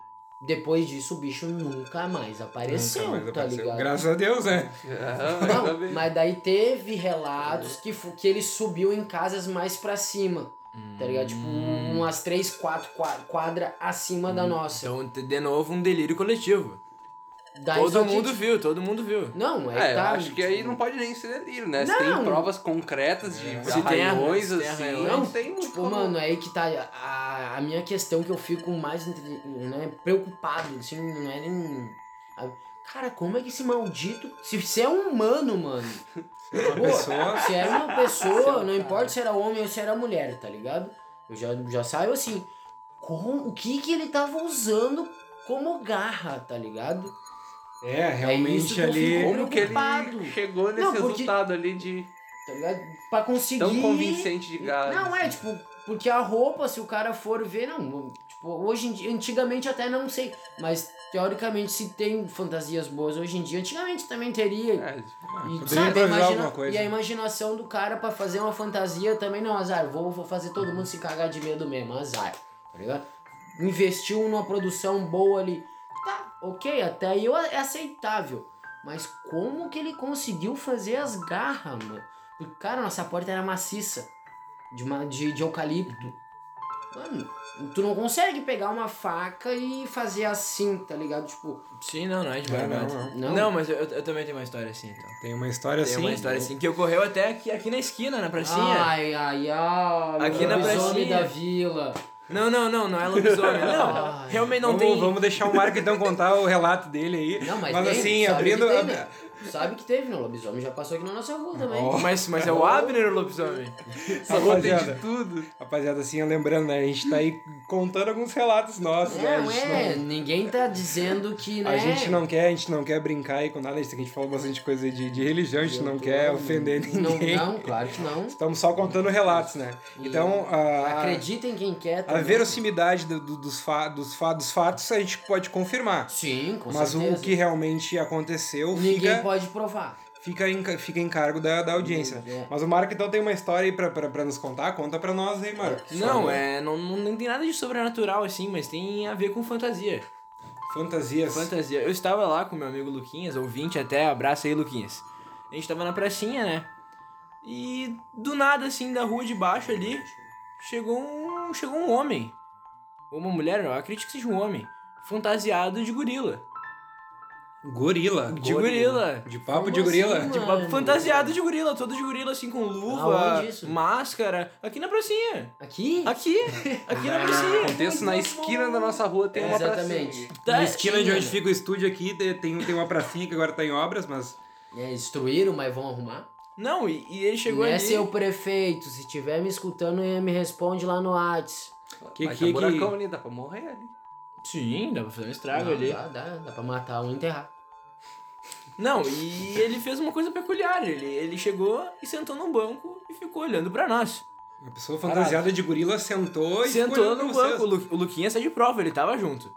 [SPEAKER 4] depois disso o bicho nunca mais apareceu,
[SPEAKER 1] Nunca mais
[SPEAKER 4] tá
[SPEAKER 1] apareceu.
[SPEAKER 4] ligado?
[SPEAKER 1] Graças a Deus, né?
[SPEAKER 3] Ah, mas tá
[SPEAKER 4] Não,
[SPEAKER 3] bem.
[SPEAKER 4] mas daí teve relatos que, fu- que ele subiu em casas mais pra cima, tá ligado? Tipo, umas três, quatro qua- quadra acima da nossa.
[SPEAKER 2] Então, t- de novo, um delírio coletivo.
[SPEAKER 4] Daí só
[SPEAKER 2] todo
[SPEAKER 4] que,
[SPEAKER 2] mundo
[SPEAKER 4] tipo,
[SPEAKER 2] viu, todo mundo viu.
[SPEAKER 4] Não, é,
[SPEAKER 3] É, eu
[SPEAKER 4] tá,
[SPEAKER 3] acho que aí não pode nem ser delírio, né? Se
[SPEAKER 4] Não.
[SPEAKER 3] tem provas concretas de
[SPEAKER 2] Se tem
[SPEAKER 3] arranhões,
[SPEAKER 2] arranhões, se tem
[SPEAKER 3] assim,
[SPEAKER 2] arranhões.
[SPEAKER 3] não tem muito
[SPEAKER 4] Tipo,
[SPEAKER 3] como-
[SPEAKER 4] mano, é aí que tá a, a minha questão que eu fico mais entre- né, preocupado, assim, não é nem... a- Cara, como é que esse maldito... Se você é um humano, mano... Pô,
[SPEAKER 1] pessoa-
[SPEAKER 4] Se era uma
[SPEAKER 3] é um
[SPEAKER 4] pessoa, não importa se era homem ou se era mulher, tá ligado? Eu já, já saio assim. Com, o que que ele tava usando como garra, tá ligado?
[SPEAKER 1] É,
[SPEAKER 4] isso
[SPEAKER 1] realmente
[SPEAKER 4] que eu
[SPEAKER 1] ali.
[SPEAKER 4] fico-
[SPEAKER 3] Como que ele
[SPEAKER 4] preocupado.
[SPEAKER 3] chegou nesse
[SPEAKER 4] Não, porque-
[SPEAKER 3] resultado ali de
[SPEAKER 4] Tá ligado? Pra conseguir...
[SPEAKER 3] tão convincente de gás? assim.
[SPEAKER 4] Não, é, tipo, porque a roupa, se o cara for ver, não. Tipo, hoje em dia, antigamente até não sei, mas teoricamente se tem fantasias boas hoje em dia, antigamente também teria.
[SPEAKER 3] É,
[SPEAKER 4] E,
[SPEAKER 1] Poderia
[SPEAKER 4] sabe, a
[SPEAKER 1] improvisar
[SPEAKER 4] imagina-
[SPEAKER 1] alguma coisa. né?
[SPEAKER 4] e a imaginação do cara pra fazer uma fantasia também não, azar. Vou, vou fazer todo mundo se cagar de medo mesmo, azar. Tá ligado? Investiu numa produção boa ali. Tá, ok, até aí eu- é aceitável. Mas como que ele conseguiu fazer as garras, mano? Porque, cara, nossa porta era maciça. De, ma- de, de eucalipto. Mano, tu não consegue pegar uma faca e fazer assim, tá ligado? Tipo,
[SPEAKER 2] Sim, não, não é de
[SPEAKER 1] Não,
[SPEAKER 2] barbado.
[SPEAKER 1] não,
[SPEAKER 4] não.
[SPEAKER 2] Não, mas eu, eu- eu também tenho uma história assim, então.
[SPEAKER 1] Tem uma história
[SPEAKER 2] Tem
[SPEAKER 1] assim.
[SPEAKER 2] uma história assim que ocorreu até aqui, aqui na esquina, na pracinha.
[SPEAKER 4] ai, ai, ai.
[SPEAKER 2] Aqui na
[SPEAKER 4] lobisomem
[SPEAKER 2] pracinha.
[SPEAKER 4] da vila.
[SPEAKER 2] Não, não, não, não é lobisomem. Não,
[SPEAKER 4] Ai.
[SPEAKER 2] realmente não
[SPEAKER 1] Vamos,
[SPEAKER 2] tem.
[SPEAKER 1] vamos deixar o Marco então contar o relato dele aí.
[SPEAKER 4] Não, mas, teve,
[SPEAKER 1] assim,
[SPEAKER 4] sabe
[SPEAKER 1] abrindo.
[SPEAKER 4] Que teve, né? Sabe que teve, não. Lobisomem já passou aqui na nossa rua também.
[SPEAKER 1] Ó.
[SPEAKER 2] Mas, mas é o Abner o lobisomem.
[SPEAKER 3] Só tem
[SPEAKER 1] Rapaziada.
[SPEAKER 3] de tudo.
[SPEAKER 1] Rapaziada, assim, lembrando, né? A gente tá aí contando alguns relatos nossos, né? A
[SPEAKER 4] não,
[SPEAKER 1] gente
[SPEAKER 4] é, ninguém tá dizendo que, né?
[SPEAKER 1] A gente não quer, a gente não quer brincar aí com nada, a gente falou bastante coisa de, de religião, a gente não quer ofender
[SPEAKER 4] Não,
[SPEAKER 1] ninguém.
[SPEAKER 4] não, claro que não.
[SPEAKER 1] Estamos só contando relatos, né?
[SPEAKER 4] E
[SPEAKER 1] Então, a, a-
[SPEAKER 4] Hum. Acredita né? em quem quer.
[SPEAKER 1] a
[SPEAKER 4] também.
[SPEAKER 1] verossimidade do- do- dos, fa- dos fa- dos fatos a gente pode confirmar.
[SPEAKER 4] Sim, com
[SPEAKER 1] Mas o
[SPEAKER 4] certeza.
[SPEAKER 1] que realmente aconteceu
[SPEAKER 4] Ninguém
[SPEAKER 1] fica,
[SPEAKER 4] pode provar.
[SPEAKER 1] fica, em, ca- fica em cargo da, da audiência.
[SPEAKER 4] É.
[SPEAKER 1] Mas o Marco então tem uma história aí pra, pra, pra nos contar. Conta pra nós aí, Marco.
[SPEAKER 2] Não, é. Não, não, não tem nada de sobrenatural assim, mas tem a ver com fantasia.
[SPEAKER 1] Fantasias.
[SPEAKER 2] Fantasia. Eu estava lá com meu amigo Luquinhas, ouvinte até, abraço aí, Luquinhas. A gente tava na pracinha, né? E do nada, assim, da rua de baixo ali, chegou um, chegou um homem. Ou uma mulher, eu acredito que seja um homem. Fantasiado de gorila.
[SPEAKER 1] Gorila.
[SPEAKER 2] De gorila.
[SPEAKER 1] De papo
[SPEAKER 4] Como
[SPEAKER 1] de gorila.
[SPEAKER 4] assim,
[SPEAKER 1] De-
[SPEAKER 4] mano?
[SPEAKER 2] Ba- Tipo, Fantasiado de gorila, todo de gorila, assim, com luva,
[SPEAKER 4] Aonde isso?
[SPEAKER 2] máscara. Aqui na pracinha.
[SPEAKER 4] Aqui?
[SPEAKER 2] Aqui. Aqui na pracinha.
[SPEAKER 3] Acontece na esquina da nossa rua, tem uma
[SPEAKER 4] Exatamente.
[SPEAKER 3] pracinha.
[SPEAKER 2] Tá,
[SPEAKER 1] Na esquina de onde
[SPEAKER 4] sim.
[SPEAKER 1] fica o estúdio aqui, de- tem, tem uma pracinha que agora tá em obras, mas
[SPEAKER 4] É, destruíram, mas vão arrumar.
[SPEAKER 2] Não, e, e é ele chegou
[SPEAKER 4] Né,
[SPEAKER 2] ali.
[SPEAKER 4] seu prefeito, se tiver me escutando, eh, me responde lá no Whats.
[SPEAKER 1] Que-
[SPEAKER 3] Mas
[SPEAKER 1] que- que-
[SPEAKER 3] tá buracão ali, dá pra morrer ali.
[SPEAKER 2] Sim, dá pra fazer um estrago
[SPEAKER 4] Não,
[SPEAKER 2] ali.
[SPEAKER 4] Dá, dá, dá pra matar ou enterrar.
[SPEAKER 2] Não, e ele fez uma coisa peculiar. Ele, ele chegou e sentou num banco e ficou olhando pra nós.
[SPEAKER 1] uma pessoa fantasiada de gorila sentou e ficou
[SPEAKER 2] sentou
[SPEAKER 1] olhando pra
[SPEAKER 2] no
[SPEAKER 1] vocês.
[SPEAKER 2] banco. O, Lu, o Luquinhas é de prova, ele tava junto.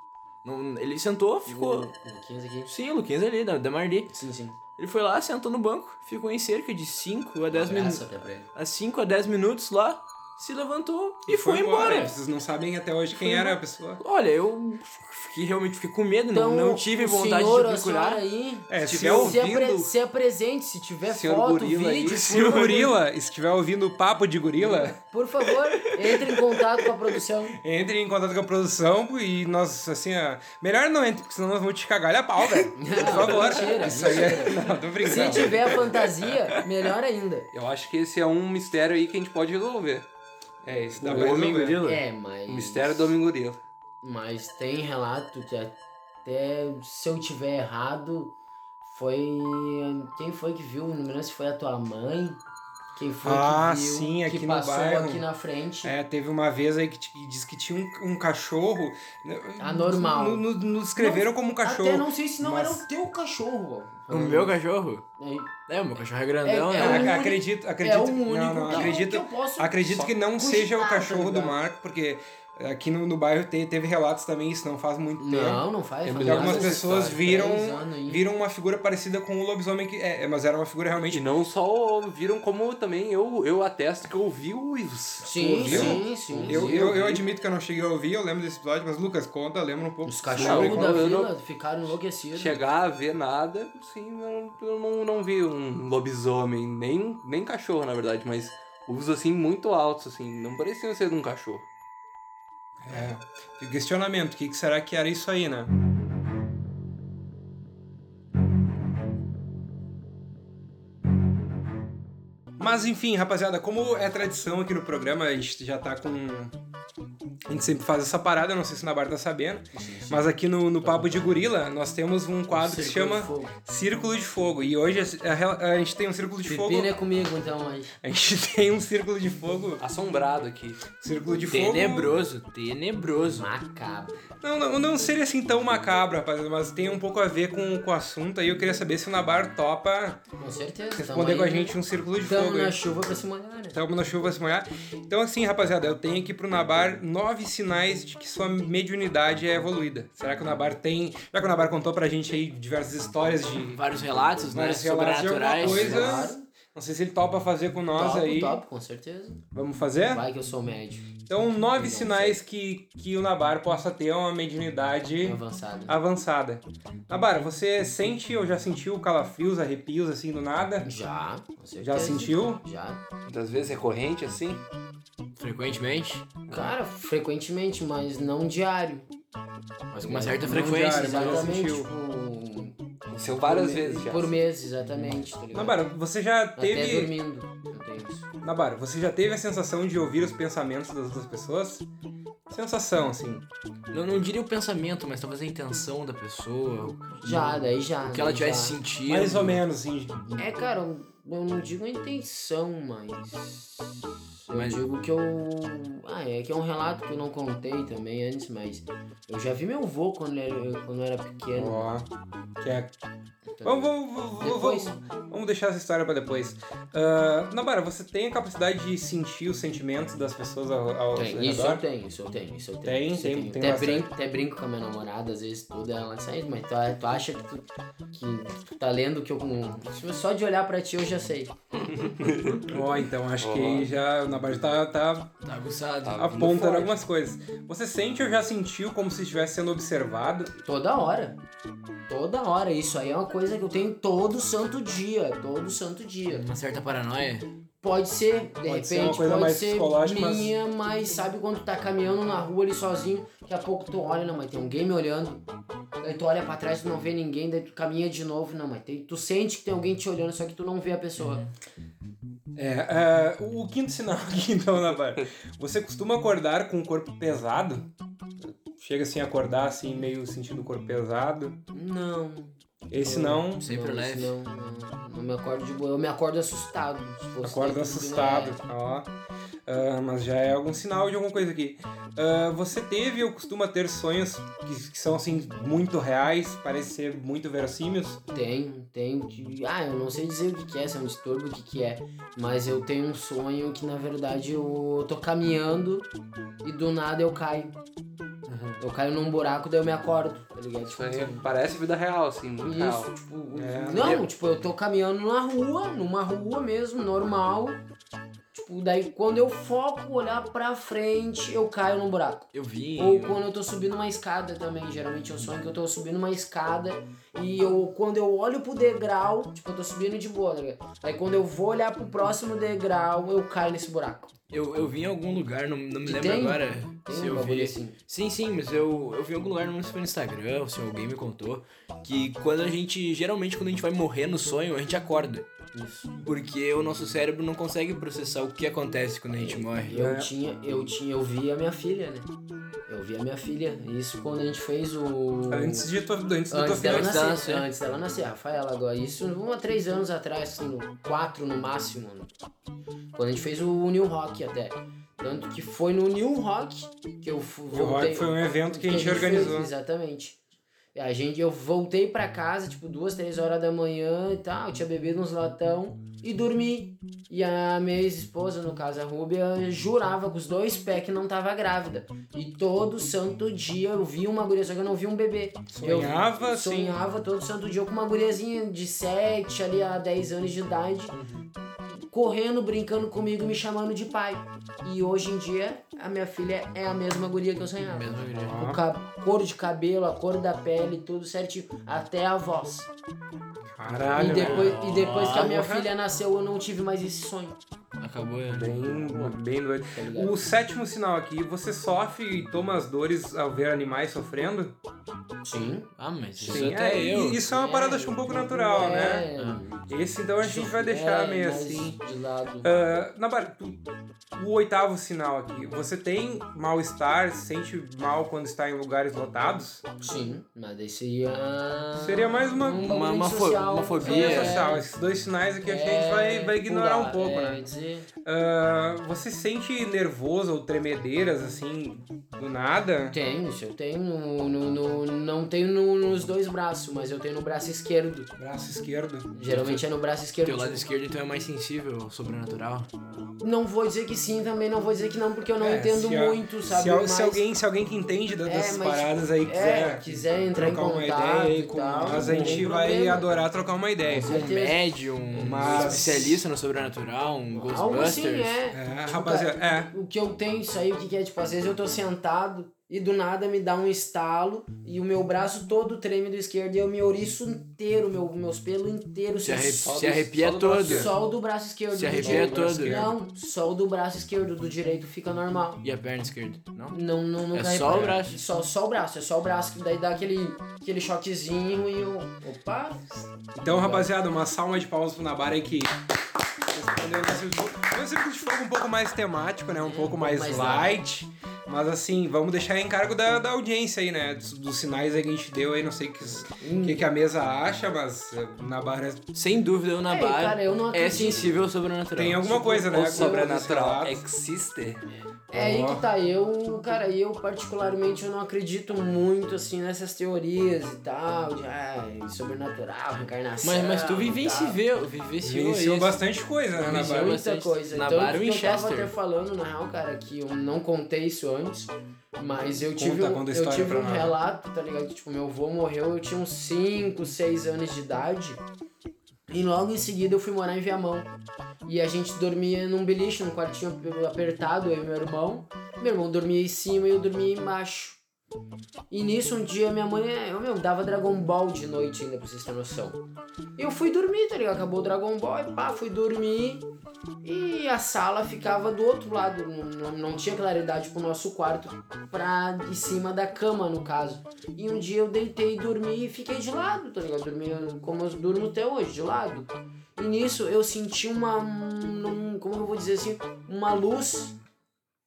[SPEAKER 2] Não- ele sentou, ficou.
[SPEAKER 4] Hum, 15 aqui.
[SPEAKER 2] Sim, o Luquinhas ali, da, da Marli.
[SPEAKER 4] Sim, sim.
[SPEAKER 2] Ele foi lá, sentou no banco, ficou em cerca de 5 a 10
[SPEAKER 4] Um abraço
[SPEAKER 2] minutos.
[SPEAKER 4] até pra ele.
[SPEAKER 2] A 5 a 10 minutos lá, se levantou e, foi, embora.
[SPEAKER 1] Vocês não sabem até hoje quem
[SPEAKER 2] Foi
[SPEAKER 1] era a
[SPEAKER 2] embora.
[SPEAKER 1] pessoa.
[SPEAKER 2] Olha, eu fiquei, realmente fiquei com medo, não, não tive
[SPEAKER 4] Então, o
[SPEAKER 2] vontade
[SPEAKER 4] senhor,
[SPEAKER 2] de
[SPEAKER 4] a senhora
[SPEAKER 2] procurar.
[SPEAKER 4] aí,
[SPEAKER 1] É, se
[SPEAKER 4] se,
[SPEAKER 1] eu
[SPEAKER 4] se, apre-
[SPEAKER 1] ouvindo-
[SPEAKER 4] se apresente, se tiver
[SPEAKER 3] Senhor
[SPEAKER 4] foto,
[SPEAKER 3] gorila [LAUGHS] aí.
[SPEAKER 4] vídeo,
[SPEAKER 1] Se o gorila estiver ouvindo o papo de gorila,
[SPEAKER 4] por favor, entre em contato com a
[SPEAKER 3] [LAUGHS]
[SPEAKER 4] produção.
[SPEAKER 1] entre em contato com a produção e nós, assim, ó, melhor não entre, porque senão nós vamos te cagar a pau, velho. Por favor.
[SPEAKER 4] mentira,
[SPEAKER 1] Isso aí é... Não, tô
[SPEAKER 4] Se
[SPEAKER 1] brincando.
[SPEAKER 4] tiver a fantasia, melhor ainda.
[SPEAKER 3] Eu acho que esse é um mistério aí que a gente pode resolver.
[SPEAKER 1] É, isso dá
[SPEAKER 2] O
[SPEAKER 1] pra
[SPEAKER 2] homem
[SPEAKER 1] resolver.
[SPEAKER 2] gorila.
[SPEAKER 4] É, mas.
[SPEAKER 3] O mistério do homem gorila.
[SPEAKER 4] Mas tem relato que até se eu tiver errado, foi. Quem foi que viu? Não me lembro se foi a tua mãe. Quem foi
[SPEAKER 1] Ah,
[SPEAKER 4] que viu
[SPEAKER 1] sim, aqui
[SPEAKER 4] que
[SPEAKER 1] no
[SPEAKER 4] passou
[SPEAKER 1] bairro.
[SPEAKER 4] aqui na frente.
[SPEAKER 1] É, teve uma vez aí que, t- que diz que tinha um, um cachorro. né,
[SPEAKER 4] Anormal.
[SPEAKER 1] no- no- Nos descreveram como um cachorro.
[SPEAKER 4] Até não sei se não
[SPEAKER 1] mas-
[SPEAKER 4] era o teu cachorro.
[SPEAKER 2] O meu cachorro?
[SPEAKER 4] cachorro.
[SPEAKER 2] É, o meu cachorro é grandão,
[SPEAKER 4] É, é
[SPEAKER 2] né?
[SPEAKER 4] um
[SPEAKER 1] Ac-
[SPEAKER 4] único-
[SPEAKER 1] Ah, acredito,
[SPEAKER 4] É
[SPEAKER 1] acredito.
[SPEAKER 4] o
[SPEAKER 1] não, não,
[SPEAKER 4] único que, é um eu- que
[SPEAKER 1] acredito,
[SPEAKER 4] eu posso.
[SPEAKER 1] acredito que não
[SPEAKER 4] cogitar,
[SPEAKER 1] seja o
[SPEAKER 4] tá
[SPEAKER 1] cachorro do
[SPEAKER 4] ligado?
[SPEAKER 1] Marco, porque aqui no, no bairro te- teve relatos também, isso não faz muito tempo.
[SPEAKER 4] Não, não faz.
[SPEAKER 3] Eu me
[SPEAKER 4] faz
[SPEAKER 1] Que
[SPEAKER 3] lembro
[SPEAKER 1] algumas
[SPEAKER 4] mais
[SPEAKER 3] dessa
[SPEAKER 4] uns
[SPEAKER 1] pessoas
[SPEAKER 3] história.
[SPEAKER 1] viram,
[SPEAKER 4] três anos aí.
[SPEAKER 1] viram uma figura parecida com o lobisomem que. É, é, mas era uma figura
[SPEAKER 3] E
[SPEAKER 1] realmente.
[SPEAKER 3] não só viram, como também eu, eu atesto que eu vi os.
[SPEAKER 4] Sim,
[SPEAKER 1] viu?
[SPEAKER 4] sim, sim.
[SPEAKER 1] Eu,
[SPEAKER 3] vi,
[SPEAKER 1] eu,
[SPEAKER 3] eu
[SPEAKER 1] eu
[SPEAKER 3] vi.
[SPEAKER 1] admito que eu não cheguei a ouvir, eu lembro desse episódio, mas Lucas, conta, lembra um pouco.
[SPEAKER 4] Os
[SPEAKER 1] sobre
[SPEAKER 4] cachorros
[SPEAKER 1] como-
[SPEAKER 4] da
[SPEAKER 3] eu não-
[SPEAKER 4] vila ficaram enlouquecidos.
[SPEAKER 3] Chegar a ver nada, sim, eu, eu não, não vi um lobisomem, nem, nem cachorro, na verdade, mas os assim muito altos, assim, não pareciam ser de um cachorro.
[SPEAKER 1] É, fica o questionamento, o que, que será que era isso aí, né? Mas enfim, rapaziada, como é tradição aqui no programa, a gente já tá com. A gente sempre faz essa parada, não sei se o Nabar tá sabendo, mas aqui no, no Papo de Gorila nós temos um quadro que se
[SPEAKER 4] Circuito
[SPEAKER 1] chama
[SPEAKER 4] de fogo.
[SPEAKER 1] Círculo de Fogo. E hoje a, a- a gente tem um Círculo de
[SPEAKER 4] Pepino é
[SPEAKER 1] Fogo.
[SPEAKER 4] comigo, então, aí.
[SPEAKER 1] A gente [LAUGHS] tem um Círculo de Fogo.
[SPEAKER 3] Assombrado aqui.
[SPEAKER 1] Círculo de Fogo.
[SPEAKER 2] Tenebroso, tenebroso.
[SPEAKER 4] Macabro.
[SPEAKER 1] Não, não, não seria assim tão macabro, rapaziada, mas tem um pouco a ver com, com o assunto aí. Eu queria saber se o Nabar topa
[SPEAKER 4] Com certeza.
[SPEAKER 1] responder
[SPEAKER 4] tamo
[SPEAKER 1] com a
[SPEAKER 4] aí.
[SPEAKER 1] gente um círculo de
[SPEAKER 4] Tamo
[SPEAKER 1] fogo
[SPEAKER 4] na
[SPEAKER 1] aí.
[SPEAKER 4] chuva pra se molhar, né?
[SPEAKER 1] Tamo na chuva pra se molhar. Então, assim, rapaziada, eu tenho aqui pro Nabar nove sinais de que sua mediunidade é evoluída. Será que o Nabar tem. Já que o Nabar contou pra gente aí diversas histórias de
[SPEAKER 2] Vários relatos, né?
[SPEAKER 1] vários relatos de alguma
[SPEAKER 2] Sobrenaturais.
[SPEAKER 1] coisa. Não sei se ele topa fazer com nós
[SPEAKER 4] Topo,
[SPEAKER 1] aí. É.
[SPEAKER 4] topo, com certeza.
[SPEAKER 1] Vamos fazer?
[SPEAKER 4] Vai que eu sou médio,
[SPEAKER 1] Então, nove
[SPEAKER 4] Não
[SPEAKER 1] sinais que, que o Nabar possa ter uma mediunidade.
[SPEAKER 4] avançado.
[SPEAKER 1] Ah, avançada. Nabara, você sente ou já sentiu calafrios, arrepios assim do nada?
[SPEAKER 4] Já, com certeza.
[SPEAKER 1] Já sentiu?
[SPEAKER 4] Já.
[SPEAKER 3] Muitas vezes recorrente, assim.
[SPEAKER 2] Frequentemente.
[SPEAKER 4] Cara, frequentemente, mas não diário.
[SPEAKER 2] Mas com uma certa
[SPEAKER 1] Não
[SPEAKER 2] frequência. né?
[SPEAKER 1] diário, mas não
[SPEAKER 4] Exatamente,
[SPEAKER 1] sentiu.
[SPEAKER 4] tipo...
[SPEAKER 3] Aconteceu várias
[SPEAKER 4] por
[SPEAKER 3] vezes
[SPEAKER 4] me-
[SPEAKER 3] já.
[SPEAKER 4] Por mês, exatamente, tá ligado?
[SPEAKER 1] Nabara, você já
[SPEAKER 4] Até
[SPEAKER 1] teve.
[SPEAKER 4] dormindo, eu tenho isso.
[SPEAKER 1] Nabara, você já teve a sensação de ouvir os pensamentos das outras pessoas? Sensação, assim.
[SPEAKER 2] Eu não diria o pensamento, mas talvez a intenção da pessoa.
[SPEAKER 4] Já, daí já.
[SPEAKER 2] O que ela
[SPEAKER 4] daí já.
[SPEAKER 2] tivesse sentido.
[SPEAKER 1] Mais ou menos, assim.
[SPEAKER 4] É, cara, eu eu não digo a intenção, mas. Eu
[SPEAKER 2] Mas-
[SPEAKER 4] digo que eu. Ah, é que é um relato que eu não contei também antes, mas. Eu já vi meu vô quando ele era, quando eu era pequeno.
[SPEAKER 1] Ó. que é-
[SPEAKER 4] tá
[SPEAKER 1] Vamos, vamos,
[SPEAKER 4] ligado?
[SPEAKER 1] vamos,
[SPEAKER 4] Depois.
[SPEAKER 1] vamos, vamos deixar essa história pra depois. Ah, Nabara, você tem a capacidade de sentir os sentimentos das pessoas ao, ao seu
[SPEAKER 4] Tem, isso eu
[SPEAKER 1] redor?
[SPEAKER 4] tenho, isso eu tenho, isso eu tenho.
[SPEAKER 1] Tem,
[SPEAKER 4] isso eu
[SPEAKER 1] tem-
[SPEAKER 4] tenho.
[SPEAKER 1] tem
[SPEAKER 4] até,
[SPEAKER 1] bastante.
[SPEAKER 4] brinco, até brinco com a minha namorada, às vezes tudo, ela sai, mas tu, tu acha que tu, que tu tá lendo o que eu. Só de olhar pra ti eu já sei.
[SPEAKER 1] Ó, então acho
[SPEAKER 3] Ó.
[SPEAKER 1] que já o Nabara tá- tá
[SPEAKER 2] Tá aguçado.
[SPEAKER 3] Tá. Vindo
[SPEAKER 1] apontando
[SPEAKER 3] forte.
[SPEAKER 1] algumas coisas. Você sente ou já sentiu como se estivesse sendo observado?
[SPEAKER 4] Toda hora. Toda hora. Isso aí é uma coisa que eu tenho todo santo dia. Todo santo dia.
[SPEAKER 2] Uma certa paranoia.
[SPEAKER 4] Pode ser, de
[SPEAKER 1] Pode
[SPEAKER 4] repente,
[SPEAKER 1] ser uma coisa
[SPEAKER 4] pode
[SPEAKER 1] mais
[SPEAKER 4] ser
[SPEAKER 1] psicológica, mas-
[SPEAKER 4] minha, mas... sabe quando tu tá caminhando na rua ali sozinho, daqui a pouco tu olha, não, mas tem alguém me olhando. Daí tu olha pra trás, tu não vê ninguém, daí tu caminha de novo, não, mas tem... tu sente que tem alguém te olhando, só que tu não vê a pessoa.
[SPEAKER 1] É, é, o, o quinto sinal [LAUGHS] aqui, então, na barra. Você costuma acordar com o corpo pesado? Chega assim a acordar, assim, meio sentindo o corpo pesado.
[SPEAKER 4] Não.
[SPEAKER 1] Esse
[SPEAKER 4] Hum.
[SPEAKER 1] não.
[SPEAKER 2] Sempre
[SPEAKER 4] não,
[SPEAKER 2] leve.
[SPEAKER 4] Não, não, não me acordo de boa. Eu me acordo assustado. se fosse
[SPEAKER 1] Acorda
[SPEAKER 4] dentro do
[SPEAKER 1] assustado,
[SPEAKER 4] Guimarães.
[SPEAKER 1] ó. Ah, mas já é algum sinal de alguma coisa aqui. Ah, você teve ou costuma ter sonhos que, que são assim muito reais, parecem ser muito verossímeis?
[SPEAKER 4] Tenho, tenho. que- Ah, eu não sei dizer o que, que é, se é um distúrbio, o que, que é. Mas eu tenho um sonho que, na verdade, eu tô caminhando e do nada eu caio. Eu caio num buraco, daí eu me acordo, tá ligado?
[SPEAKER 3] Isso
[SPEAKER 4] Tipo,
[SPEAKER 3] aí parece vida real, assim, muito
[SPEAKER 4] isso,
[SPEAKER 3] real.
[SPEAKER 4] tipo.
[SPEAKER 1] É.
[SPEAKER 4] Não, tipo, eu tô caminhando na rua, numa rua mesmo, normal. Tipo, daí quando eu foco olhar pra frente, eu caio num buraco.
[SPEAKER 2] Eu vi.
[SPEAKER 4] Ou quando eu tô subindo uma escada também, geralmente eu sonho que eu tô subindo uma escada e eu quando eu olho pro degrau, tipo, eu tô subindo de boa, tá ligado? Aí quando eu vou olhar pro próximo degrau, eu caio nesse buraco.
[SPEAKER 2] Eu, eu vi em algum lugar, não, não me
[SPEAKER 4] E
[SPEAKER 2] lembro
[SPEAKER 4] tem-
[SPEAKER 2] agora
[SPEAKER 4] Tem
[SPEAKER 2] se
[SPEAKER 4] um
[SPEAKER 2] eu
[SPEAKER 4] bagulho
[SPEAKER 2] vi.
[SPEAKER 4] assim.
[SPEAKER 2] Sim, sim, mas eu, eu vi em algum lugar, não sei se foi no Instagram ou se alguém me contou, que quando a gente, geralmente quando a gente vai morrer no sonho, a gente acorda.
[SPEAKER 4] Isso.
[SPEAKER 2] Porque o nosso cérebro não consegue processar o que acontece quando a gente morre.
[SPEAKER 4] Eu
[SPEAKER 1] É.
[SPEAKER 4] tinha, eu tinha, eu vi a minha filha, né? Eu vi a minha filha. Isso quando a gente fez o.
[SPEAKER 1] Antes de tua, antes do tua
[SPEAKER 4] Hum. Antes dela,
[SPEAKER 1] filha.
[SPEAKER 2] antes
[SPEAKER 4] nascer, é.
[SPEAKER 2] dela nascer.
[SPEAKER 4] antes dela nascer, a Rafaela agora. Isso um a três anos atrás, assim, no- quatro no máximo. né? Quando a gente fez o New Rock até. Tanto que foi no New Rock que eu fu-
[SPEAKER 1] O rock
[SPEAKER 4] voltei.
[SPEAKER 1] foi um evento que a gente
[SPEAKER 4] fez,
[SPEAKER 1] organizou.
[SPEAKER 4] exatamente. A gente, eu voltei pra casa, tipo, duas, três horas da manhã e tal. Eu tinha bebido uns latão e dormi. E a minha ex-esposa, no caso a Rúbia, jurava com os dois pés que não tava grávida. E todo santo dia eu vi uma guria, só que eu não vi um bebê. Eu
[SPEAKER 1] Sonhava, assim.
[SPEAKER 4] Sonhava todo santo dia com uma guriazinha de 7 ali a 10 anos de idade. Correndo, brincando comigo, me chamando de pai. E hoje em dia, a minha filha é a mesma guria que eu sonhava.
[SPEAKER 2] Mesmo né? igreja.
[SPEAKER 4] O ca- cor de cabelo, a cor da pele, tudo certinho, até a voz.
[SPEAKER 1] Caralho. né? Ah,
[SPEAKER 4] e, depois, e depois que a minha
[SPEAKER 1] Porra.
[SPEAKER 4] filha nasceu, eu não tive mais esse sonho.
[SPEAKER 2] Acabou. né?
[SPEAKER 1] Bem, bem doido.
[SPEAKER 4] Tá ligado?
[SPEAKER 1] O sétimo sinal aqui, você sofre e toma as dores ao ver animais sofrendo?
[SPEAKER 4] Sim.
[SPEAKER 2] Ah, mas isso
[SPEAKER 1] Sim,
[SPEAKER 2] até
[SPEAKER 1] é,
[SPEAKER 2] eu.
[SPEAKER 1] e Isso é uma parada acho que um pouco
[SPEAKER 4] É.
[SPEAKER 1] natural, né? Esse então a gente vai deixar meio assim.
[SPEAKER 4] De lado.
[SPEAKER 1] Ah, na bar... tu- O oitavo sinal aqui. Você tem mal-estar, se sente mal quando está em lugares lotados?
[SPEAKER 4] Sim, mas é daí seria.
[SPEAKER 1] Seria mais uma-
[SPEAKER 4] bagulho
[SPEAKER 2] uma- uma
[SPEAKER 4] de
[SPEAKER 2] fo-
[SPEAKER 4] um social.
[SPEAKER 2] uma fobia.
[SPEAKER 1] É,
[SPEAKER 2] É.
[SPEAKER 1] social. Esses dois sinais aqui acho que a gente
[SPEAKER 4] É,
[SPEAKER 1] vai, vai ignorar
[SPEAKER 4] pular,
[SPEAKER 1] um pouco,
[SPEAKER 4] é,
[SPEAKER 1] né?
[SPEAKER 4] dizer-
[SPEAKER 1] Ah, você se sente nervoso ou tremedeiras, assim, do nada?
[SPEAKER 4] Tenho, isso eu tenho. No, no- no- não tenho no- nos dois braços, mas eu tenho no braço esquerdo.
[SPEAKER 1] Braço esquerdo.
[SPEAKER 4] Geralmente é no braço esquerdo.
[SPEAKER 2] Teu lado esquerdo então é mais sensível ao sobrenatural.
[SPEAKER 4] Não vou dizer que sim, também não vou dizer que não, porque eu não
[SPEAKER 1] É,
[SPEAKER 4] entendo
[SPEAKER 1] se a-
[SPEAKER 4] muito, sabe?
[SPEAKER 1] se, al-
[SPEAKER 4] Mas-
[SPEAKER 1] se alguém, se alguém que entende da-
[SPEAKER 4] É,
[SPEAKER 1] dessas
[SPEAKER 4] mas,
[SPEAKER 1] paradas aí
[SPEAKER 4] é,
[SPEAKER 1] quiser,
[SPEAKER 4] quiser entrar em
[SPEAKER 1] trocar uma
[SPEAKER 4] contato
[SPEAKER 1] ideia aí
[SPEAKER 4] e
[SPEAKER 1] com
[SPEAKER 4] tal,
[SPEAKER 1] nós, a
[SPEAKER 4] não tem
[SPEAKER 1] gente vai
[SPEAKER 4] problema.
[SPEAKER 1] adorar trocar uma ideia.
[SPEAKER 4] Com
[SPEAKER 2] Um
[SPEAKER 4] certeza.
[SPEAKER 2] médium, um
[SPEAKER 1] Mas-
[SPEAKER 2] especialista no sobrenatural, um
[SPEAKER 4] Algo assim,
[SPEAKER 2] Ghostbusters.
[SPEAKER 4] é.
[SPEAKER 1] É,
[SPEAKER 4] Tipo,
[SPEAKER 1] rapaziada, é.
[SPEAKER 4] O que eu tenho isso aí, o que, que é? Tipo, às vezes eu tô sentado e do nada me dá um estalo e o meu braço todo treme do esquerdo e eu me ouriço inteiro, meu, meus pelos inteiros.
[SPEAKER 2] Se, arre-
[SPEAKER 4] só,
[SPEAKER 2] se arrepia
[SPEAKER 3] só do
[SPEAKER 2] todo.
[SPEAKER 3] braço.
[SPEAKER 4] só o do braço esquerdo.
[SPEAKER 2] Se
[SPEAKER 4] do
[SPEAKER 2] arrepia
[SPEAKER 4] direito.
[SPEAKER 2] todo.
[SPEAKER 4] Não, só o do braço esquerdo, do direito fica normal.
[SPEAKER 2] E a perna esquerda? Não?
[SPEAKER 4] Não, não, não
[SPEAKER 2] É
[SPEAKER 4] dá
[SPEAKER 2] só
[SPEAKER 4] reparo.
[SPEAKER 2] o braço.
[SPEAKER 4] Só, só o braço, é só o braço que daí dá aquele, aquele choquezinho e eu. Opa!
[SPEAKER 1] Então, rapaziada, uma salva de palmas pro Nabara aí que respondeu o nosso Foi um circuito de fogo um pouco mais temático, né? Um pouco mais,
[SPEAKER 4] É, mais
[SPEAKER 1] light. Mas assim, vamos deixar em cargo da, da audiência aí, né? Dos, dos sinais aí que a gente deu aí, não sei o que, os-
[SPEAKER 4] Hum.
[SPEAKER 1] que, que a mesa acha, mas eh, o Nabara
[SPEAKER 2] Sem dúvida, o
[SPEAKER 4] Ei,
[SPEAKER 2] Nabar
[SPEAKER 4] cara, eu não
[SPEAKER 2] é
[SPEAKER 4] acredito.
[SPEAKER 2] sensível ao sobrenatural.
[SPEAKER 1] tem alguma coisa, né?
[SPEAKER 3] o
[SPEAKER 1] com
[SPEAKER 3] sobrenatural
[SPEAKER 1] esse relato.
[SPEAKER 3] existe.
[SPEAKER 4] É aí
[SPEAKER 1] Ó.
[SPEAKER 4] que tá, eu, cara, eu particularmente eu não acredito muito assim nessas teorias e tal, de ah, sobrenatural, reencarnação.
[SPEAKER 2] Mas, mas tu
[SPEAKER 4] Tá.
[SPEAKER 2] vivenciou, vivenciou
[SPEAKER 1] Vivenciou
[SPEAKER 2] isso.
[SPEAKER 1] bastante coisa, né,
[SPEAKER 4] Muita
[SPEAKER 1] Nabara?
[SPEAKER 2] Vivenciou. bastante.
[SPEAKER 4] coisa.
[SPEAKER 2] Na
[SPEAKER 4] Então,
[SPEAKER 2] Barra
[SPEAKER 4] o que eu tava
[SPEAKER 2] Winchester.
[SPEAKER 4] até falando, na real, cara, que eu não contei isso antes, mas eu
[SPEAKER 1] Conta,
[SPEAKER 4] tive, um-
[SPEAKER 1] conta a
[SPEAKER 4] eu
[SPEAKER 1] história
[SPEAKER 4] tive
[SPEAKER 1] pra
[SPEAKER 4] um
[SPEAKER 1] nós.
[SPEAKER 4] relato, tá ligado? Tipo, meu avô morreu, eu tinha uns 5, 6 anos de idade. E logo em seguida eu fui morar em Viamão. E a gente dormia num beliche, num quartinho apertado, eu e meu irmão. Meu irmão dormia em cima e eu dormia embaixo. E nisso um dia minha mãe, eu meu, dava Dragon Ball de noite ainda, pra vocês terem noção. Eu fui dormir, tá ligado? Acabou o Dragon Ball, e pá, fui dormir. E a sala ficava do outro lado, não, não- não tinha claridade pro nosso quarto, pra em cima da cama, no caso. E um dia eu deitei e dormi e fiquei de lado, tá ligado? Dormi como eu durmo até hoje, de lado. E nisso eu senti uma. um- como eu vou dizer assim? Uma luz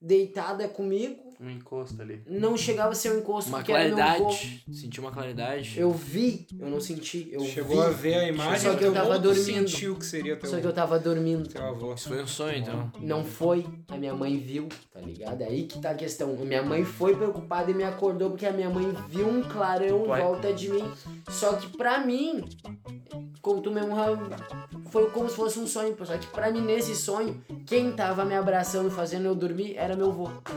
[SPEAKER 4] deitada comigo.
[SPEAKER 3] Um encosto ali.
[SPEAKER 4] Não chegava a ser um encosto,
[SPEAKER 2] Uma
[SPEAKER 4] porque era meu vô.
[SPEAKER 2] claridade. Sentiu uma claridade.
[SPEAKER 4] Eu vi, eu não senti, eu
[SPEAKER 1] Chegou a
[SPEAKER 4] vi.
[SPEAKER 1] ver então. a imagem
[SPEAKER 4] Só que eu
[SPEAKER 1] teu
[SPEAKER 4] tava
[SPEAKER 1] avô, tu
[SPEAKER 4] dormindo.
[SPEAKER 1] sentiu que seria teu,
[SPEAKER 4] Só que eu tava dormindo.
[SPEAKER 1] teu avô.
[SPEAKER 2] Isso foi um sonho, então.
[SPEAKER 4] Não foi, a minha mãe viu, tá ligado? Aí que tá a questão. A Minha mãe foi preocupada e me acordou porque a minha mãe viu um clarão em
[SPEAKER 3] Vai.
[SPEAKER 4] volta de mim. Só que pra mim, como tu mesmo ra- foi como se fosse um sonho, só que pra mim nesse sonho, quem tava me abraçando, fazendo eu dormir, era meu vô, tá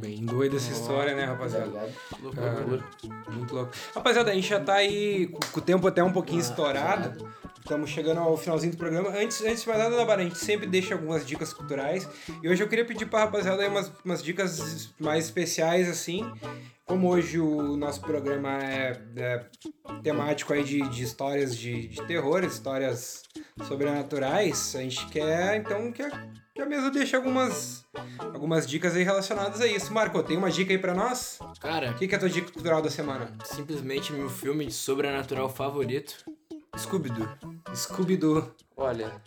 [SPEAKER 1] Bem doida essa história, né, rapaziada?
[SPEAKER 4] ligado?
[SPEAKER 1] Cara, muito louco. Rapaziada, a gente já tá aí com com o tempo até um pouquinho estourado. Estamos chegando ao finalzinho do programa. Antes, antes de mais nada, Nabar, a gente sempre deixa algumas dicas culturais. E hoje eu queria pedir pra rapaziada aí umas, umas dicas mais especiais, assim. Como hoje o nosso programa é, é temático aí de, de histórias de, de terror, histórias sobrenaturais, a gente quer, então, que a, que a mesa deixe algumas, algumas dicas aí relacionadas a isso. Marco, tem uma dica aí pra nós?
[SPEAKER 2] Cara,
[SPEAKER 1] O que, que é a tua dica cultural da semana?
[SPEAKER 2] simplesmente meu filme de sobrenatural favorito. Scooby-Doo.
[SPEAKER 1] Scooby-Doo.
[SPEAKER 3] Olha.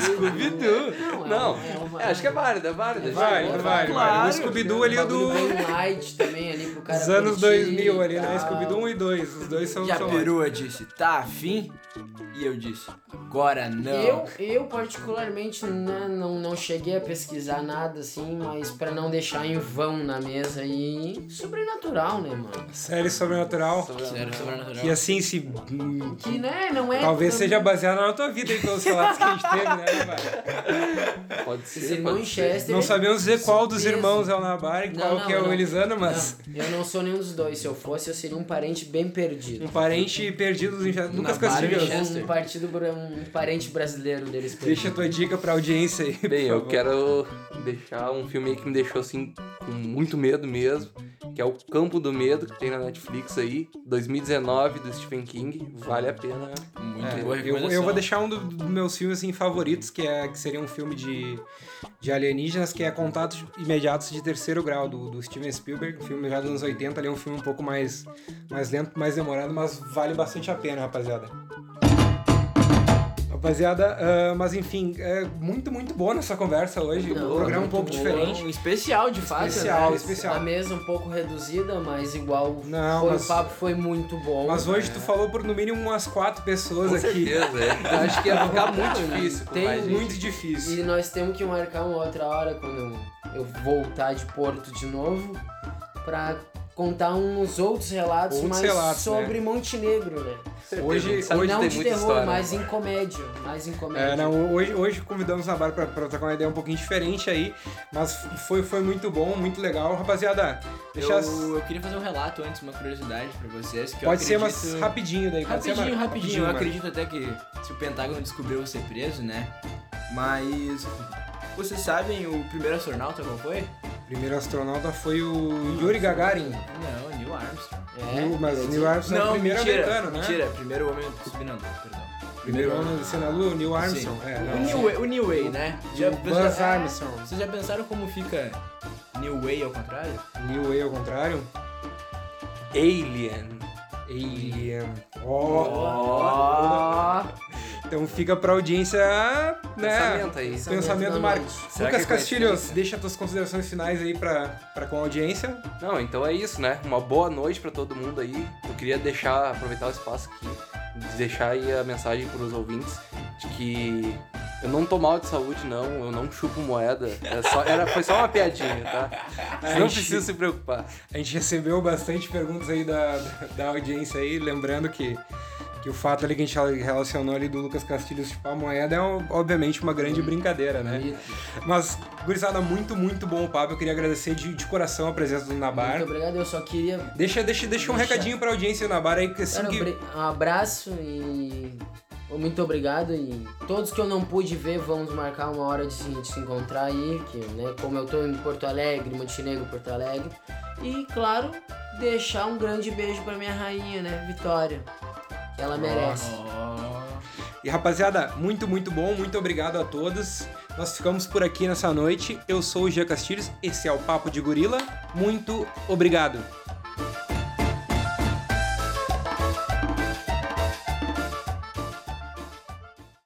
[SPEAKER 1] Scooby-Doo,
[SPEAKER 4] Não, é
[SPEAKER 3] Não,
[SPEAKER 4] uma- é uma-
[SPEAKER 3] é, acho que é válida, é válida.
[SPEAKER 4] É
[SPEAKER 1] Vai, vai,
[SPEAKER 4] Vai,
[SPEAKER 1] vai.
[SPEAKER 3] claro.
[SPEAKER 1] O Scooby-Doo ali é do...
[SPEAKER 4] bagulho bem light também ali pro cara
[SPEAKER 1] Dos anos
[SPEAKER 4] curtir
[SPEAKER 1] 2000
[SPEAKER 4] e
[SPEAKER 1] ali, né?
[SPEAKER 4] tal.
[SPEAKER 1] Scooby-Doo 1 e 2. Os dois são...
[SPEAKER 2] E a
[SPEAKER 1] são
[SPEAKER 2] perua disse, tá afim? E eu disse, agora não.
[SPEAKER 4] Eu, eu particularmente né, não, não cheguei a pesquisar nada assim, mas pra não deixar em vão na mesa e sobrenatural, né, mano?
[SPEAKER 1] ótimos. Série sobrenatural.
[SPEAKER 2] Sério, sobrenatural.
[SPEAKER 1] E assim, se... hum,
[SPEAKER 4] Que né, não é
[SPEAKER 1] Talvez
[SPEAKER 4] tão-
[SPEAKER 1] seja baseada na tua vida, aí, pelos relatos que a gente teve, né, Nabar?
[SPEAKER 3] Pode
[SPEAKER 4] Esse
[SPEAKER 3] ser,
[SPEAKER 4] irmão
[SPEAKER 3] pode ser.
[SPEAKER 4] Chester.
[SPEAKER 1] Não sabemos dizer qual dos
[SPEAKER 4] Certeza.
[SPEAKER 1] irmãos é o Nabar e
[SPEAKER 4] Não,
[SPEAKER 1] qual
[SPEAKER 4] não,
[SPEAKER 1] que é o
[SPEAKER 4] não.
[SPEAKER 1] Elisano, mas...
[SPEAKER 4] Não, eu não sou nenhum dos dois. Se eu fosse, eu seria um parente bem perdido.
[SPEAKER 1] Um parente perdido dos enxergados. Lucas
[SPEAKER 2] Nabar e
[SPEAKER 1] Castilhos.
[SPEAKER 2] Chester.
[SPEAKER 4] Um partido bra- um parente brasileiro deles
[SPEAKER 1] Deixa a tua dica pra audiência aí, [LAUGHS] por
[SPEAKER 3] Bem, eu
[SPEAKER 1] favor.
[SPEAKER 3] quero deixar um filme aí que me deixou assim com muito medo mesmo, que é o Campo do Medo, que tem na Netflix aí, 2019 do Stephen King, vale a pena.
[SPEAKER 2] Muito
[SPEAKER 1] É,
[SPEAKER 2] boa
[SPEAKER 1] eu,
[SPEAKER 2] recomendação.
[SPEAKER 1] eu vou deixar um do- dos meus filmes assim, favoritos, que, é, que seria um filme de, de alienígenas, que é Contatos Imediatos de Terceiro Grau, do, do Steven Spielberg, um filme já dos anos 80, ali é um filme um pouco mais, mais lento, mais demorado, mas vale bastante a pena, rapaziada. Rapaziada, ah, mas enfim, é muito, muito boa nossa conversa hoje.
[SPEAKER 4] Muito
[SPEAKER 1] um
[SPEAKER 4] boa,
[SPEAKER 1] programa um
[SPEAKER 4] muito
[SPEAKER 1] pouco
[SPEAKER 4] boa.
[SPEAKER 1] diferente.
[SPEAKER 2] Um especial, de fato.
[SPEAKER 1] Especial,
[SPEAKER 2] né?
[SPEAKER 1] especial.
[SPEAKER 4] A mesa um pouco reduzida, mas igual
[SPEAKER 1] Não,
[SPEAKER 4] foi,
[SPEAKER 1] mas-
[SPEAKER 4] o papo foi muito bom. né?
[SPEAKER 1] Mas hoje tu falou por no mínimo umas quatro pessoas
[SPEAKER 3] Com
[SPEAKER 1] aqui.
[SPEAKER 3] certeza, é. Eu acho que ia ficar muito difícil. com
[SPEAKER 4] Tem
[SPEAKER 3] mais gente.
[SPEAKER 1] Muito difícil.
[SPEAKER 4] E nós temos que marcar uma outra hora quando eu voltar de Porto de novo pra contar uns outros relatos,
[SPEAKER 1] Outros
[SPEAKER 4] mas
[SPEAKER 1] relatos, né?
[SPEAKER 4] sobre Montenegro, né?
[SPEAKER 3] Certeza,
[SPEAKER 1] hoje-
[SPEAKER 3] a gente sabe que
[SPEAKER 4] não
[SPEAKER 3] tem
[SPEAKER 4] de
[SPEAKER 3] muita
[SPEAKER 4] terror,
[SPEAKER 3] história,
[SPEAKER 4] mas
[SPEAKER 3] né?
[SPEAKER 4] em comédia. Mais em comédia.
[SPEAKER 1] É, não, hoje, hoje convidamos a Bar pra, pra trocar uma ideia um pouquinho diferente aí, mas foi, foi muito bom, muito legal. Rapaziada, deixa as-
[SPEAKER 2] Eu, eu queria fazer um relato antes, uma curiosidade pra vocês. Que eu
[SPEAKER 1] Pode ser, mas
[SPEAKER 2] acredito-
[SPEAKER 1] rapidinho daí. pode ser,
[SPEAKER 2] Rapidinho,
[SPEAKER 1] Marco,
[SPEAKER 2] rapidinho. Eu
[SPEAKER 1] Marco.
[SPEAKER 2] acredito até que se o Pentágono descobriu eu ser preso, né? Mas. Vocês sabem o primeiro astronauta qual foi?
[SPEAKER 1] O primeiro astronauta foi o Yuri Gagarin.
[SPEAKER 2] Não, Neil Armstrong.
[SPEAKER 1] Neil-
[SPEAKER 4] É.
[SPEAKER 1] mas o Neil Armstrong é o primeiro
[SPEAKER 2] mentira,
[SPEAKER 1] americano, né?
[SPEAKER 2] Mentira, primeiro homem. Não, perdão.
[SPEAKER 1] Primeiro homem sendo na Lua, o Neil Armstrong.
[SPEAKER 2] Sim.
[SPEAKER 1] É,
[SPEAKER 2] O
[SPEAKER 1] não.
[SPEAKER 2] New Way, o New Way, né? Já
[SPEAKER 1] O
[SPEAKER 2] pensaram-
[SPEAKER 1] Buzz
[SPEAKER 2] é,
[SPEAKER 1] Armstrong.
[SPEAKER 2] Vocês já pensaram como fica New Way ao contrário?
[SPEAKER 1] Neil Way ao contrário.
[SPEAKER 3] Alien.
[SPEAKER 1] Alien. Ó.
[SPEAKER 2] Ó!
[SPEAKER 1] Então fica pra audiência,
[SPEAKER 2] Tá
[SPEAKER 1] né?
[SPEAKER 3] Pensamento aí.
[SPEAKER 1] Pensamento do
[SPEAKER 4] da
[SPEAKER 1] Marcos.
[SPEAKER 4] noite.
[SPEAKER 3] Será
[SPEAKER 1] Lucas
[SPEAKER 3] que vai
[SPEAKER 1] Castilhos,
[SPEAKER 3] ser?
[SPEAKER 1] deixa tuas considerações finais aí pra, pra com a audiência.
[SPEAKER 3] Não, então é isso, né? Uma boa noite pra todo mundo aí. Eu queria deixar, aproveitar o espaço aqui, deixar aí a mensagem pros ouvintes de que eu não tô mal de saúde, não. Eu não chupo moeda. É só- era, foi só uma piadinha, tá? Vocês não
[SPEAKER 1] Ai,
[SPEAKER 3] precisam se preocupar.
[SPEAKER 1] A gente [LAUGHS] recebeu bastante perguntas aí da, da audiência aí, lembrando que, que o fato ali que a gente relacionou ali do Lucas Castilhos tipo a moeda é obviamente uma grande brincadeira,
[SPEAKER 4] é
[SPEAKER 1] né? Mas, gurizada, muito, muito bom o papo. Eu queria agradecer de, de coração a presença do
[SPEAKER 4] Muito
[SPEAKER 1] Nabar.
[SPEAKER 4] obrigado, eu só queria.
[SPEAKER 1] Deixa, deixa, deixa um
[SPEAKER 4] Deixa.
[SPEAKER 1] recadinho pra audiência do Nabar aí, Assim que assim
[SPEAKER 4] Cara,
[SPEAKER 1] que...
[SPEAKER 4] obri- um abraço e Muito obrigado e todos que eu não pude ver, vamos marcar uma hora de se, de se encontrar aí, que, né, como eu tô em Porto Alegre, Montenegro, Porto Alegre. E, claro, deixar um grande beijo pra minha rainha, né, Vitória. Que ela merece.
[SPEAKER 2] Oh.
[SPEAKER 1] E rapaziada, muito, muito bom, muito obrigado a todos. Nós ficamos por aqui nessa noite. Eu sou o Gia Castilhos, esse é o Papo de Gorila. Muito obrigado.